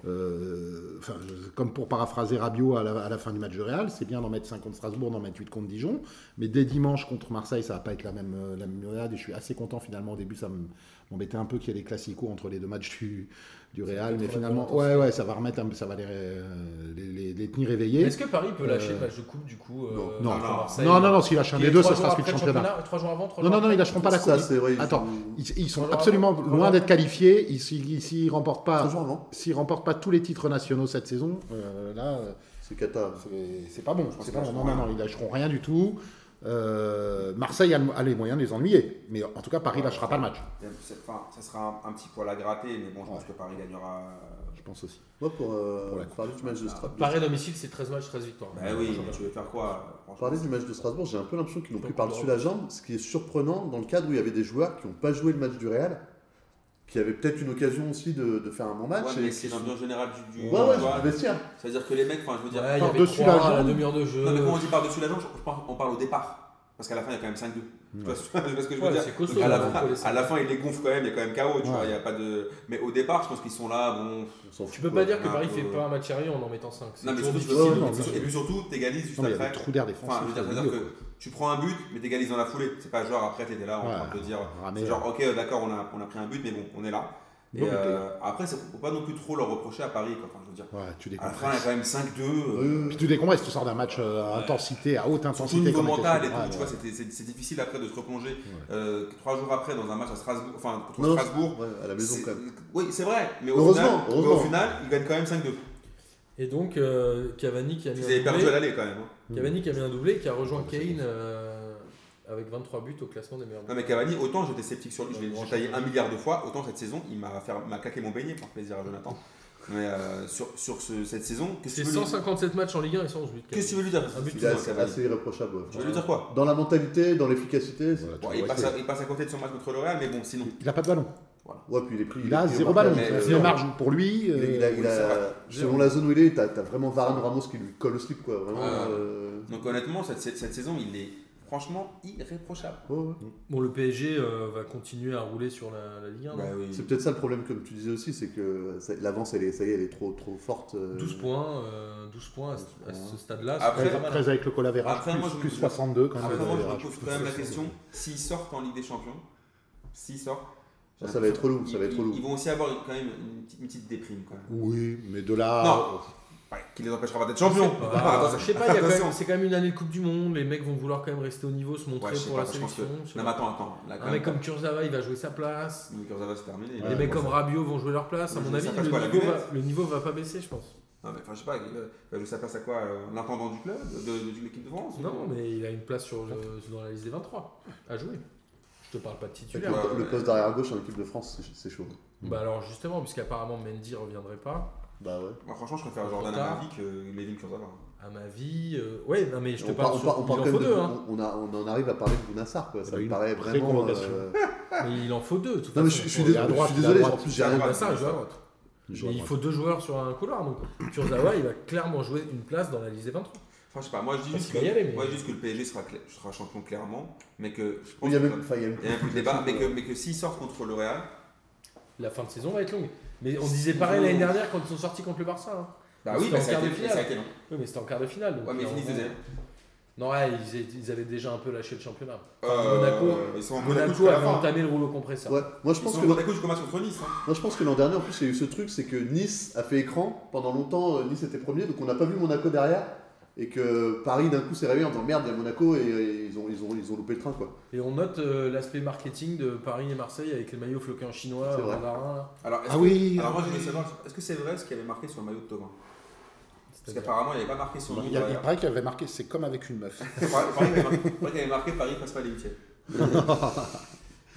D: euh, enfin, je- comme pour paraphraser Rabiot à la, à la fin du match de Real, c'est bien d'en mettre 5 contre Strasbourg, d'en mettre 8 contre Dijon, mais dès dimanche contre Marseille, ça va pas être la même, euh, la même limonade, et je suis assez content finalement. Au début, ça m- m'embêtait un peu qu'il y ait des classicos entre les deux matchs du, du Real, mais finalement, ouais, ouais, ça va remettre, un- ça va les, euh, les, les- les tenir éveillés.
A: Est-ce que Paris peut lâcher
D: Euh,
A: le match de coupe du coup euh,
C: non.
A: contre
D: Non.
A: Marseille
D: Non, non, non, s'il lâche un
A: Qui
D: des
A: est
D: deux,
A: trois
D: ça sera
A: jours
D: celui de
A: après le
D: championnat.
A: Trois jours avant, trois jours
D: Non, non, non,
A: après.
D: ils lâcheront pas la coupe.
C: Ça, c'est vrai. ils
D: Attends,
C: font-
D: ils, ils sont
A: Trois jours
D: absolument
A: avant.
D: loin d'être qualifiés. Ils- S'ils s'ils remportent
C: Trois
D: pas,
C: jours avant.
D: s'ils remportent pas tous les titres nationaux cette saison, euh, là, euh,
C: C'est Qatar.
D: c'est- c'est pas bon.
B: pense
D: C'est pas
B: qu'ils
D: bon.
B: lâcheront
D: Non, non, non,
B: rien.
D: ils lâcheront rien du tout. Euh, Marseille a, le- a les moyens de les ennuyer, mais en tout cas Paris lâchera pas le match.
B: Et en plus, c'est- Enfin, ça sera un, un petit poil à gratter, mais bon, je pense que Paris gagnera. euh,
D: Je pense aussi.
C: Moi, pour, euh,
D: Pour la
C: parler du match de Strasbourg.
A: Paris à domicile, c'est 13 matchs, 13 victoires.
B: Bah oui, mais tu veux faire quoi
C: Pour
B: franchement
C: Parler du match de Strasbourg, j'ai un peu l'impression qu'ils l'ont
A: Faut
C: pris
A: qu'on
C: par-dessus
A: le
C: la jambe, ce qui est surprenant dans le cadre où il y avait des joueurs qui n'ont pas joué le match du Real, qui avaient peut-être une occasion aussi de, de faire un bon match.
B: Ouais,
C: et
B: mais
C: qui
B: c'est
C: sont-
B: l'ambiance générale du. du
C: Ouais, ouais,
B: tu vois.
C: je le vestiaire.
B: C'est-à-dire que les mecs, enfin, je veux dire.
A: Ouais, il y avait
D: Par-dessus
A: trois
D: la
A: à la
D: jambe.
A: demi-heure de jeu.
B: Non, mais quand on dit par-dessus la jambe, je- je pense qu'on parle au départ. Parce qu'à la fin, il y a quand même 5-2. Tu vois ce tu vois ce que je veux
A: Ouais,
B: dire
A: c'est costaud,
B: Donc, à, la
A: ouais,
B: fin,
A: faut laisser.
B: à la fin, ils les gonflent quand même, il y a quand même KO, tu
D: Ouais.
B: vois. Il y a pas de... Mais au départ, je pense qu'ils sont là, bon.
C: On s'en fout,
A: Tu peux
C: quoi.
A: pas dire que
B: Ouais,
A: Paris
B: ouais.
A: fait pas un match sérieux en en mettant 5.
B: Non, mais surtout,
D: difficile,
B: tu-
D: non,
B: tu-
D: mais-
B: et puis surtout, t'égalises juste
D: Non, mais il y a
B: après.
D: des trous d'air
B: Enfin, je
D: défensifs.
B: veux dire,
D: au
B: c'est-à-dire
D: milieu,
B: que tu prends un but, mais t'égalises dans la foulée. C'est pas genre après, t'étais là en
D: Ouais,
B: train de te dire.
D: ramer,
B: C'est genre, ok, euh, d'accord, on a, on a pris un but, mais bon, on est là. Et
D: Non, mais
B: euh, après, c'est- faut pas non plus trop leur reprocher à Paris, quoi. Enfin, je veux dire,
D: quoi. Ouais, tu
B: à la
D: décompresses.
B: fin, il y a quand même 5-2. euh,
D: Puis tu décompresses, tu sors d'un match euh, à intensité, à haute
B: Surtout au
D: intensité.
B: niveau
D: comme était
B: mental et
D: celui-
B: tout,
C: Ah,
D: ouais,
B: tu
D: ouais.
B: vois, c'était- c'est c'est difficile après de se replonger euh, trois jours après dans un match à Strasbourg, enfin contre
C: Non,
B: Strasbourg.
C: ouais, à la maison
B: C'est-
C: quand même.
B: Oui, c'est vrai, mais au,
C: Heureusement,
B: final, mais au
C: heureusement.
B: final, ils gagnent quand même 5-2.
A: Et donc, euh, Cavani qui a mis
B: Ils
A: un
B: avaient perdu à
A: doublé.
B: l'aller quand même. hein.
A: Cavani qui a mis un doublé, qui a rejoint
D: Ouais, c'est
A: Kane euh, avec 23 buts au classement des meilleurs
B: Non
A: buts.
B: mais Cavani, autant j'étais sceptique sur lui, je l'ai-
A: Ouais,
B: j'ai taillé un milliard de fois, autant cette saison, il m'a fait- m'a claqué mon beignet, par plaisir à Jonathan. Mais euh, sur, sur ce- cette saison, qu'est-ce que
A: C'est
B: tu veux lui-
A: 157 matchs en Ligue 1 et 111 buts.
B: qu'est-ce que tu veux lui dire
A: Un but
C: Il est
B: Excuse-moi,
C: assez,
B: Cavani.
C: assez irréprochable. ouais.
B: Tu veux lui dire quoi
C: Dans la mentalité, dans l'efficacité. c'est-
D: Voilà, tu
B: Bon,
D: vois,
B: il, passe à,
D: c'est-
B: il passe à côté de son match contre le Real, mais bon, sinon.
D: Il a pas de ballon.
C: Ouais, puis il est pris.
D: Il a
C: est pris au
D: zéro ballon.
C: marquage.
B: mais-
D: C'est une marge pour lui.
C: Il a-
D: euh,
C: il a- il a-
B: c'est vrai.
C: selon la zone où il est, t'as t'as vraiment Varane Ramos qui lui colle au slip, quoi. Vraiment.
B: Ouais.
C: euh,
B: Donc honnêtement, cette, cette- cette saison, il est franchement irréprochable.
C: ouais, ouais.
A: Bon, le PSG euh, va continuer à rouler sur la, la Ligue
B: Bah,
A: hein. 1. non
C: C'est peut-être ça le problème, comme tu disais aussi, c'est que ça- l'avance, elle est, ça y est, elle est trop, trop forte. euh.
A: 12 points, euh, 12 points à, ce- à ce stade-là.
B: Après-
A: c'est pas mal.
D: 13 avec le Colavera,
B: Après,
D: plus,
B: moi, je me-
D: plus 62 quand même.
B: Après, moi, je me
D: Colavera,
B: pose
D: plus
B: quand même la
D: 62.
B: question s'ils sortent en Ligue des Champions, s'ils sortent. j'ai
C: Ça, ça va être
B: l'impression
C: relou, ça va
B: qu'ils-
C: être relou.
B: Ils vont aussi avoir quand même une petite, une petite déprime quand même.
D: Oui, mais de là. euh,
B: Non. Ouais, qui les empêchera pas d'être
A: Je sais
B: champions.
A: pas,
B: Attention.
A: je sais pas, il y a quand
B: Attention.
A: même- c'est quand même une année de Coupe du Monde, les mecs vont vouloir quand même rester au niveau, se montrer
B: Ouais, je sais
A: pour
B: pas,
A: la
B: je pense que.
A: sélection. je sais
B: Non, mais
A: pas.
B: attends, attends. Là,
A: Un mec comme Kurzawa, il va jouer sa place.
B: Kurzawa, c'est terminé.
D: Ouais,
A: Ah, les mecs
D: bon,
A: comme Rabiot vont jouer leur place. À
B: Ouais,
A: mon
B: ça
A: avis, le
B: passe quoi, la
A: niveau, va,
B: cuvette
A: le niveau va pas baisser, je pense.
B: Non, mais enfin, je sais pas, il va- il va jouer sa place à quoi euh, L'intendant du club De, de- de l'équipe de France
A: Non, mais il a une place sur le- dans la liste des 23 à jouer. Je te parle pas de
C: Avec
A: titulaire.
C: le,
B: Ouais,
C: le
B: ouais.
C: poste d'arrière gauche en équipe de France, c'est- c'est chaud.
A: Bah alors justement, puisqu'apparemment Mendy reviendrait pas,
C: Bah ouais.
B: Moi, franchement, je préfère Jordan
A: Trop tard.
B: à ma vie que Lévin Kurzawa.
A: à ma vie, euh, ouais, non mais je te
C: on,
A: parle,
C: par- on
A: sur-
C: par- on parle
A: il en
C: quand
A: faut
C: même de-
A: deux, hein.
C: on, on a- on en arrive à parler de Bounassar, quoi.
D: Il a
C: Ça
D: eu
C: me
D: une
C: paraît
D: vraie
C: vraiment.
D: convocation.
C: euh,
A: hein. Mais il en faut deux. de toute
C: Non, mais je,
A: façon,
C: je suis
A: pour-
C: dé-
D: à
C: je
D: droite,
C: suis
D: il est à
C: désolé,
D: droite.
C: en plus j'ai
A: Ah,
C: rien.
A: bah, ça, je vois.
D: Il joue à
A: Mais il
D: droite.
A: faut deux joueurs sur un couloir. Donc Kurzawa, il va clairement jouer une place dans la liste des 23.
B: Enfin, je sais pas, moi je dis
A: Parce
B: juste
A: qu'il va Ah, y aller,
B: que,
A: mais-
B: moi, je dis juste que le PSG sera, cla- sera champion clairement, mais que je pense
C: Il y a
B: que-
C: même. enfin, il y a même
B: il y a même plus de débat, mais que, mais que s'ils sortent contre le Real,
A: La fin de saison va être longue. Mais on disait pareil l'année dernière quand ils sont sortis contre le Barça. hein.
B: bah
A: Parce
B: oui,
A: qu'en
B: bah, ça, a
A: quart de
B: été,
A: finale.
B: ça a été long.
A: Oui, mais c'était en quart de finale. donc
B: Ouais, mais ils
A: on-
B: finissent deuxième.
A: Non, ouais, ils, étaient- ils avaient déjà un peu lâché le championnat.
B: Euh,
A: Monaco-
B: ils sont en Monaco,
A: Monaco
B: jusqu'à la
A: avait
B: fin.
A: entamé le rouleau compresseur.
C: Ouais. Moi, je
B: Ils
C: pense
B: sont
C: que
B: en Monaco jusqu'au match contre Nice. hein.
C: Moi je pense que l'an dernier en plus il y a eu ce truc, c'est que Nice a fait écran pendant longtemps, euh, Nice était premier, donc on n'a pas vu Monaco derrière, et que Paris d'un coup s'est réveillé en disant merde, il y a Monaco, et, et ils, ont, ils, ont, ils ont loupé le train quoi.
A: Et on note euh, l'aspect marketing de Paris et Marseille avec les maillots floqués en chinois,
C: C'est
A: en
C: vrai.
A: mandarin. là.
B: Alors, est-ce
D: Ah
B: que-
D: oui,
B: Alors, moi,
D: ah
B: je voulais
D: oui.
B: savoir, est-ce que c'est vrai ce qu'il y avait marqué sur le maillot de Thomas Parce
A: C'est-à-dire-
B: qu'apparemment, il n'y avait pas marqué son nom.
D: Il, y a- il
B: derrière.
D: paraît qu'il avait marqué, c'est comme avec une meuf.
B: Il paraît- il paraît qu'il y avait marqué- il paraît qu'il y avait marqué Paris passe pas les huitièmes.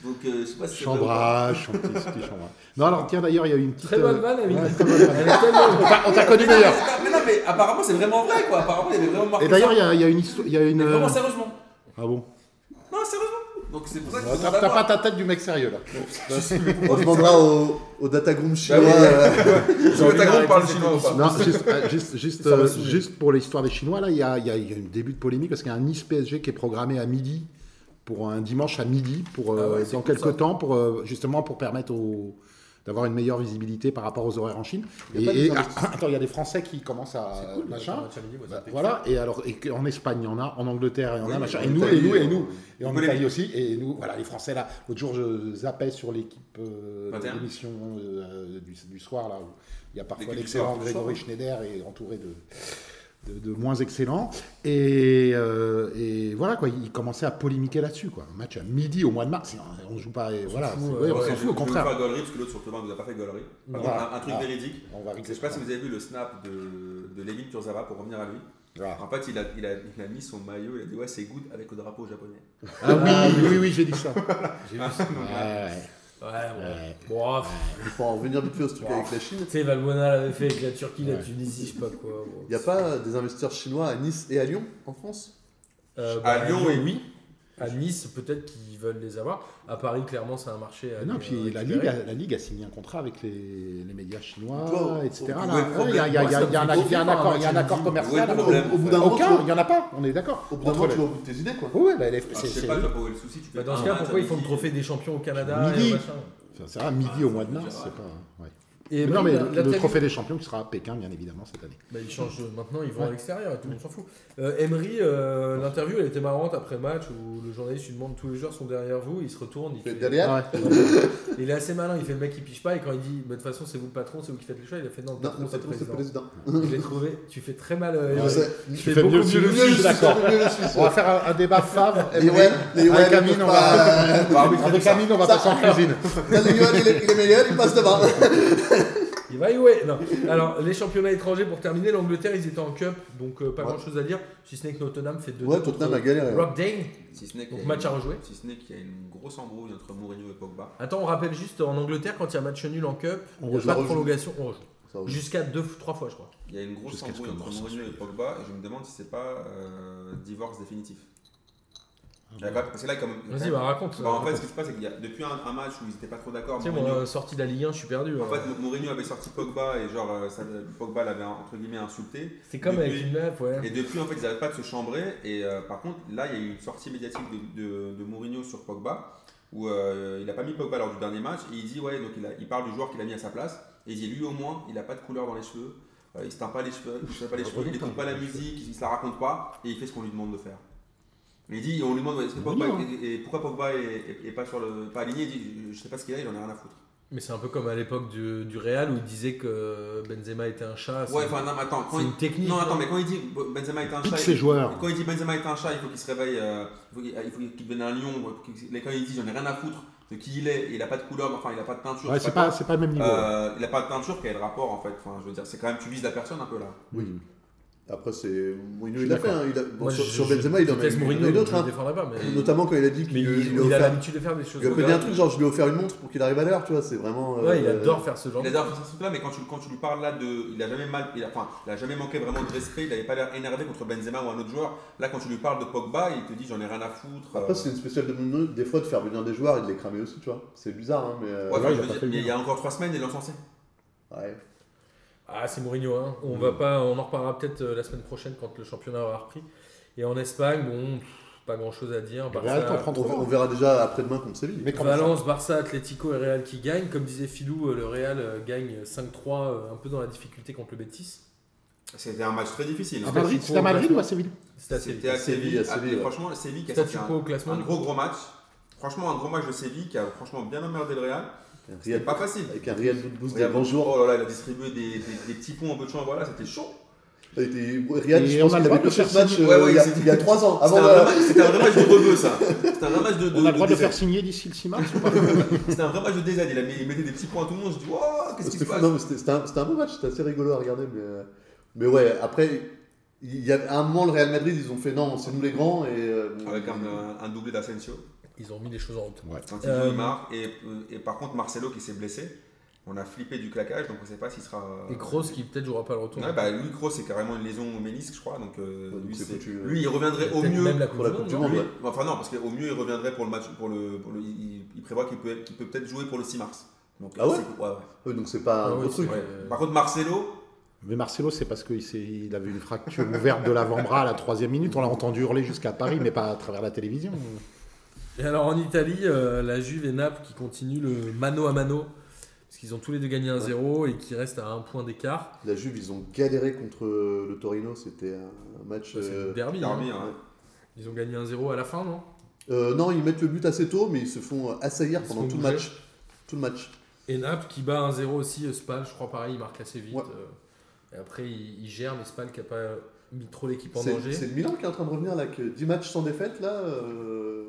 B: Donc, euh, je sais pas si c'est vrai ou pas.
D: Chambrage, son petit- son petit chambrage. Non, alors tiens, d'ailleurs, il y a eu une petite.
A: Très bonne
D: euh,
A: vanne, Amine.
D: ouais, très bonne vanne.
A: Elle est tellement-
C: Euh,
D: On t'a- on t'a connu d'ailleurs.
B: Mais non, mais apparemment, c'est vraiment vrai quoi. Apparemment, il y avait vraiment marqué.
D: Et d'ailleurs, il y a- il y a une histoire. il y a une,
B: ça. Mais
D: euh,
B: vraiment, sérieusement.
D: Ah bon
B: Non, sérieusement. Donc, c'est pour ça que je
D: T'as
B: demande à
D: t'as
B: voir.
D: pas ta tête du mec sérieux là.
C: On demandera au, au datagroom chinois.
B: oui.
C: euh,
B: Est-ce que ta groupe parle chinois ou pas
D: Non, juste, euh, juste, juste,
A: Ça va
D: euh,
A: saouler.
D: juste pour l'histoire des Chinois, là, il y a, il y a- il y a un début de polémique parce qu'il y a un Nice PSG qui est programmé à midi, pour un dimanche à midi, pour, euh,
A: Ah ouais, c'est
D: dans
A: cool,
D: quelques
A: ça.
D: temps, pour, euh, justement pour permettre aux- d'avoir une meilleure visibilité par rapport aux horaires en Chine.
C: Il y a
D: Et- et-
C: pas des
D: ah, attends, il y a des Français qui commencent à
A: C'est cool,
D: machin.
A: le match à midi, moi, ça
D: Bah,
A: me fait
D: voilà, et alors et que- en Espagne, il y en a, en Angleterre, il y en a,
B: Oui,
D: machin.
B: en
D: Et nous, et
C: Italie,
D: nous, et
C: euh,
D: nous. Et en
B: Vous
D: Italie aussi, et nous, voilà, les Français là. L'autre jour, je zappais sur l'équipe euh,
B: 21.
D: d'émission euh, du, du soir, là, où il y a parfois
B: L'équipe du
D: l'excellent
B: soir, du
D: Grégory Schneider et entouré de. De, de moins excellents et, euh, et voilà quoi il commençait à polémiquer là-dessus quoi un match à midi au mois de mars on joue pas et voilà
A: fout,
D: c'est-
A: euh,
D: ouais, on
B: Ouais,
D: s'en
B: je
D: fout au
B: vais vous
D: contraire
B: faire gaulerie parce que l'autre sur Thomas vous a pas fait gaulerie. Par
D: Non.
B: contre, un, un truc
D: Ah.
B: véridique.
D: on va régler
B: Je sais pas si vous avez vu le snap de, de Levin Kurzawa pour revenir à lui.
D: Ah.
B: En fait, il a, il a, il a mis son maillot, il a dit ouais, c'est good avec le drapeau japonais.
D: ah oui oui oui j'ai dit ça Ah,
A: J'ai vu ça.
D: Ouais,
A: Ouais, bon.
D: ouais.
A: Bon, pff,
C: Il faut en venir vite fait au truc avec la Chine.
A: tu sais, Valbuena l'avait fait avec la Turquie, la
D: Ouais.
A: Tunisie, je sais pas quoi. bon.
C: Il n'y a pas des investisseurs chinois à Nice et à Lyon en France
A: Euh,
B: À
A: bah,
B: Ah, Lyon, oui.
A: À Nice, peut-être qu'ils veulent les avoir. À Paris, clairement, c'est un marché. à
D: Ah non,
A: aller,
D: puis
A: euh,
D: la,
A: récupérer.
D: Ligue a, la Ligue a signé un contrat avec les, les médias chinois,
C: Toi, au-
D: etc.
C: au-
D: là.
C: au-
D: Ouais, Il y a- il y a il y a- il y a un
A: Moi, ça me fait
D: il y a un
A: comprendre,
D: accord, il y a un
A: moi,
D: accord
A: tu me dis,
D: commercial.
B: ouais,
C: au,
B: problème.
C: au bout d'un moment, tu
D: Aucun, il
C: vois-
D: n'y en a pas, on est d'accord.
C: au bout d'un
D: Entre
C: moment,
D: le-
C: tu Ah, vas au bout de tes idées quoi.
D: Ouais, la LFP,
B: Alors,
D: c'est
B: Ah, je sais
D: c'est-
B: pas, je vois pas où est le souci. Tu
A: Bah,
B: fais
A: dans ce
D: Ah,
B: un
A: cas,
B: match
A: pourquoi
B: à
A: ils font le
B: midi.
A: trophée des champions au Canada
D: Midi.
A: et machin
D: c'est- c'est à midi au mois de mars, c'est pas... ouais.
A: Et
D: non, mais
A: oui, là-
D: le,
A: là,
D: le
A: t'as vu-
D: trophée des champions qui sera à Pékin, bien évidemment, cette année.
A: Bah, ils changent maintenant, ils vont à
D: Ouais.
A: l'extérieur et tout le monde s'en fout. Euh, Emery, euh, l'interview, elle était marrante après match où le journaliste lui demande tous les joueurs sont derrière vous, il se retourne, il
C: Tu vas
A: fait.
C: être derrière
D: Ouais.
A: Il est assez malin, il fait le mec qui pige pas et quand il dit bah, de toute façon c'est vous le patron, c'est vous qui faites les choix, il a fait non, le
C: Non,
A: patron
C: le
A: c'est le
C: patron, c'est le
A: président.
C: président.
A: Je l'ai trouvé, tu fais très mal. euh,
C: Je
A: Emery.
C: sais.
A: Tu
D: Tu
A: fais
D: fais
A: beaucoup
D: mieux que
A: mieux
D: le
A: que
D: Suisse, d'accord.
C: Mieux le Suisse,
D: On va
C: ouais.
D: faire un, un débat Favre.
C: Les Wales, les Wales,
D: avec
C: ils
D: Amine,
C: peuvent
D: on va,
C: Eh
D: Bah
C: pas-
A: Bah
D: avec Amine, on va
C: Ça-
D: passer en cuisine.
C: Là, le Johan, il est il est meilleur, il passe devant.
A: Il va y ouais. Non. Alors, les championnats étrangers pour terminer, l'Angleterre ils étaient en cup, donc euh, pas
C: Ouais.
A: grand chose à dire, si ce n'est que Tottenham fait 2
C: Ouais, Tottenham a galéré. hein. ouais.
A: Rockdale.
B: Si ce n'est qu'il y
A: Donc
B: a
A: match
B: une-
A: à rejouer.
B: Si ce n'est qu'il y a une grosse embrouille entre Mourinho et Pogba.
A: Attends, on rappelle juste en Angleterre quand il y a match nul en cup, il
D: On
A: y a
D: rejoue,
A: pas
C: on
A: de
C: rejoue.
A: prolongation, on rejoue.
C: Ça va.
A: Jusqu'à deux, trois fois je crois.
B: Il y a une grosse
D: Jusqu'à ce
B: embrouille
D: que
B: entre
D: Morse
B: Mourinho et
D: s'enfuit.
B: Pogba. Et je me demande si c'est pas euh, divorce définitif. Il y a quand même- Parce que là, quand même. quand
A: Vas-y,
B: même-
A: bah, raconte.
B: Bah, en fait, ce qui se passe, c'est qu'il y a depuis un, un match où ils n'étaient pas trop d'accord,
A: Tu sais,
B: Mourinho-
A: moi, sorti de la Ligue 1, je suis perdu.
B: En
A: euh.
B: fait, Mourinho avait sorti Pogba et genre euh, ça- Pogba l'avait entre guillemets insulté.
A: C'est comme avec
B: Depuis-
A: une meuf, ouais.
B: Et depuis, en fait, ils n'arrêtent pas de se chambrer. Et euh, par contre, là, il y a eu une sortie médiatique de, de- de Mourinho sur Pogba où euh, il n'a pas mis Pogba lors du dernier match. Et il dit, ouais, donc il, a- il parle du joueur qu'il a mis à sa place. Et il dit, lui au moins, il n'a pas de couleur dans les cheveux. euh, il se teint pas les cheveux, il se teint
A: Ah,
B: pas les cheveux, il n'écoute pas la musique, il se la raconte pas. Et il fait ce qu'on lui demande de faire. Et Il dit, on lui demande, ouais, est-ce que Pogba- et, et pourquoi Pogba est, est- est pas, sur le, pas aligné Il dit, je sais pas ce qu'il a, j'en ai rien à foutre.
A: Mais c'est un peu comme à l'époque du, du Real où il disait que Benzema était un chat. Ah, c'est-
B: Ouais, enfin, non, mais attends, quand
A: c'est
B: il-
A: une technique,
B: Non,
A: quoi.
B: attends, mais quand il dit Benzema est un
D: Pique
B: chat,
D: ces joueurs.
B: Quand il dit Benzema est un chat, il faut qu'il se réveille, euh, il faut qu'il- il faut qu'il devienne un lion. ou qu'il- Quand il dit j'en ai rien à foutre de qui il est, et il a pas de couleur, enfin il a pas de teinture.
D: Ouais,
B: je sais
D: c'est pas, c'est pas le même niveau.
B: quoi. Euh, il a pas de teinture, quel est le rapport en fait Enfin, je veux dire, c'est quand même tu vises la personne un peu là.
C: Oui. Après, c'est. Mourinho,
D: Je suis
C: il a fait.
D: d'accord.
C: hein, il a- bon,
A: Moi,
C: sur,
A: je-
C: sur
A: je-
C: Benzema, il en a
A: déteste
C: il en a
A: Mourinho,
C: eu
A: donc
C: d'autres.
A: Je le
C: hein.
A: défendrai pas, mais,
C: Notamment quand il a dit qu'il
A: mais
C: lui-
A: il,
C: lui a
A: il a
C: offert.
A: l'habitude de faire des choses.
C: Il lui a pété un truc, genre je lui ai offert une montre pour qu'il arrive à l'heure, tu vois, c'est vraiment. euh,
A: Ouais, il adore faire ce genre.
B: Il
A: de-
B: adore faire ce truc là, mais quand tu, quand tu lui parles là de. Il a jamais mal. il a- enfin, il a jamais manqué vraiment de respect, il avait pas l'air énervé contre Benzema ou un autre joueur. Là, quand tu lui parles de Pogba, il te dit j'en ai rien à foutre. euh,
C: Après, c'est une spéciale de Mourinho, des fois, de faire venir des joueurs et de les cramer aussi, tu vois. C'est bizarre, hein, mais. euh,
B: ouais, enfin,
D: il
B: je veux
D: a pas
B: dire,
D: fait le
B: il y a encore trois semaines, il l'encensait.
C: ouais.
A: Ah, c'est Mourinho. Hein. On
B: Mm.
A: va pas, on en reparlera peut-être euh, la semaine prochaine quand le championnat aura repris. Et en Espagne, bon, pff, pas grand-chose à dire.
D: Le Bah, Real t'en
A: Barça,
D: prend
C: On,
D: trop
C: ver-
D: fort.
C: on verra déjà après-demain contre Séville.
D: Mais quand même,
A: Valence, Barça, Atlético et Real qui gagnent. Comme disait Philou, euh, le Real euh, gagne 5-3 euh, un peu dans la difficulté contre le Betis.
B: C'était un match très difficile. hein.
D: À Ah, Madrid, C'était à Madrid ou à Séville
A: C'est assez
B: C'était à Séville.
C: Séville, à
B: Ah, mais
C: Séville, ouais.
B: Franchement, Séville qui a sorti
A: Statu quo
B: un,
A: au classement.
B: un gros gros match. Franchement, un gros match de Séville qui a franchement bien emmerdé le Real.
C: Avec un
B: C'était
C: Real-
B: pas facile.
C: Avec un Real Boost
B: Real,
C: de bonjour.
B: Oh là là, il a distribué des, des- des petits ponts un peu de champ. Voilà, c'était chaud.
C: Et Real,
D: Et
C: je
D: on
C: pense
D: a
C: qu'il
D: le droit
C: avait
D: de
C: le
D: faire
C: faire match
D: signer.
C: euh,
B: Ouais, ouais,
C: il y a-
B: c'était-
C: il y a 3 ans.
B: C'était
C: Avant euh,
B: un,
C: la-
B: vrai match- c'était un vrai match de rebeu, ça. C'était un vrai match de. de
D: On a le droit de
B: DZ.
D: faire signer d'ici le 6 mars
B: C'était un vrai match de DZ. Il, a mis- il mettait des petits points à tout le monde. Je dis, oh, qu'est-ce qui se
C: C'était fou,
B: passe
C: non, mais c'était- c'était un, c'était un beau match, c'était assez rigolo à regarder. Mais, euh, mais ouais, après, il y a, à un moment, le Real Madrid, ils ont fait non, c'est nous les grands. Et, euh, bon,
B: Avec un, un- un doublé d'Asensio.
A: Ils ont mis les choses en route.
B: Quand il
A: Euh,
B: joue, il marque. Et, et par contre, Marcelo qui s'est blessé. On a flippé du claquage, donc on ne sait pas s'il sera. euh,
A: Et Kroos qui peut-être jouera pas le retour.
B: Ouais, bah, lui, Kroos, c'est carrément une lésion au ménisque, je crois. Donc, euh,
C: Ouais, donc
B: lui,
C: c'est
B: c'est-
C: foutu, ouais.
B: lui, il reviendrait au
A: Peut-être
B: mieux.
A: même la
C: pour la Coupe du Monde,
B: Lui-
C: ouais.
B: Enfin, non, parce qu'au mieux, il reviendrait pour le match. Pour le, pour le- il, il prévoit qu'il peut, qu'il peut peut-être jouer pour le 6 mars. Donc,
C: Ah ouais
B: c'est-
C: eux, donc c'est pas
A: Ah
C: un
A: ouais,
C: gros
A: c'est
C: truc.
A: vrai.
B: ouais. Par contre, Marcelo,
D: Mais Marcelo, c'est parce qu'il s'est- il avait une fracture ouverte de l'avant-bras à la troisième minute. On l'a entendu hurler jusqu'à Paris, mais pas à travers la télévision.
A: Et alors en Italie, euh, la Juve et Naples qui continuent le mano à mano, parce qu'ils ont tous les deux gagné 1-0 et qui restent à un point d'écart.
C: La Juve, ils ont galéré contre euh, le Torino, c'était un match.
A: Ça, C'est
C: euh,
A: le derby. hein.
B: Darby, hein.
A: Ils ont gagné 1-0 à la fin, non
C: euh, non, ils mettent le but assez tôt, mais ils se font euh, assaillir
A: Ils se
C: pendant
A: font
C: tout le
A: bouger.
C: match. Tout le match.
A: Et Naples qui bat 1-0 aussi, euh, Spal, je crois pareil, il marque assez vite.
C: Ouais.
A: euh, et après, il, il gère, mais Spal qui a pas mis trop l'équipe en
C: C'est
A: danger.
C: c'est le Milan qui est en train de revenir là, que 10 matchs sans défaite là. euh,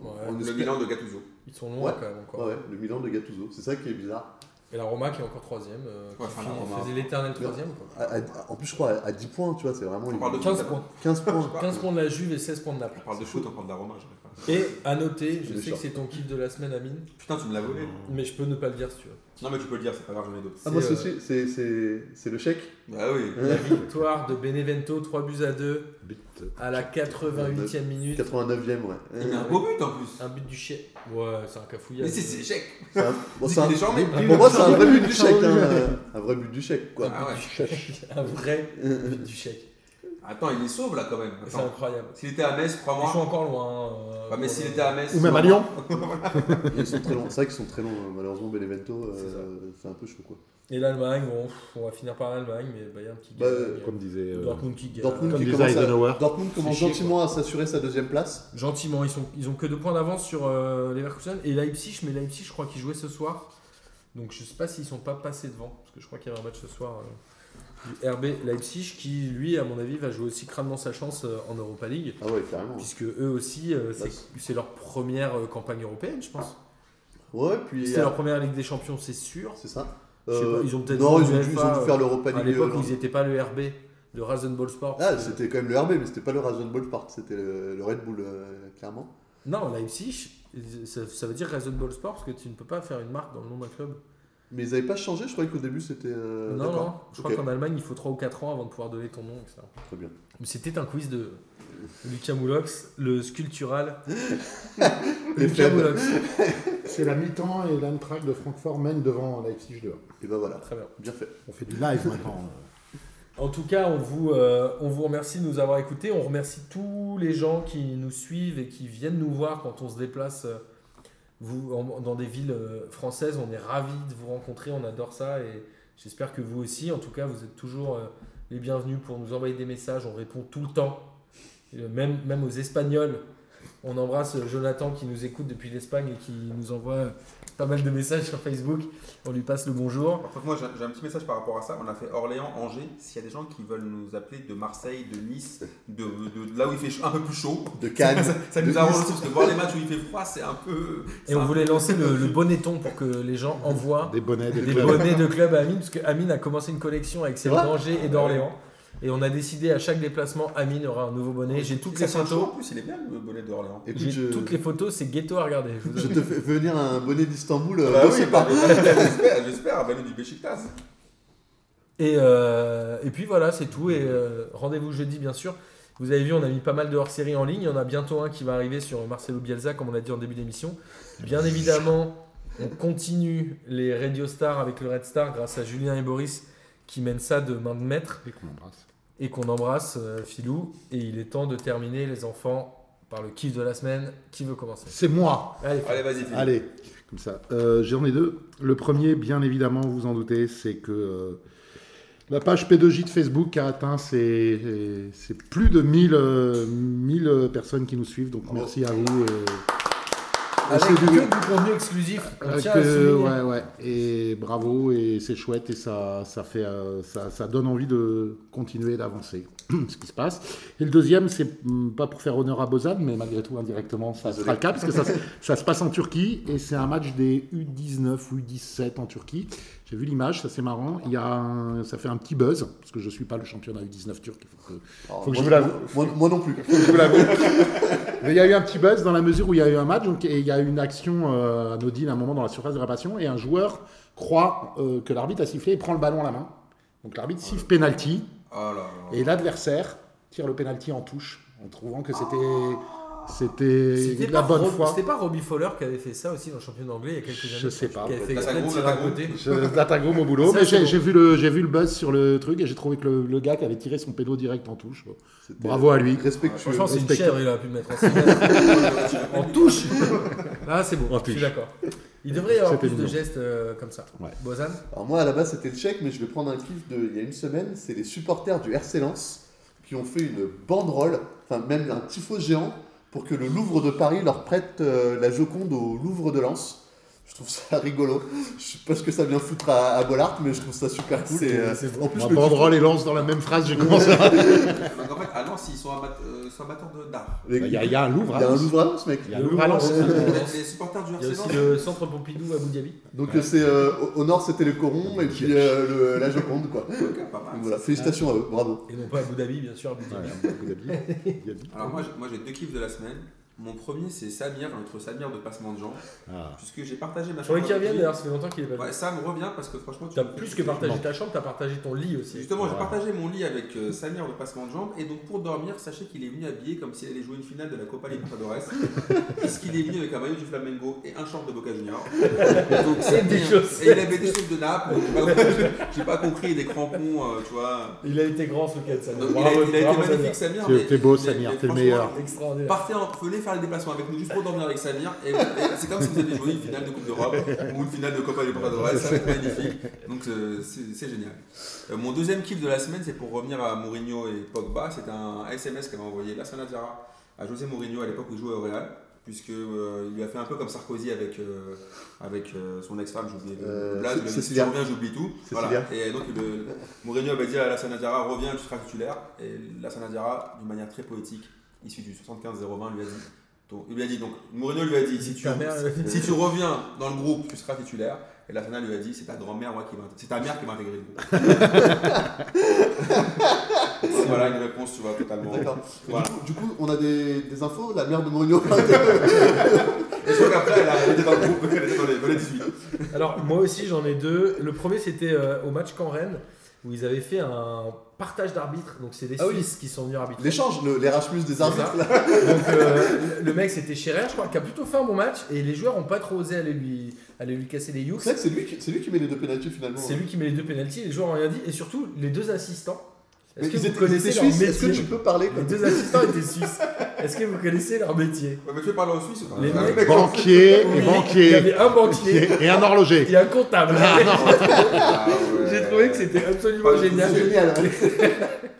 A: Ouais.
C: on
B: le
C: espère-
B: Milan de Gattuso.
A: Ils sont loin
C: Ouais.
A: quand même encore.
C: Ouais, ouais, le Milan de Gattuso, c'est ça qui est bizarre.
A: Et la Roma qui est encore troisième, euh, qui
B: Ouais, enfin, la
A: finit-
B: Roma.
A: faisait l'éternel troisième. quoi.
C: À- à- en plus, je crois à, à 10 points, tu vois, c'est vraiment.
B: On parle de
A: 15
B: foot.
A: points.
C: 15 points.
A: 15 points de la Juve et 16 points de Naples.
B: On parle de foot, on parle de la Roma. j'arrive pas.
A: Et à noter, je
C: Le
A: sais que
C: short.
A: c'est ton kiff de la semaine, Amine,
B: Putain, tu me l'as volé.
A: mais je peux ne pas le dire si tu veux.
B: Non, mais tu peux le dire, c'est pas grave, j'en ai d'autres.
C: Ah, moi,
A: C'est,
C: c'est
A: euh,
C: celui- c'est- c'est c'est le chèque.
B: Bah oui.
A: La victoire de Benevento, 3 buts à 2 à la 88e minute.
C: 89ème, ouais.
B: Il met un beau but en plus.
A: Un but du chien. Ouais, c'est un cafouillage.
B: Mais c'est c'est échec.
C: C'est un- bon, c'est un-
B: Il est charmé.
C: Pour moi, c'est un vrai but du chèque. hein, Un vrai but du chèque, quoi.
B: Ah ouais.
A: un vrai but du chèque.
B: Attends, il les sauve là quand même.
A: C'est
B: Attends.
A: incroyable.
B: S'il était à Metz,
A: Ils sont
B: crois-moi.
A: encore loin. hein, euh,
B: Bah, mais
A: pour
B: s'il
A: le-
B: était à Metz.
D: Ou même à Lyon.
C: Ils sont très longs. C'est vrai qu'ils sont très longs, hein. malheureusement, Benevento. euh,
A: C'est ça.
C: C'est un peu chaud, quoi.
A: Et l'Allemagne, bon, pff, on va finir par l'Allemagne, mais Bayern qui
C: Bah,
A: gagne.
C: euh,
D: Comme disait, euh,
A: Dortmund qui gagne.
C: Dortmund
D: comme
C: qui
D: disait
C: commence à-
D: Eisenhower.
C: Dortmund commence
A: C'est chier,
C: gentiment à s'assurer sa deuxième place.
A: Gentiment, ils, sont, ils ont que deux points d'avance sur euh, Leverkusen et Leipzig, mais Leipzig, je crois qu'ils jouaient ce soir. Donc je sais pas s'ils sont pas passés devant, parce que je crois qu'il y avait un match ce soir euh, du RB Leipzig qui, lui, à mon avis, va jouer aussi crânement sa chance euh, en Europa League,
C: Ah ouais, carrément.
A: puisque eux aussi, euh, c'est-
C: Bah,
A: c'est leur première euh, campagne européenne, je pense.
C: Ouais, puis. euh,
A: C'est leur première Ligue des Champions, c'est sûr.
C: C'est ça.
A: Je sais
C: Euh,
A: pas, ils ont peut-être
C: Non,
A: joué
C: ils ont dû, ils
A: UEFA,
C: ont dû faire l'Europa
A: À
C: League.
A: l'époque,
C: euh,
A: ils n'étaient pas le RB de Rasenball Sport.
C: Ah,
A: parce que-
C: c'était quand même le RB, mais c'était pas le Rasenball Sport, c'était le, le Red Bull, euh, clairement.
A: Non, Leipzig, ça, ça veut dire Rasenball Sport, parce que tu ne peux pas faire une marque dans le nom d'un club.
C: Mais ils avaient pas changé, je croyais qu'au début c'était. euh,
A: non,
C: d'accord.
A: non, je crois
C: Ok.
A: qu'en Allemagne, il faut 3 ou 4 ans avant de pouvoir donner ton nom, etc.
C: Très bien.
A: Mais C'était un quiz de Lucas Moulox, le sculptural.
C: Les
A: Lucas
C: faibles.
A: Moulox.
D: C'est la mi-temps et l'Antrac de Francfort mène devant Leipzig 2.
C: Et ben voilà,
A: Très bien.
C: bien fait.
D: On fait du live maintenant.
A: En tout cas, on vous, euh, on vous remercie de nous avoir écoutés. On remercie tous les gens qui nous suivent et qui viennent nous voir quand on se déplace euh, vous, en- dans des villes euh, françaises. On est ravis de vous rencontrer, on adore ça et j'espère que vous aussi. En tout cas, vous êtes toujours euh, les bienvenus pour nous envoyer des messages. On répond tout le temps, Euh, même, même aux Espagnols. On embrasse euh, Jonathan qui nous écoute depuis l'Espagne et qui nous envoie euh, pas mal de messages sur Facebook. On lui passe le bonjour.
B: Par contre, moi, j'ai j'ai un petit message par rapport à ça. On a fait Orléans, Angers. S'il y a des gens qui veulent nous appeler de Marseille, de Nice, de, de- de là où il fait ch- un peu plus chaud,
C: De Cannes.
B: ça, ça
C: de
B: nous arrange
C: Nice.
B: aussi parce que voir les matchs où il fait froid, c'est un peu. c'est
A: Et on
B: un-
A: voulait lancer le, le bonneton pour que les gens envoient
D: Des bonnets, des
A: des
D: clubs.
A: bonnets de club à Amine, parce que Amine a commencé une collection avec ses
C: C'est vrai
A: d'Angers et d'Orléans. Et on a décidé à chaque déplacement, Amine aura un nouveau bonnet. J'ai toutes
B: Ça
A: les
B: sent chaud en
A: photos.
B: plus, il est bien le bonnet d'Orléans.
C: Écoute,
A: J'ai
C: je,
A: toutes les photos, c'est ghetto à regarder. je vous
C: je
A: avoue.
C: te fais venir un bonnet d'Istanbul, euh,
B: Bah
C: je
B: oui,
C: sais pas.
B: bah, J'espère, j'espère, Valou du Beşiktaş.
A: Et, euh, et puis voilà, c'est tout. Et euh, rendez-vous jeudi, bien sûr. Vous avez vu, on a mis pas mal de hors-séries en ligne. Il y en a bientôt un qui va arriver sur Marcelo Bielsa, comme on l'a dit en début d'émission. Bien évidemment, on continue les Radio Stars avec le Red Star grâce à Julien et Boris qui mènent ça de main de maître.
D: Et qu'on embrasse.
A: et qu'on embrasse euh, Philou. Et il est temps de terminer, les enfants, par le kiff de la semaine. Qui veut commencer
D: C'est moi
A: Allez, Philou.
B: Allez, vas-y, Philippe.
D: Allez, comme ça. Euh, J'en ai deux. Le premier, bien évidemment, vous en doutez, c'est que euh, La page P2J de Facebook a atteint ses, ses plus de 1000, euh, 1000 personnes qui nous suivent. Donc merci à vous. euh,
A: Avec
D: c'est
A: que
D: du-
A: du contenu exclusif. on
D: avec,
A: tient à le
D: euh,
A: souligner.
D: ouais, ouais. Et bravo, et c'est chouette, et ça, ça, fait, euh, ça, ça donne envie de continuer d'avancer, ce qui se passe. Et le deuxième, c'est hum, pas pour faire honneur à Bozan, mais malgré tout, indirectement, ça sera le cas, parce que ça, se- ça se passe en Turquie, et c'est un match des U19 ou U17 en Turquie. J'ai vu l'image, ça c'est marrant. Il y a un- ça fait un petit buzz, parce que je suis pas le championnat U19 turc. il faut que- que je vous
C: Oh, moi,
D: l'avoue.
C: moi- moi non plus.
D: je vous l'avoue. Mais il y a eu un petit buzz dans la mesure où il y a eu un match, donc, et il y a eu une action euh, anodine à un moment dans la surface de réparation, et un joueur croit euh, que l'arbitre a sifflé et prend le ballon à la main. Donc l'arbitre siffle penalty,
B: Oh là là.
D: et l'adversaire tire le penalty en touche, en trouvant que c'était c'était
A: C'était
D: la
A: pas,
D: bonne
A: Rob-
D: fois.
A: c'était pas Robbie Fowler qui avait fait ça aussi dans le championnat anglais il y a quelques années.
D: Je sais pas,
A: Qui avait fait
B: peut-être.
A: exprès de
B: Attaque
A: tirer à
B: gauche,
A: côté.
D: Je l'attaque au boulot,
A: Ça,
D: mais
A: c'est
D: j'ai
A: bon.
D: j'ai vu, le- j'ai vu le buzz sur le truc et j'ai trouvé que le, le gars qui avait tiré son pédo direct en touche.
C: C'était
D: Bravo à lui.
C: Respectueux.
A: Franchement, c'est une
D: respecte.
A: chèvre, il aurait pu le mettre en cigarette. en touche. Là, c'est bon,
D: En
A: je suis
D: touche.
A: d'accord. Il devrait y avoir
D: C'était
A: plus de
D: mignon.
A: gestes euh, comme ça.
D: Ouais.
A: Bozan
C: Alors moi à la base c'était le tchèque, mais je vais prendre un clip de il y a une semaine, c'est les supporters du RC Lens qui ont fait une banderole, enfin même un tifo géant, pour que le Louvre de Paris leur prête euh, la Joconde au Louvre de Lens. Je trouve ça rigolo. Je sais pas ce que ça vient foutre à, à Bollard, mais je trouve ça super cool. et, euh, en plus,
D: Ma
C: le
D: banderole et lance dans la même phrase, j'ai commencé à...
B: Donc en fait, à Lens, ils sont amat- euh, sont amateurs de- d'art.
C: tifo-
D: Il y, a- il y a un Louvre.
C: Il y a
D: hein.
C: un Louvre à Lens, mec.
D: Il y a le Louvre à Lens.
B: Les supporters du
A: Il y a
B: RC Lens.
A: aussi le centre Pompidou à Abu Dhabi.
C: Donc euh, c'est euh, au- au nord c'était le Coron et puis euh, le- la Joconde quoi. Donc
B: Ok, pas mal.
C: voilà, félicitations à eux, bravo.
A: Et non pas Abu Dhabi, bien sûr, Abu Dhabi.
B: Alors moi, j'ai- moi j'ai deux kiffs de la semaine. Mon premier, c'est Samir, notre Samir de passement de gens.
D: Ah.
B: Puisque j'ai partagé ma
A: Faudrait qu'il
B: avec lui.
A: revienne d'ailleurs, ça fait longtemps qu'il est pas venu.
B: Ouais, Sam revient parce que franchement, tu
A: T'as
B: me fais-
A: plus que partagé ta chambre, t'as partagé ton lit aussi.
B: Justement, j'ai
D: Ouais.
B: partagé mon lit avec euh, Samir de passement de jambes et donc pour dormir, sachez qu'il est venu habillé comme s'il allait jouer une finale de la Copa Libertadores puisqu'il est venu avec un maillot du Flamengo et un short de Boca Junior. donc c'est
A: des
B: bien.
A: chaussettes.
B: Et il avait des choses de Naples, donc j'ai pas- j'ai pas compris des crampons, euh, tu vois.
A: Il a été grand ce week-end, ça.
B: Donc, il a-
A: Bravo,
B: il a,
A: bravo,
B: été
A: Samir.
B: magnifique Samir.
D: T'es-
B: mais-
D: t'es beau,
B: mais-
D: Samir,
B: mais
D: t'es le
B: franchement,
D: meilleur.
A: Extraordinaire.
B: Partez en, venez faire le déplacement avec nous juste pour dormir avec Samir. Et, vous- et c'est comme si vous aviez joué une finale de Coupe d'Europe ou une finale de Copa Libertadores. Ça, C'est magnifique. Donc euh, c'est c'est génial. Euh, mon deuxième kiff de la semaine, c'est pour revenir à Mourinho et Pogba. C'est un SMS qu'avait envoyé Lassana Zara à José Mourinho à l'époque où il jouait au Real. Puisque euh, il lui a fait un peu comme Sarkozy avec, euh, avec euh, son ex-femme, j'ai oublié le- le
C: Euh,
B: blaze,
C: Ce-
B: il lui a dit, si tu
C: Cécilia.
B: reviens, j'oublie tout.
C: Cécilia.
B: Voilà. Et donc le- Mourinho avait dit à Lassana Zara, reviens, tu seras titulaire. Et Lassana Zara, d'une manière très poétique, issu du 75-020, lui a dit. donc- il lui a dit donc Mourinho lui a dit si tu,
A: Ta mère, euh,
B: si tu reviens dans le groupe, tu seras titulaire. Et la Fana lui a dit c'est ta grand-mère moi qui va c'est ta mère qui va intégrer le groupe. Donc voilà une réponse tu vois totalement.
C: D'accord. Et
B: Voilà.
C: Du, coup, du coup, on a des, des infos, la mère de Mourinho.
B: Et je crois qu'après elle, a- elle était dans le groupe elle était dans les, dans les 18.
A: Alors moi aussi j'en ai deux. Le premier c'était euh, au match qu'en Rennes où ils avaient fait un partage d'arbitres. Donc c'est les
C: Ah oui.
A: Suisses qui sont venus arbitrer.
C: L'échange, le- l'Erasmus des arbitres. là.
A: Donc euh, le mec c'était Scherer je crois qui a plutôt fait un bon match et les joueurs ont pas trop osé aller lui aller lui casser les
C: C'est vrai
A: yeux.
C: que c'est lui, qui- c'est lui qui met les deux pénaltys finalement.
A: C'est lui qui met les deux pénalties. Les joueurs ont rien dit et surtout les deux assistants.
C: Mais
A: Est-ce que
C: ils
A: vous
C: étaient-
A: connaissez
C: ils étaient
A: leur
C: suisses, Est-ce que tu
A: métier
C: peux parler
A: Les
C: comme
A: deux assistants étaient suisses. Est-ce que vous connaissez leur métier
B: Ouais, mais tu veux parler en Suisse ou pas
A: Les
B: Ah,
A: mecs-
B: d'accord.
D: Banquier
A: Oui,
D: et
A: Il y
D: banquier.
A: avait un banquier
D: Et un horloger.
A: et un comptable.
B: Ah, ouais.
A: J'ai trouvé que c'était
B: Pas
A: absolument
B: du tout
A: génial.
B: suisse.
C: Génial. hein.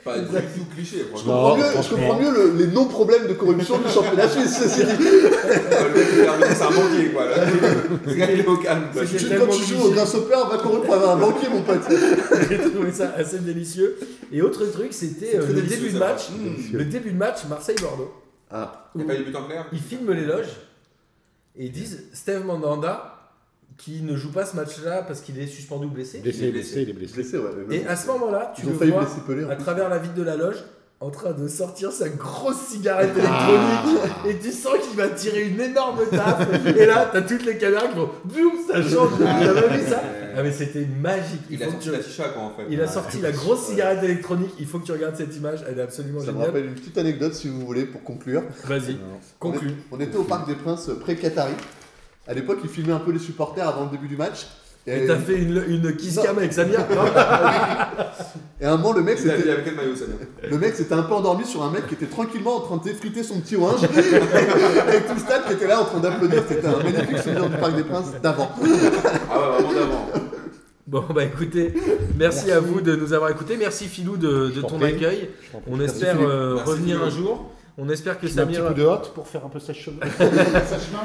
B: Pas du tout cliché
C: Je
B: franchement.
D: Non,
C: comprends mieux, je
A: Oh,
D: franchement.
C: comprends mieux le- les non-problèmes de corruption du championnat suisse. ceci dit.
B: Le mec qui est arbitre, c'est un banquier quoi. Là, il est au calme. quoi.
A: C'est-
C: Tu-
A: tellement
C: Quand tu joues
A: cliché.
C: au grasshopper, va corrompre un un banquier, mon pote.
A: J'ai trouvé ça assez délicieux. Et autre truc, c'était
B: C'est
A: euh,
B: très
A: le
B: délicieux,
A: début de
B: ça.
A: match.
C: Hmm.
B: Mmh.
A: Le début de match, Marseille-Bordeaux.
C: Ah,
B: Il n'y a pas eu de but en clair
A: Ils filment les loges et ils disent Steve Mandanda, qui ne joue pas ce match-là parce qu'il est suspendu ou blessé.
D: Blessé, blessé, il est blessé.
C: blessé, ouais. mais
A: Et
C: bon.
A: à ce moment-là, tu
C: ils
A: le
C: ont failli
A: vois
C: blesser Pelé. en
A: à
C: plus.
A: travers la vitre de la loge en train de sortir sa grosse cigarette électronique
D: Ah.
A: et tu sens qu'il va tirer une énorme taffe et là t'as toutes les caméras qui vont boum ça change t'as pas vu ça ah mais c'était magique
B: Il a
A: faut que
B: sorti
A: tu-
B: la chicha quoi en fait.
A: Il a sorti la grosse cigarette électronique. Il faut que tu regardes cette image. Elle est absolument
C: Ça me
A: géniale.
C: rappelle une petite anecdote, si vous voulez, pour conclure.
A: Vas-y,
D: Ah.
A: conclue.
C: On était au Parc des Princes pré-Qatari. À l'époque, ils filmaient un peu les supporters avant le début du match.
A: Et t'as fait une, une kiss cam avec Samir Non,
C: et à un moment, le
B: Il
C: mec,
B: a
C: c'était
B: habillé avec quel maillot ça vient
C: Le mec s'était un peu endormi sur un mec qui était tranquillement en train d'effriter son petit oinge avec tout le stade qui était là en train d'applaudir. C'était un magnifique souvenir du Parc des Princes d'avant.
B: Ah ouais, vraiment d'avant.
A: Bon, bah écoutez, merci,
D: Merci.
A: à vous de nous avoir écoutés. Merci Philou de, de
D: t'en
A: ton
D: prie.
A: accueil. On
D: Merci,
A: espère
D: Philippe.
A: euh,
B: Merci,
A: revenir
B: Philou.
A: un jour. On espère que
D: Je mets un petit
A: Samir
D: coup de hotte pour faire un peu sèche cheveux.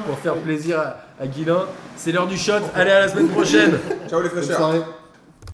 A: pour faire plaisir à, à Guilin. C'est l'heure du shot. Allez, à la semaine prochaine.
B: Ciao les
D: Bonne
B: fraîcheurs
D: soirée.